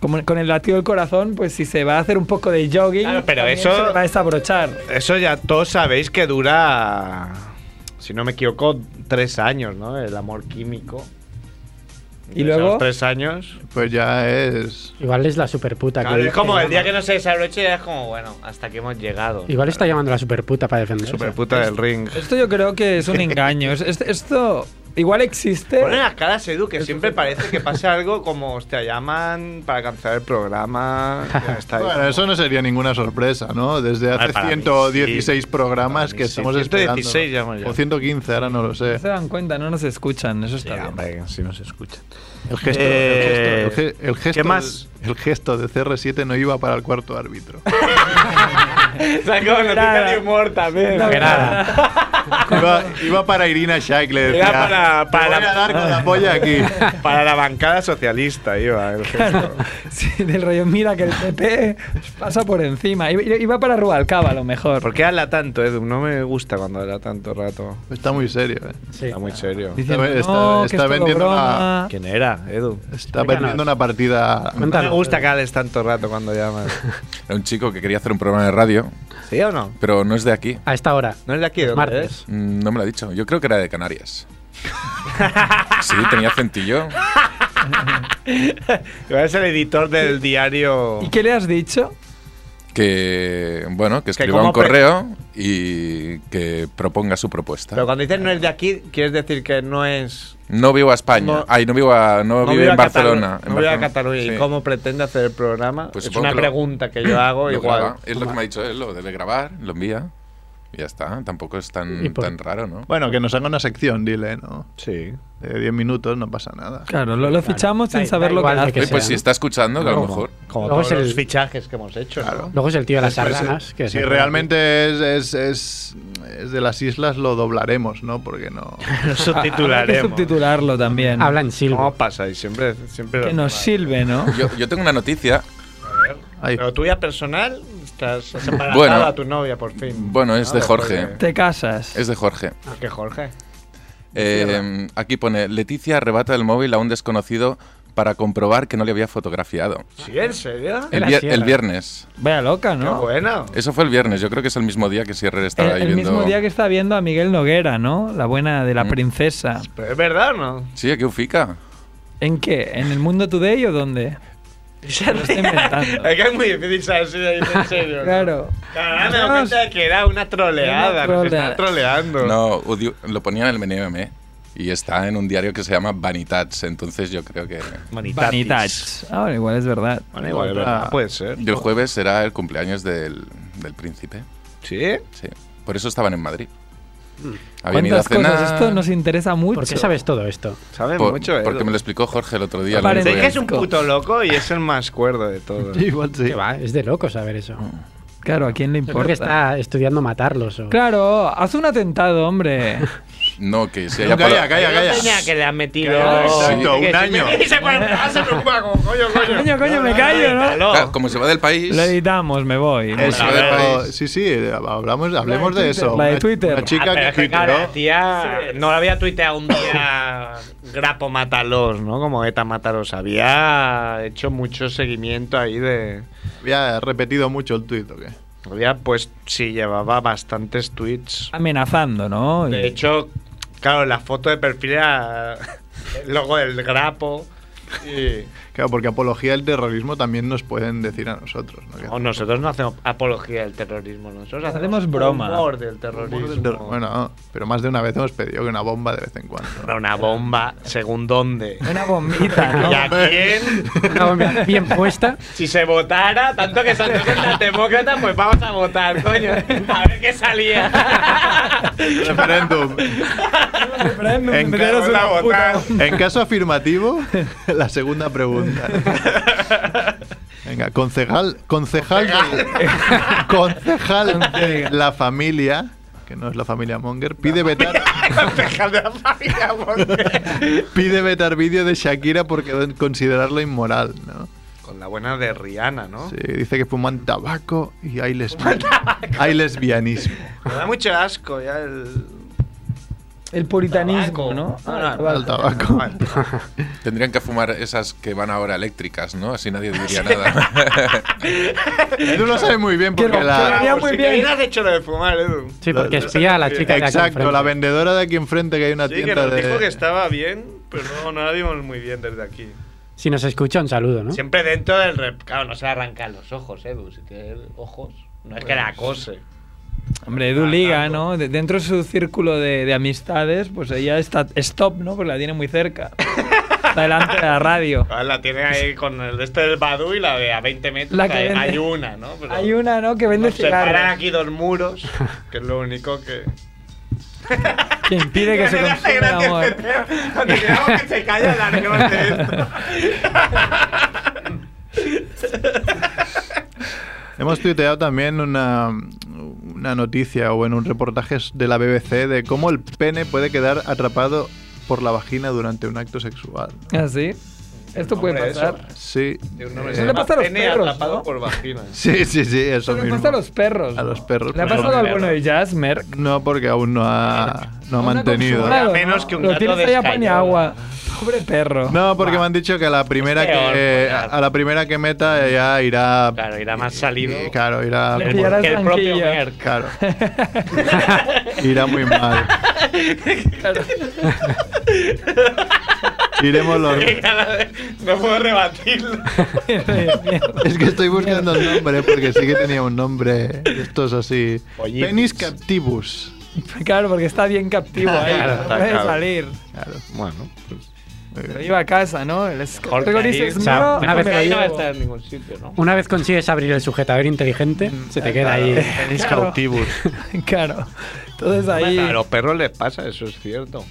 Speaker 4: Como con el latido del corazón, pues si se va a hacer un poco de jogging,
Speaker 6: Claro, pero
Speaker 4: también
Speaker 6: eso-
Speaker 4: se le va a desabrochar.
Speaker 6: Eso ya todos sabéis que dura, si no me equivoco, tres años, ¿no? El amor químico.
Speaker 4: Y
Speaker 6: Entonces,
Speaker 4: luego-
Speaker 6: a los tres años.
Speaker 1: Pues ya es.
Speaker 3: Igual es la superputa. que
Speaker 6: Claro, es
Speaker 3: dice-
Speaker 6: como el día que no se desabroche ya es como, bueno, hasta que hemos llegado.
Speaker 3: Igual está llamando a la superputa para defenderse.
Speaker 6: Superputa del ring.
Speaker 4: Esto yo creo
Speaker 1: <laughs>
Speaker 4: que es un engaño. Es- es- Esto igual existe.
Speaker 6: Ponen las caras, Edu, que siempre parece que pasa algo como, hostia, llaman para cancelar el programa. ya está ahí.
Speaker 1: Bueno, eso no sería ninguna sorpresa, ¿no? Desde
Speaker 6: Ay,
Speaker 1: hace
Speaker 6: para mí
Speaker 1: 116
Speaker 6: sí.
Speaker 1: programas
Speaker 6: Para mí
Speaker 1: que
Speaker 6: sí.
Speaker 1: estamos
Speaker 6: 116
Speaker 1: esperando.
Speaker 6: llamo yo.
Speaker 1: O 115, ahora no lo sé.
Speaker 4: No se dan cuenta, no nos escuchan. Eso está
Speaker 6: Sí,
Speaker 4: bien.
Speaker 6: hombre, si nos escuchan.
Speaker 1: El gesto,
Speaker 6: Eh,
Speaker 1: el gesto, el ge- el gesto
Speaker 6: ¿qué más?
Speaker 1: de- el gesto de CR7 no iba para el cuarto árbitro.
Speaker 6: Sacó noticia de humor también.
Speaker 3: Que nada.
Speaker 1: iba, iba para Irina Shayk, le decía.
Speaker 6: Era para-
Speaker 1: "Te
Speaker 6: para
Speaker 1: voy
Speaker 6: la-
Speaker 1: a dar con la polla aquí.
Speaker 6: Para la bancada socialista iba el gesto.
Speaker 4: <laughs> Sí, del rollo,
Speaker 1: <laughs>
Speaker 4: mira que el PP pasa por encima. Iba- Iba para Rubalcaba a lo mejor.
Speaker 6: ¿Por qué habla tanto, Edu? No me gusta cuando habla tanto rato.
Speaker 1: Está muy serio, ¿eh?
Speaker 3: Sí.
Speaker 6: Está muy serio.
Speaker 4: Diciendo,
Speaker 1: Está- está-
Speaker 4: no,
Speaker 1: está
Speaker 4: que es todo
Speaker 1: vendiendo una-
Speaker 4: broma.
Speaker 6: ¿Quién era, Edu?
Speaker 1: Está perdiendo una partida.
Speaker 6: No me
Speaker 3: Cuéntanos.
Speaker 6: gusta que hables tanto rato cuando llamas.
Speaker 5: Era un chico que quería hacer un programa de radio,
Speaker 6: ¿Sí o <laughs> no?
Speaker 5: pero no es de aquí.
Speaker 3: A esta hora.
Speaker 6: ¿No es de aquí? ¿Dónde
Speaker 3: Martes.
Speaker 6: es?
Speaker 5: Mm, No me lo ha dicho. Yo creo que era
Speaker 6: <laughs>
Speaker 5: de Canarias. Sí, tenía acentillo.
Speaker 6: Igual Es el editor del diario.
Speaker 4: ¿Y qué le has dicho?
Speaker 5: Que, bueno, que escriba
Speaker 6: como
Speaker 5: un
Speaker 6: pre-
Speaker 5: correo y que proponga su propuesta.
Speaker 6: Pero cuando dices no es de aquí, quieres decir que no es.
Speaker 5: No vivo a España.
Speaker 6: No-
Speaker 5: Ay, no vivo a, no vive
Speaker 6: vive
Speaker 5: en
Speaker 6: a Catalu-
Speaker 5: Barcelona. en
Speaker 6: No vive a
Speaker 5: Barcelona.
Speaker 6: Cataluña.
Speaker 5: Sí.
Speaker 6: ¿Y cómo pretende hacer el programa?
Speaker 5: Pues
Speaker 6: es
Speaker 5: supongo
Speaker 6: una
Speaker 5: que lo-
Speaker 6: pregunta que yo hago
Speaker 5: <clears throat> Lo
Speaker 6: igual.
Speaker 5: graba. Es lo que me ha dicho él, lo debe grabar, lo envía. Y ya está. Tampoco es
Speaker 3: Y
Speaker 5: tan,
Speaker 3: por-
Speaker 5: tan raro, ¿no?
Speaker 1: Bueno, que nos haga una sección, dile, ¿no?
Speaker 6: Sí.
Speaker 1: De 10 minutos no pasa nada.
Speaker 4: Claro, lo, lo fichamos
Speaker 3: Da-
Speaker 4: sin
Speaker 3: da
Speaker 4: saber lo que
Speaker 3: igual de
Speaker 4: hace.
Speaker 3: que
Speaker 5: Oye, pues
Speaker 3: sea,
Speaker 5: si
Speaker 3: ¿no?
Speaker 5: está escuchando, que a lo mejor.
Speaker 6: Como
Speaker 3: Luego
Speaker 6: todos
Speaker 3: es el-
Speaker 6: los fichajes que hemos hecho.
Speaker 1: Claro.
Speaker 3: Luego es el tío de las
Speaker 1: Pues,
Speaker 3: sardanas. que
Speaker 1: si
Speaker 3: se-
Speaker 1: realmente es, es, es- es de las islas, lo doblaremos, ¿no? Porque no.
Speaker 6: Lo
Speaker 4: Hay que
Speaker 6: subtitularemos.
Speaker 4: subtitularlo también.
Speaker 3: Habla en
Speaker 6: ¿Cómo
Speaker 3: silbo.
Speaker 6: pasa? Y siempre. siempre
Speaker 4: que nos sirve, ¿no?
Speaker 5: Yo, yo tengo una noticia.
Speaker 1: Ay,
Speaker 6: Pero tuya personal, estás separada
Speaker 5: Bueno.
Speaker 6: a tu novia por fin.
Speaker 5: Bueno, es de
Speaker 6: Ah,
Speaker 5: Jorge.
Speaker 6: porque-
Speaker 4: Te casas.
Speaker 5: Es de Jorge.
Speaker 6: ¿Por qué Jorge?
Speaker 5: Eh, aquí pone: Leticia arrebata el móvil a un desconocido para comprobar que no le había fotografiado.
Speaker 6: ¿Sí, en serio?
Speaker 5: El,
Speaker 3: la
Speaker 5: vier-
Speaker 3: sierra.
Speaker 5: el viernes.
Speaker 4: Vaya loca,
Speaker 6: Qué
Speaker 4: ¿no?
Speaker 6: bueno.
Speaker 5: Eso fue el viernes. Yo creo que es el mismo día que Sierra
Speaker 4: El,
Speaker 5: estaba ahí
Speaker 4: el
Speaker 5: viendo.
Speaker 4: mismo día que está viendo a Miguel Noguera, ¿no? La buena de la
Speaker 5: Mm.
Speaker 4: princesa.
Speaker 6: Pero es verdad, o ¿no?
Speaker 5: Sí, aquí ufica.
Speaker 4: ¿En qué? ¿En el mundo today o dónde? Ya lo estoy inventando.
Speaker 6: Es que es muy difícil saber si es en serio. ¿no?
Speaker 4: claro.
Speaker 6: Claro, ahora me doy cuenta de que era una troleada.
Speaker 4: Una
Speaker 6: Nos está
Speaker 4: troleada.
Speaker 6: troleando.
Speaker 5: No, udi- lo ponía en el MNM y está en un diario que se llama Vanitats. Entonces yo creo que.
Speaker 4: Vanitas. Ah, bueno, igual es verdad.
Speaker 6: Bueno, igual, es verdad, puede ser.
Speaker 5: Y el jueves será el cumpleaños del, del príncipe.
Speaker 6: ¿Sí?
Speaker 5: Sí. Por eso estaban en Madrid. Mm. Habían ido a
Speaker 4: ¿Cuántas
Speaker 5: cenar.
Speaker 4: cosas? Esto nos interesa mucho.
Speaker 3: ¿Por qué sabes todo esto?
Speaker 6: Sabe
Speaker 5: Por-
Speaker 6: mucho, ¿eh?
Speaker 5: Porque me lo explicó Jorge el otro día. lo
Speaker 4: Parece
Speaker 5: único
Speaker 6: que es un
Speaker 4: Lorenzo.
Speaker 6: puto loco y es el más cuerdo de
Speaker 1: <laughs> <laughs>
Speaker 6: todos.
Speaker 1: igual sí.
Speaker 3: Que va, es de loco saber eso.
Speaker 4: Claro, ¿a quién le
Speaker 3: Porque
Speaker 4: importa?
Speaker 3: está estudiando matarlos. o-
Speaker 4: Claro, haz un atentado, hombre.
Speaker 5: No, que se haya
Speaker 1: No, calla,
Speaker 5: parado-
Speaker 1: calla, calla.
Speaker 6: Peña que le han metido.
Speaker 5: Calla, exacto,
Speaker 6: que
Speaker 5: un
Speaker 6: si
Speaker 5: año.
Speaker 6: me- se
Speaker 4: <laughs>
Speaker 6: pone- ah, se preocupa como, coño, coño.
Speaker 4: Coño, coño, me callo, ¿no?
Speaker 5: Claro, Ah, como se va del país.
Speaker 4: Lo editamos, me voy.
Speaker 1: Eso,
Speaker 5: A ver,
Speaker 1: pero-
Speaker 5: país.
Speaker 1: sí, sí, hablamos, hablemos de,
Speaker 4: Twitter,
Speaker 1: eso.
Speaker 4: la de
Speaker 1: Una-
Speaker 4: Twitter.
Speaker 1: Una chica
Speaker 6: Ah, pero
Speaker 1: que
Speaker 6: es que, claro, la
Speaker 1: tuiteó.
Speaker 6: tía no había tuiteado un día grapo matalos, ¿no? Como ETA matalos. Había hecho mucho seguimiento ahí de.
Speaker 1: Había repetido mucho el tuit, ¿o qué?
Speaker 6: Había, pues, sí, llevaba bastantes tweets.
Speaker 4: Amenazando, ¿no?
Speaker 6: De
Speaker 4: Y-
Speaker 6: hecho, claro, la foto de perfil era el logo del grapo. Y
Speaker 1: Claro, porque apología del terrorismo también nos pueden decir a nosotros. ¿no? Que-
Speaker 6: No, nosotros no hacemos apología del terrorismo, nosotros hacemos
Speaker 4: Hacemos broma.
Speaker 6: humor del terrorismo.
Speaker 1: Bueno, no, pero más de una vez hemos pedido que una bomba de vez en cuando.
Speaker 6: Pero Una bomba, según dónde.
Speaker 4: Una bombita,
Speaker 6: <laughs>
Speaker 4: ¿no?
Speaker 6: ¿Y a quién?
Speaker 3: Una bomba bien puesta.
Speaker 6: Si se votara, tanto que se las demócratas, pues vamos a votar, coño. <laughs> A ver qué salía.
Speaker 1: <laughs> Referéndum.
Speaker 4: Referéndum,
Speaker 1: En
Speaker 4: meteros
Speaker 1: caso-
Speaker 4: una
Speaker 1: la
Speaker 4: puta-
Speaker 1: En caso afirmativo, la segunda pregunta. Venga, concejal, concejal, del- concejal de la familia, que no es la familia Monger, pide
Speaker 6: <laughs>
Speaker 1: vetar,
Speaker 6: Concejal de la familia, porque-
Speaker 1: pide vetar vídeo de Shakira porque don- considerarlo inmoral, ¿no?
Speaker 6: Con la buena de Rihanna, ¿no?
Speaker 1: Sí, dice que fuman tabaco y hay, lesbi- hay lesbianismo.
Speaker 6: Me da mucho asco
Speaker 4: <laughs>
Speaker 6: ya el.
Speaker 4: El puritanismo,
Speaker 6: Tabaco.
Speaker 4: ¿no?
Speaker 6: No,
Speaker 4: Ah,
Speaker 6: no,
Speaker 1: Al tabaco.
Speaker 5: Tendrían que fumar esas que van ahora eléctricas, ¿no? Así nadie diría <laughs> nada.
Speaker 1: Tú lo sabes muy bien porque
Speaker 4: Que lo- que lo
Speaker 1: la,
Speaker 4: haría muy
Speaker 6: si
Speaker 4: bien.
Speaker 6: me hubieras hecho lo de fumar, Edu.
Speaker 3: Sí, porque espía a la chica de aquí
Speaker 1: Exacto,
Speaker 3: enfrente.
Speaker 1: la vendedora de aquí enfrente que hay una
Speaker 6: Sí, que
Speaker 1: tienda
Speaker 6: nos
Speaker 1: de.
Speaker 6: dijo que estaba bien, pero no, no la vimos muy bien desde aquí.
Speaker 3: Si nos escucha, un saludo, ¿no?
Speaker 6: Siempre dentro del rep. Claro, no se le arrancan los ojos, Edu. Si tiene ojos, no es que la acose.
Speaker 4: Hombre, Edu Liga, ¿no? De- dentro de su círculo de, de amistades, pues ella está stop, ¿no? Porque la tiene muy cerca.
Speaker 6: <laughs>
Speaker 4: Está delante de la radio.
Speaker 6: Ah, La tiene ahí con el de este del Badu y la de a 20 metros.
Speaker 4: La que
Speaker 6: hay,
Speaker 4: vende.
Speaker 6: hay una, ¿no? Pero
Speaker 4: Hay una, ¿no? Que vende
Speaker 6: Nos separan
Speaker 4: cigarros.
Speaker 6: aquí dos muros, que es lo único que.
Speaker 4: Que impide que se
Speaker 6: <laughs> Me hace
Speaker 4: consuma el
Speaker 6: gracia
Speaker 4: amor.
Speaker 6: este tema, Cuando llegamos que se calla la negra de esto.
Speaker 1: Hemos tuiteado también una, una noticia o en un reportaje de la BBC de cómo el pene puede quedar atrapado por la vagina durante un acto sexual.
Speaker 4: ¿Ah, sí? Esto puede
Speaker 6: Hombre,
Speaker 4: pasar.
Speaker 1: Sí. eh,
Speaker 4: Eso le pasa a los
Speaker 6: Pene
Speaker 4: perros,
Speaker 6: atrapado
Speaker 4: ¿no?
Speaker 6: por vagina.
Speaker 1: sí, sí, sí, eso
Speaker 4: Eso le
Speaker 1: mismo.
Speaker 4: pasa a los perros.
Speaker 1: A los perros.
Speaker 4: ¿Le ha
Speaker 1: pero-
Speaker 4: pasado al bueno de Jazz, Merck?
Speaker 1: No, porque aún no ha, no ha
Speaker 4: Una
Speaker 1: mantenido.
Speaker 4: consumada,
Speaker 6: A menos que un
Speaker 4: Lo
Speaker 6: gato
Speaker 4: tienes ahí a pan y
Speaker 6: descañola.
Speaker 4: agua. Pobre perro. <laughs>
Speaker 1: No, porque me han dicho que a la primera
Speaker 6: Es peor,
Speaker 1: que
Speaker 6: claro.
Speaker 1: a la primera que meta ya irá
Speaker 6: Claro, irá más salido.
Speaker 1: eh, claro, irá
Speaker 4: Le
Speaker 1: como-
Speaker 4: pillará
Speaker 6: que el propio
Speaker 4: tranquila.
Speaker 6: Merck. <laughs>
Speaker 1: claro. irá muy mal. Iremos los
Speaker 6: No puedo
Speaker 4: <laughs>
Speaker 6: rebatirlo.
Speaker 1: Es que estoy buscando el nombre porque sí que tenía un nombre. Esto es así.
Speaker 6: Pollines.
Speaker 1: Penis captivus.
Speaker 4: Claro, porque está bien captivo ahí.
Speaker 6: Claro,
Speaker 4: no
Speaker 6: está
Speaker 4: puede
Speaker 6: claro.
Speaker 4: salir.
Speaker 1: Claro.
Speaker 6: Bueno, pues.
Speaker 4: Lo lleva a casa, ¿no? El
Speaker 6: Jorge,
Speaker 4: escorpión dices,
Speaker 6: o sea,
Speaker 4: no,
Speaker 6: una vez
Speaker 4: me lo
Speaker 6: ahí no va a
Speaker 4: llevo.
Speaker 6: estar en ningún sitio, ¿no?
Speaker 3: Una vez consigues abrir el sujetador inteligente, se te queda ahí.
Speaker 1: Penis
Speaker 4: Claro.
Speaker 1: captivus.
Speaker 4: <laughs> Claro. Entonces ahí.
Speaker 6: A los perros les pasa, eso es cierto.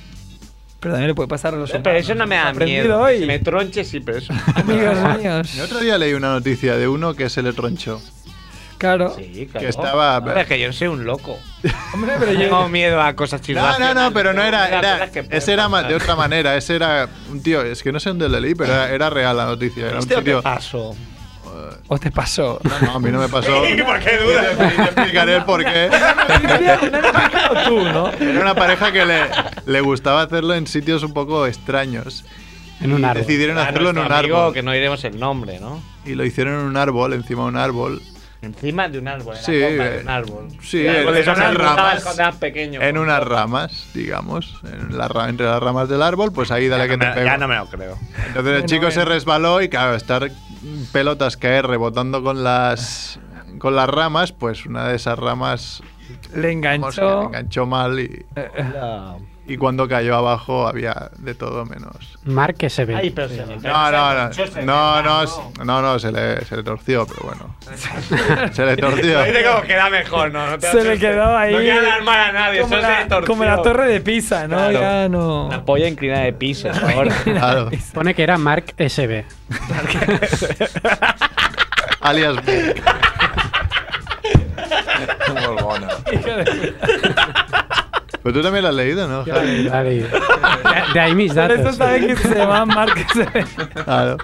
Speaker 4: Pero también le puede pasar a los
Speaker 6: pero
Speaker 4: humanos.
Speaker 6: eso no me da
Speaker 4: Aprendido
Speaker 6: miedo.
Speaker 4: hoy.
Speaker 6: Que Me tronche sí, pero eso.
Speaker 4: Amigos míos.
Speaker 1: El otro día leí una noticia de uno que se le tronchó.
Speaker 4: Claro.
Speaker 6: <laughs> Sí, claro.
Speaker 1: Que estaba-
Speaker 6: Hombre, es que yo soy un loco.
Speaker 4: Hombre, pero
Speaker 6: Tengo
Speaker 4: yo.
Speaker 6: miedo a cosas
Speaker 1: No,
Speaker 6: chirracionales.
Speaker 1: no, no, pero no era.
Speaker 6: Las
Speaker 1: era-
Speaker 6: cosas que pueden
Speaker 1: ese era ma-
Speaker 6: pasar.
Speaker 1: de otra manera. Ese era un tío. Es que no sé dónde lo leí, pero era, era real la noticia. Era un
Speaker 6: ¿Viste lo que
Speaker 1: tío.
Speaker 6: pasó?
Speaker 4: ¿O te pasó?
Speaker 1: No, a mí no me
Speaker 6: <laughs>
Speaker 1: pasó.
Speaker 6: ¿Por qué
Speaker 1: Te te explicaré el porqué.
Speaker 4: O tú, ¿no?
Speaker 1: Era una pareja que le, le gustaba hacerlo en sitios un poco extraños.
Speaker 3: En un
Speaker 1: Y
Speaker 3: árbol.
Speaker 1: Decidieron
Speaker 6: A
Speaker 1: hacerlo en
Speaker 6: Ah, nuestro
Speaker 1: un
Speaker 6: amigo,
Speaker 1: árbol.
Speaker 6: que no diremos el nombre, ¿no?
Speaker 1: Y lo hicieron en un árbol, encima de un árbol.
Speaker 6: Encima de un árbol, en
Speaker 1: Sí,
Speaker 6: la copa de
Speaker 1: eh,
Speaker 6: un árbol.
Speaker 1: sí,
Speaker 6: El árbol
Speaker 1: en
Speaker 6: de esos
Speaker 1: unas
Speaker 6: árboles
Speaker 1: ramas.
Speaker 6: estabas cuando eras pequeño.
Speaker 1: En unas ramas, digamos. En la ra- entre las ramas del árbol, pues ahí dale
Speaker 6: Ya
Speaker 1: que
Speaker 6: no
Speaker 1: te
Speaker 6: me-
Speaker 1: pego.
Speaker 6: Ya no me lo creo.
Speaker 1: Entonces el
Speaker 4: Bueno,
Speaker 1: chico se
Speaker 4: bueno.
Speaker 1: resbaló y claro, estar pelotas caer rebotando con las con las ramas, pues una de esas ramas
Speaker 4: Le
Speaker 1: vamos, que le
Speaker 4: enganchó.
Speaker 1: enganchó mal y,
Speaker 6: La-
Speaker 1: y cuando cayó abajo había de todo menos.
Speaker 3: Mark que se ve.
Speaker 6: Ay, pero se me-
Speaker 1: No, no, no,
Speaker 6: se ve,
Speaker 1: no, no,
Speaker 6: ¿no?
Speaker 1: s- no, no, se le, se le torció, pero bueno. <laughs> Se le
Speaker 6: <laughs>
Speaker 1: torció.
Speaker 6: Lo dice como queda mejor, ¿no? No te
Speaker 4: Se le
Speaker 6: asustes.
Speaker 4: quedó ahí.
Speaker 6: No quiero alarmar a nadie,
Speaker 4: Como
Speaker 6: eso se
Speaker 4: la,
Speaker 6: torció.
Speaker 4: como la torre de Pisa, ¿no?
Speaker 6: Claro.
Speaker 4: Ya no.
Speaker 6: La polla inclinada de pizza,
Speaker 1: <laughs>
Speaker 6: ahora. <laughs>
Speaker 1: Claro,
Speaker 3: Pone que era Mark SB.
Speaker 1: alias Beck.
Speaker 6: <laughs>
Speaker 5: Muy bueno.
Speaker 1: Pero Pues tú también lo has leído, ¿no?
Speaker 3: Yo la leí, la leí. De, de ahí mis datos.
Speaker 4: Esto sabe que se llama Mark.
Speaker 1: Claro.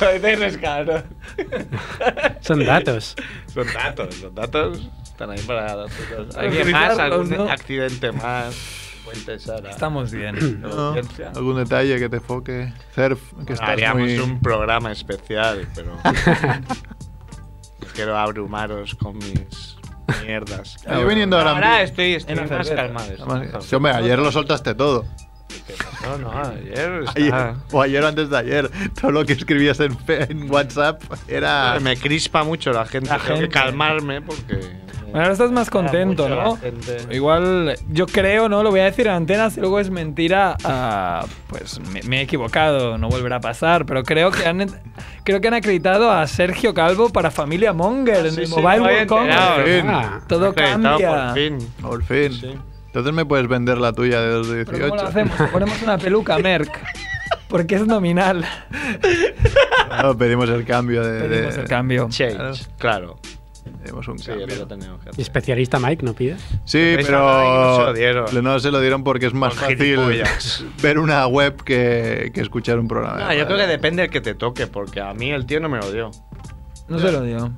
Speaker 6: Lo dices, cabrón.
Speaker 3: Son datos.
Speaker 6: Son datos, los datos están ahí para datos.
Speaker 14: Los
Speaker 6: ¿Alguien más?
Speaker 14: utilizarlos,
Speaker 6: ¿Algún
Speaker 14: ¿no?
Speaker 6: accidente más? Puente Sara.
Speaker 4: Estamos
Speaker 1: <clears throat>
Speaker 4: bien.
Speaker 1: ¿No? ¿Algún detalle que te foque? Surf, que estás
Speaker 6: Haríamos
Speaker 1: muy-
Speaker 6: un programa especial, pero. <laughs> quiero abrumaros con mis
Speaker 1: <laughs>
Speaker 6: mierdas.
Speaker 1: Ah, yo viniendo ahora
Speaker 6: Ahora
Speaker 1: mismo.
Speaker 6: estoy, estoy
Speaker 4: En la
Speaker 6: más
Speaker 4: cerveza.
Speaker 6: calmado. estoy más
Speaker 1: Además,
Speaker 6: calmado.
Speaker 1: sí, hombre, ayer lo soltaste todo.
Speaker 6: No, no, ayer
Speaker 1: Ayer-
Speaker 6: está-
Speaker 1: o ayer o antes de ayer. Todo lo que escribías en, fe- en WhatsApp era.
Speaker 6: Ah. Me crispa mucho la gente.
Speaker 4: La
Speaker 6: Tengo que
Speaker 4: gente.
Speaker 6: calmarme porque.
Speaker 4: Bueno, ahora estás más contento,
Speaker 6: mucho la
Speaker 4: ¿no?
Speaker 6: gente.
Speaker 4: Igual, yo creo, ¿no? Lo voy a decir en antena, si luego es mentira, ah, pues me, me he equivocado, no volverá a pasar, pero creo que han, creo que han acreditado a Sergio Calvo para Familia Monger en
Speaker 6: sí,
Speaker 4: el
Speaker 6: sí,
Speaker 4: Mobile
Speaker 6: me había
Speaker 4: World Congress.
Speaker 1: Por
Speaker 6: enterado.
Speaker 1: fin.
Speaker 3: Ah,
Speaker 4: Todo
Speaker 6: Acreditado,
Speaker 4: cambia.
Speaker 6: Por fin.
Speaker 1: Por fin.
Speaker 6: Sí.
Speaker 1: Entonces me puedes vender la tuya de
Speaker 4: ¿Pero cómo lo
Speaker 1: 218.
Speaker 4: hacemos? Le Ponemos una peluca, Merck. Porque es nominal.
Speaker 1: Eh, No, pedimos el cambio de. de-
Speaker 4: Pedimos el cambio.
Speaker 6: Change, claro.
Speaker 1: Pedimos un
Speaker 6: Sí,
Speaker 1: cambio.
Speaker 6: eso lo tenemos que
Speaker 3: y
Speaker 6: hacer.
Speaker 3: especialista Mike no pide.
Speaker 1: Sí,
Speaker 6: Pero
Speaker 1: pero
Speaker 6: no se lo dieron.
Speaker 1: No se lo dieron porque es más
Speaker 6: Por
Speaker 1: fácil
Speaker 6: gilipollas.
Speaker 1: ver una web que, que escuchar un programa.
Speaker 6: No, yo creo que depende del que te toque, porque a mí el tío no me lo dio.
Speaker 4: No se lo digo.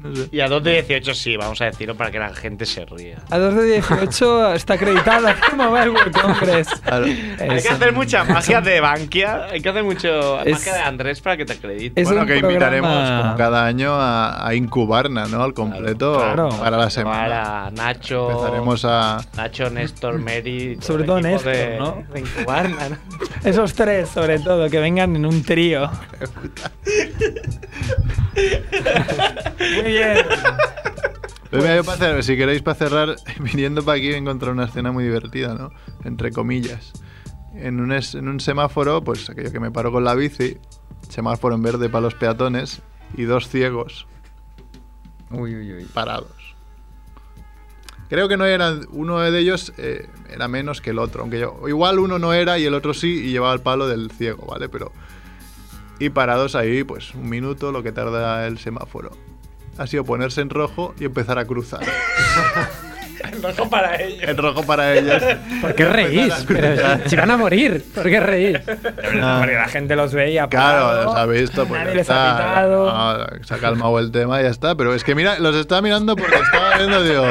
Speaker 1: No sé.
Speaker 6: Y a 2 de 18 sí, vamos a decirlo para que la gente se ría.
Speaker 4: A 2 de 18 está acreditada el Mobile World Congress.
Speaker 1: Claro.
Speaker 6: Hay
Speaker 4: Es
Speaker 6: que
Speaker 4: un-
Speaker 6: hacer mucha magia de Bankia, hay que hacer mucho
Speaker 4: Es-
Speaker 6: magia de Andrés para que te acredite.
Speaker 4: Es
Speaker 1: bueno,
Speaker 4: un
Speaker 1: que
Speaker 4: programa-
Speaker 1: invitaremos como cada año a, a Incubarna, ¿no? Al completo
Speaker 4: Claro, claro.
Speaker 1: para la semana.
Speaker 6: Para Nacho,
Speaker 1: Empezaremos a.
Speaker 6: Nacho, Néstor, Mary, todo
Speaker 4: Sobre
Speaker 6: el
Speaker 4: todo
Speaker 6: equipo
Speaker 4: Néstor,
Speaker 6: de,
Speaker 4: ¿no?
Speaker 6: de
Speaker 1: <laughs>
Speaker 6: Incubarna, ¿no?
Speaker 4: Esos tres, sobre todo, que vengan en un trío. Muy bien.
Speaker 1: Pues mira, yo para cerrar- si queréis para cerrar, <laughs> viniendo para aquí he encontrado una escena muy divertida, ¿no? Entre comillas. En un, es- en un semáforo, pues aquello que me paró con la bici, semáforo en verde para los peatones y dos ciegos. Uy, uy, uy. Parados. Creo que no eran. Uno de ellos eh, era menos que el otro. Aunque yo. Igual uno no era y el otro sí y llevaba el palo del ciego, ¿vale? Pero. Y parados ahí, pues un minuto, lo que tarda el semáforo. Ha sido ponerse en rojo y empezar a
Speaker 6: <laughs>
Speaker 1: cruzar.
Speaker 6: rojo para ellos.
Speaker 1: En rojo para ellas.
Speaker 3: ¿Por qué reís?
Speaker 1: Pues
Speaker 3: Pero si van a morir, ¿por qué reír?
Speaker 1: Ah,
Speaker 4: Porque la gente los veía.
Speaker 1: claro, los ha visto. Pues
Speaker 4: Nadie
Speaker 1: ya
Speaker 4: les ha
Speaker 1: está.
Speaker 4: pitado.
Speaker 1: Ah, se ha calmado el tema y ya está. Pero es que mira, los estaba mirando porque estaba viendo, digo.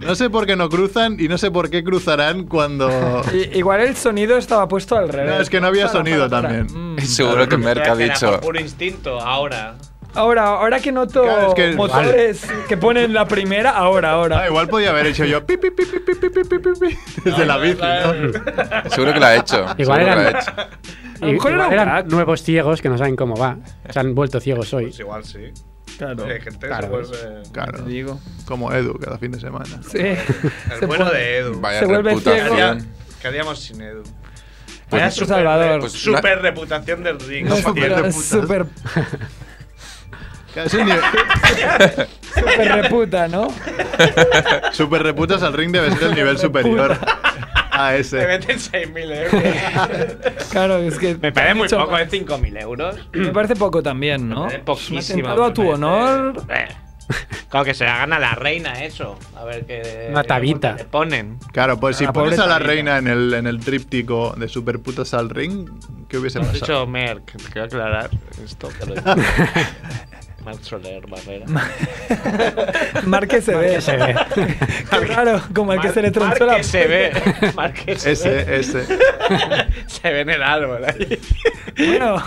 Speaker 1: No sé por qué no cruzan y no sé por qué cruzarán cuando.
Speaker 4: I- igual el sonido estaba puesto al revés.
Speaker 1: No, es que no había sonido también.
Speaker 4: Mm.
Speaker 5: Seguro que Merck ha dicho.
Speaker 6: Por
Speaker 4: <laughs>
Speaker 6: instinto, ahora.
Speaker 4: Ahora, ahora que noto
Speaker 1: Claro, es que-
Speaker 4: motores que ponen la primera, ahora,
Speaker 1: Ah,
Speaker 4: ahora.
Speaker 1: igual podía haber hecho yo pi, pi, pi, pi, pi, pi, pi, pi, pi, pi, desde la bici, ¿no?
Speaker 5: Seguro que lo ha hecho.
Speaker 3: Igual
Speaker 5: seguro que lo ha
Speaker 3: eran-
Speaker 5: hecho.
Speaker 4: A lo mejor
Speaker 3: Igual
Speaker 4: era un
Speaker 3: eran nuevos ciegos que no saben cómo va. Se han vuelto ciegos hoy.
Speaker 6: Pues igual sí.
Speaker 4: Claro.
Speaker 6: Hay gente que
Speaker 3: Claro.
Speaker 6: se vuelve-
Speaker 1: Claro,
Speaker 4: Te digo.
Speaker 1: como Edu cada fin de semana.
Speaker 4: Sí.
Speaker 6: El
Speaker 4: Se
Speaker 6: bueno
Speaker 4: pone-
Speaker 6: de Edu.
Speaker 5: Vaya
Speaker 4: Se vuelve
Speaker 5: reputación.
Speaker 4: ciego.
Speaker 6: ¿Qué haríamos sin Edu?
Speaker 4: Vaya super-
Speaker 6: Vaya super-
Speaker 4: Pues Salvador.
Speaker 5: pues
Speaker 6: super reputación del ring.
Speaker 4: No,
Speaker 1: Hijo de
Speaker 4: pero-
Speaker 1: putas.
Speaker 4: Súper
Speaker 1: Casi ni-
Speaker 4: súper reputa, ¿no?
Speaker 1: Super reputas al ring debe ser el nivel superior a
Speaker 6: Te
Speaker 1: ese.
Speaker 6: meten 6.000 euros.
Speaker 4: Claro, es que.
Speaker 6: <laughs> Me parece muy
Speaker 4: Mucho-
Speaker 6: poco, es 5.000 euros.
Speaker 4: Me parece poco también, ¿no? Pues
Speaker 6: Es poquísimo.
Speaker 4: Un atentado a tu
Speaker 6: me
Speaker 4: honor.
Speaker 6: parece. Eh, Claro que se la gana la reina eso. A ver qué.
Speaker 3: Una tabita.
Speaker 6: Le ponen.
Speaker 1: Claro, pues si
Speaker 4: La
Speaker 1: pones
Speaker 4: pobre
Speaker 1: a la
Speaker 4: Sarita.
Speaker 1: reina en el, en el tríptico de super putas al ring, ¿qué hubiese
Speaker 6: Lo has
Speaker 1: pasado?
Speaker 6: dicho Merck. Te quiero aclarar esto. Que lo digo. <laughs> Merck Soler, Barrera.
Speaker 4: Mar que se ve.
Speaker 3: Se ve.
Speaker 4: Claro, como el que se le tronchó
Speaker 6: Mar
Speaker 4: la.
Speaker 6: que se ve. Mar que se ve.
Speaker 1: Ese, ese.
Speaker 6: <laughs> Se ve en el árbol ahí.
Speaker 4: Bueno,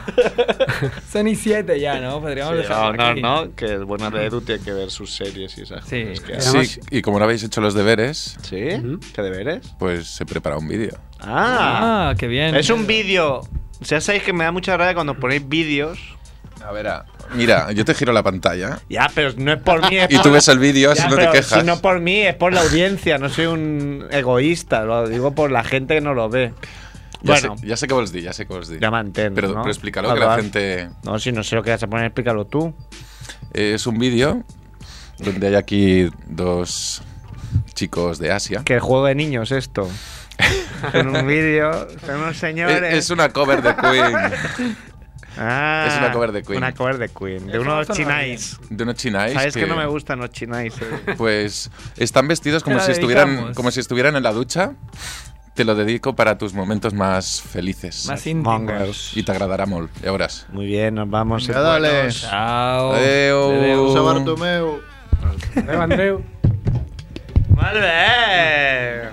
Speaker 4: son y siete ya, ¿no? Podríamos
Speaker 6: Sí,
Speaker 4: dejarlo
Speaker 6: no,
Speaker 4: aquí.
Speaker 6: no, no, que el bueno de Edu tiene que ver sus series y esas
Speaker 4: Sí.
Speaker 6: cosas. Que hace.
Speaker 5: Sí, y como no habéis hecho los deberes,
Speaker 6: ¿Sí? ¿Qué deberes?
Speaker 5: pues se prepara un vídeo.
Speaker 6: Ah,
Speaker 4: Ah, qué bien.
Speaker 6: es un vídeo. Ya sabéis que me da mucha rabia cuando ponéis vídeos.
Speaker 5: A ver, a- mira, yo te giro la pantalla
Speaker 6: Ya, pero no es por mí. Es
Speaker 5: y
Speaker 6: por-
Speaker 5: tú ves el
Speaker 6: Ya,
Speaker 5: vídeo, así no te
Speaker 6: pero
Speaker 5: quejas.
Speaker 6: Si no por mí, es por la audiencia. No soy un egoísta. Lo digo por la gente que no lo ve.
Speaker 5: Ya
Speaker 6: bueno,
Speaker 5: sé, ya sé que vos di, ya sé que vos di.
Speaker 6: ya me entiendo,
Speaker 5: Pero,
Speaker 6: ¿no?
Speaker 5: pero explícalo,
Speaker 6: Vale,
Speaker 5: que la
Speaker 6: vale.
Speaker 5: gente.
Speaker 6: No, si no sé lo que vas a poner, explícalo tú.
Speaker 5: Eh, es un vídeo donde hay aquí dos chicos de Asia.
Speaker 6: Que el juego de niños esto. <laughs> en un vídeo, son unos
Speaker 5: Eh, Es,
Speaker 6: señores.
Speaker 5: es una cover de Queen.
Speaker 6: Ah,
Speaker 5: es una cover de Queen.
Speaker 6: Una cover de Queen. De unos chinais.
Speaker 5: De unos chinais.
Speaker 6: Sabes que, no me gustan los chinais.
Speaker 5: <laughs>
Speaker 6: eh.
Speaker 5: Pues están vestidos como
Speaker 6: Te la
Speaker 5: si, estuvieran,
Speaker 6: dedicamos.
Speaker 5: como si estuvieran en la ducha. Te lo dedico para tus momentos más felices.
Speaker 4: Más íntimos.
Speaker 6: Mongers.
Speaker 5: Y te agradará mol. Ya verás.
Speaker 6: Muy bien, nos vamos.
Speaker 1: Venga, dale.
Speaker 6: hermanos.
Speaker 4: Chao.
Speaker 5: Adeu.
Speaker 1: Adeu, San Bartomeu.
Speaker 3: Adeu, Andreu.
Speaker 6: Molt bé.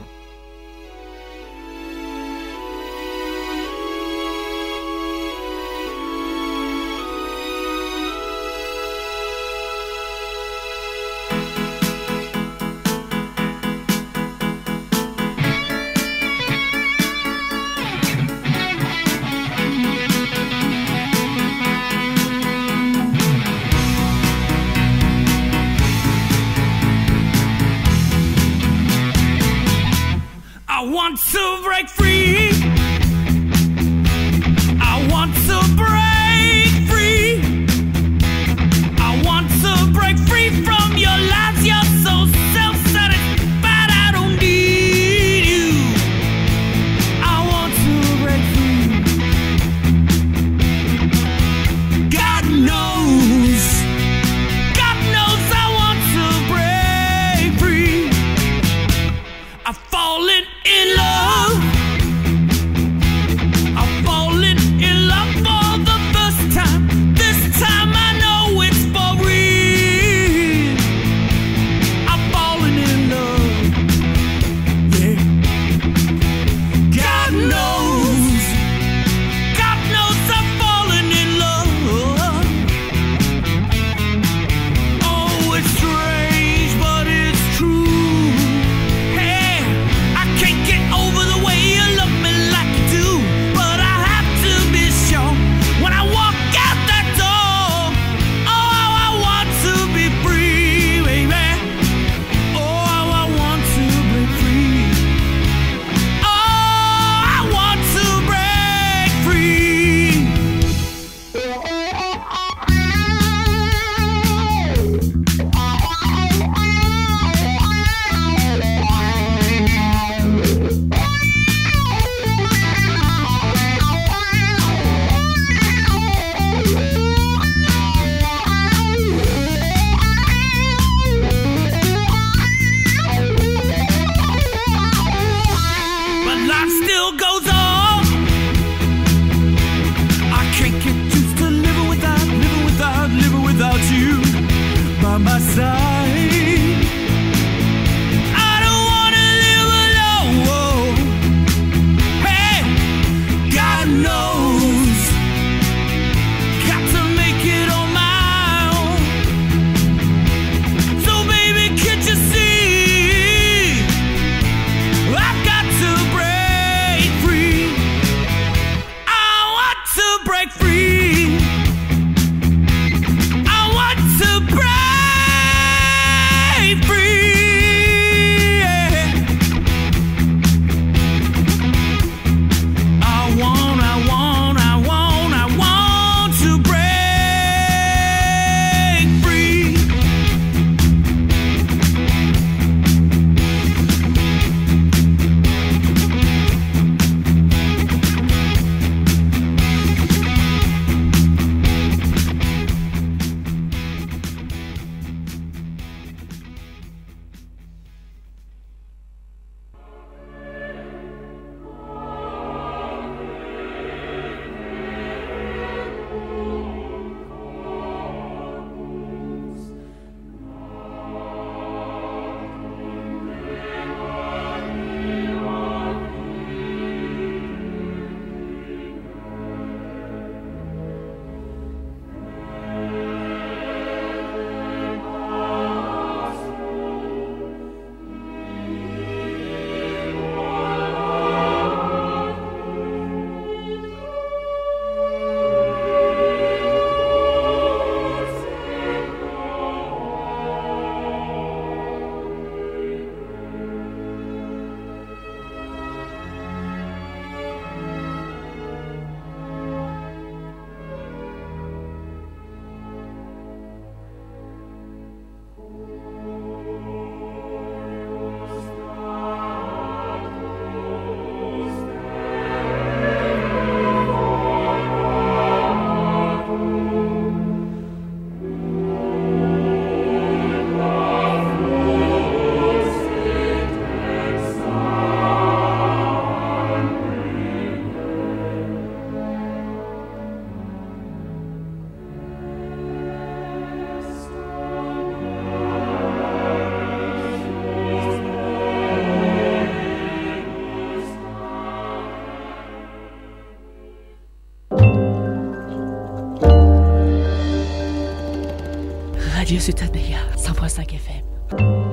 Speaker 8: I want to break free. I want to break free. I want to break free from your lies. You're so self satisfied. I don't need you. I want to break free. God knows. God knows I want to break free. I've fallen in love. I've fallen in love for the first time. This time I know it's for real. I've fallen in love. Yeah. God knows. God knows I've fallen in love. Oh, it's strange, but it's true. Hey, I can't get over the way you love me like you do, but I have to be sure when I walk out that door. Oh, how I want to be free, baby. Oh, how I want to be free. Oh, I want to break free. But life still goes on. I can't get used to living without, living without, living without you by my side. I don't wanna live alone. Hey, God knows, got to make it on my own. So baby, can't you see? I've got to break free. I
Speaker 10: <laughs>
Speaker 8: want to break free. I want to break Radio Ciudad Bella, 100.5 FM.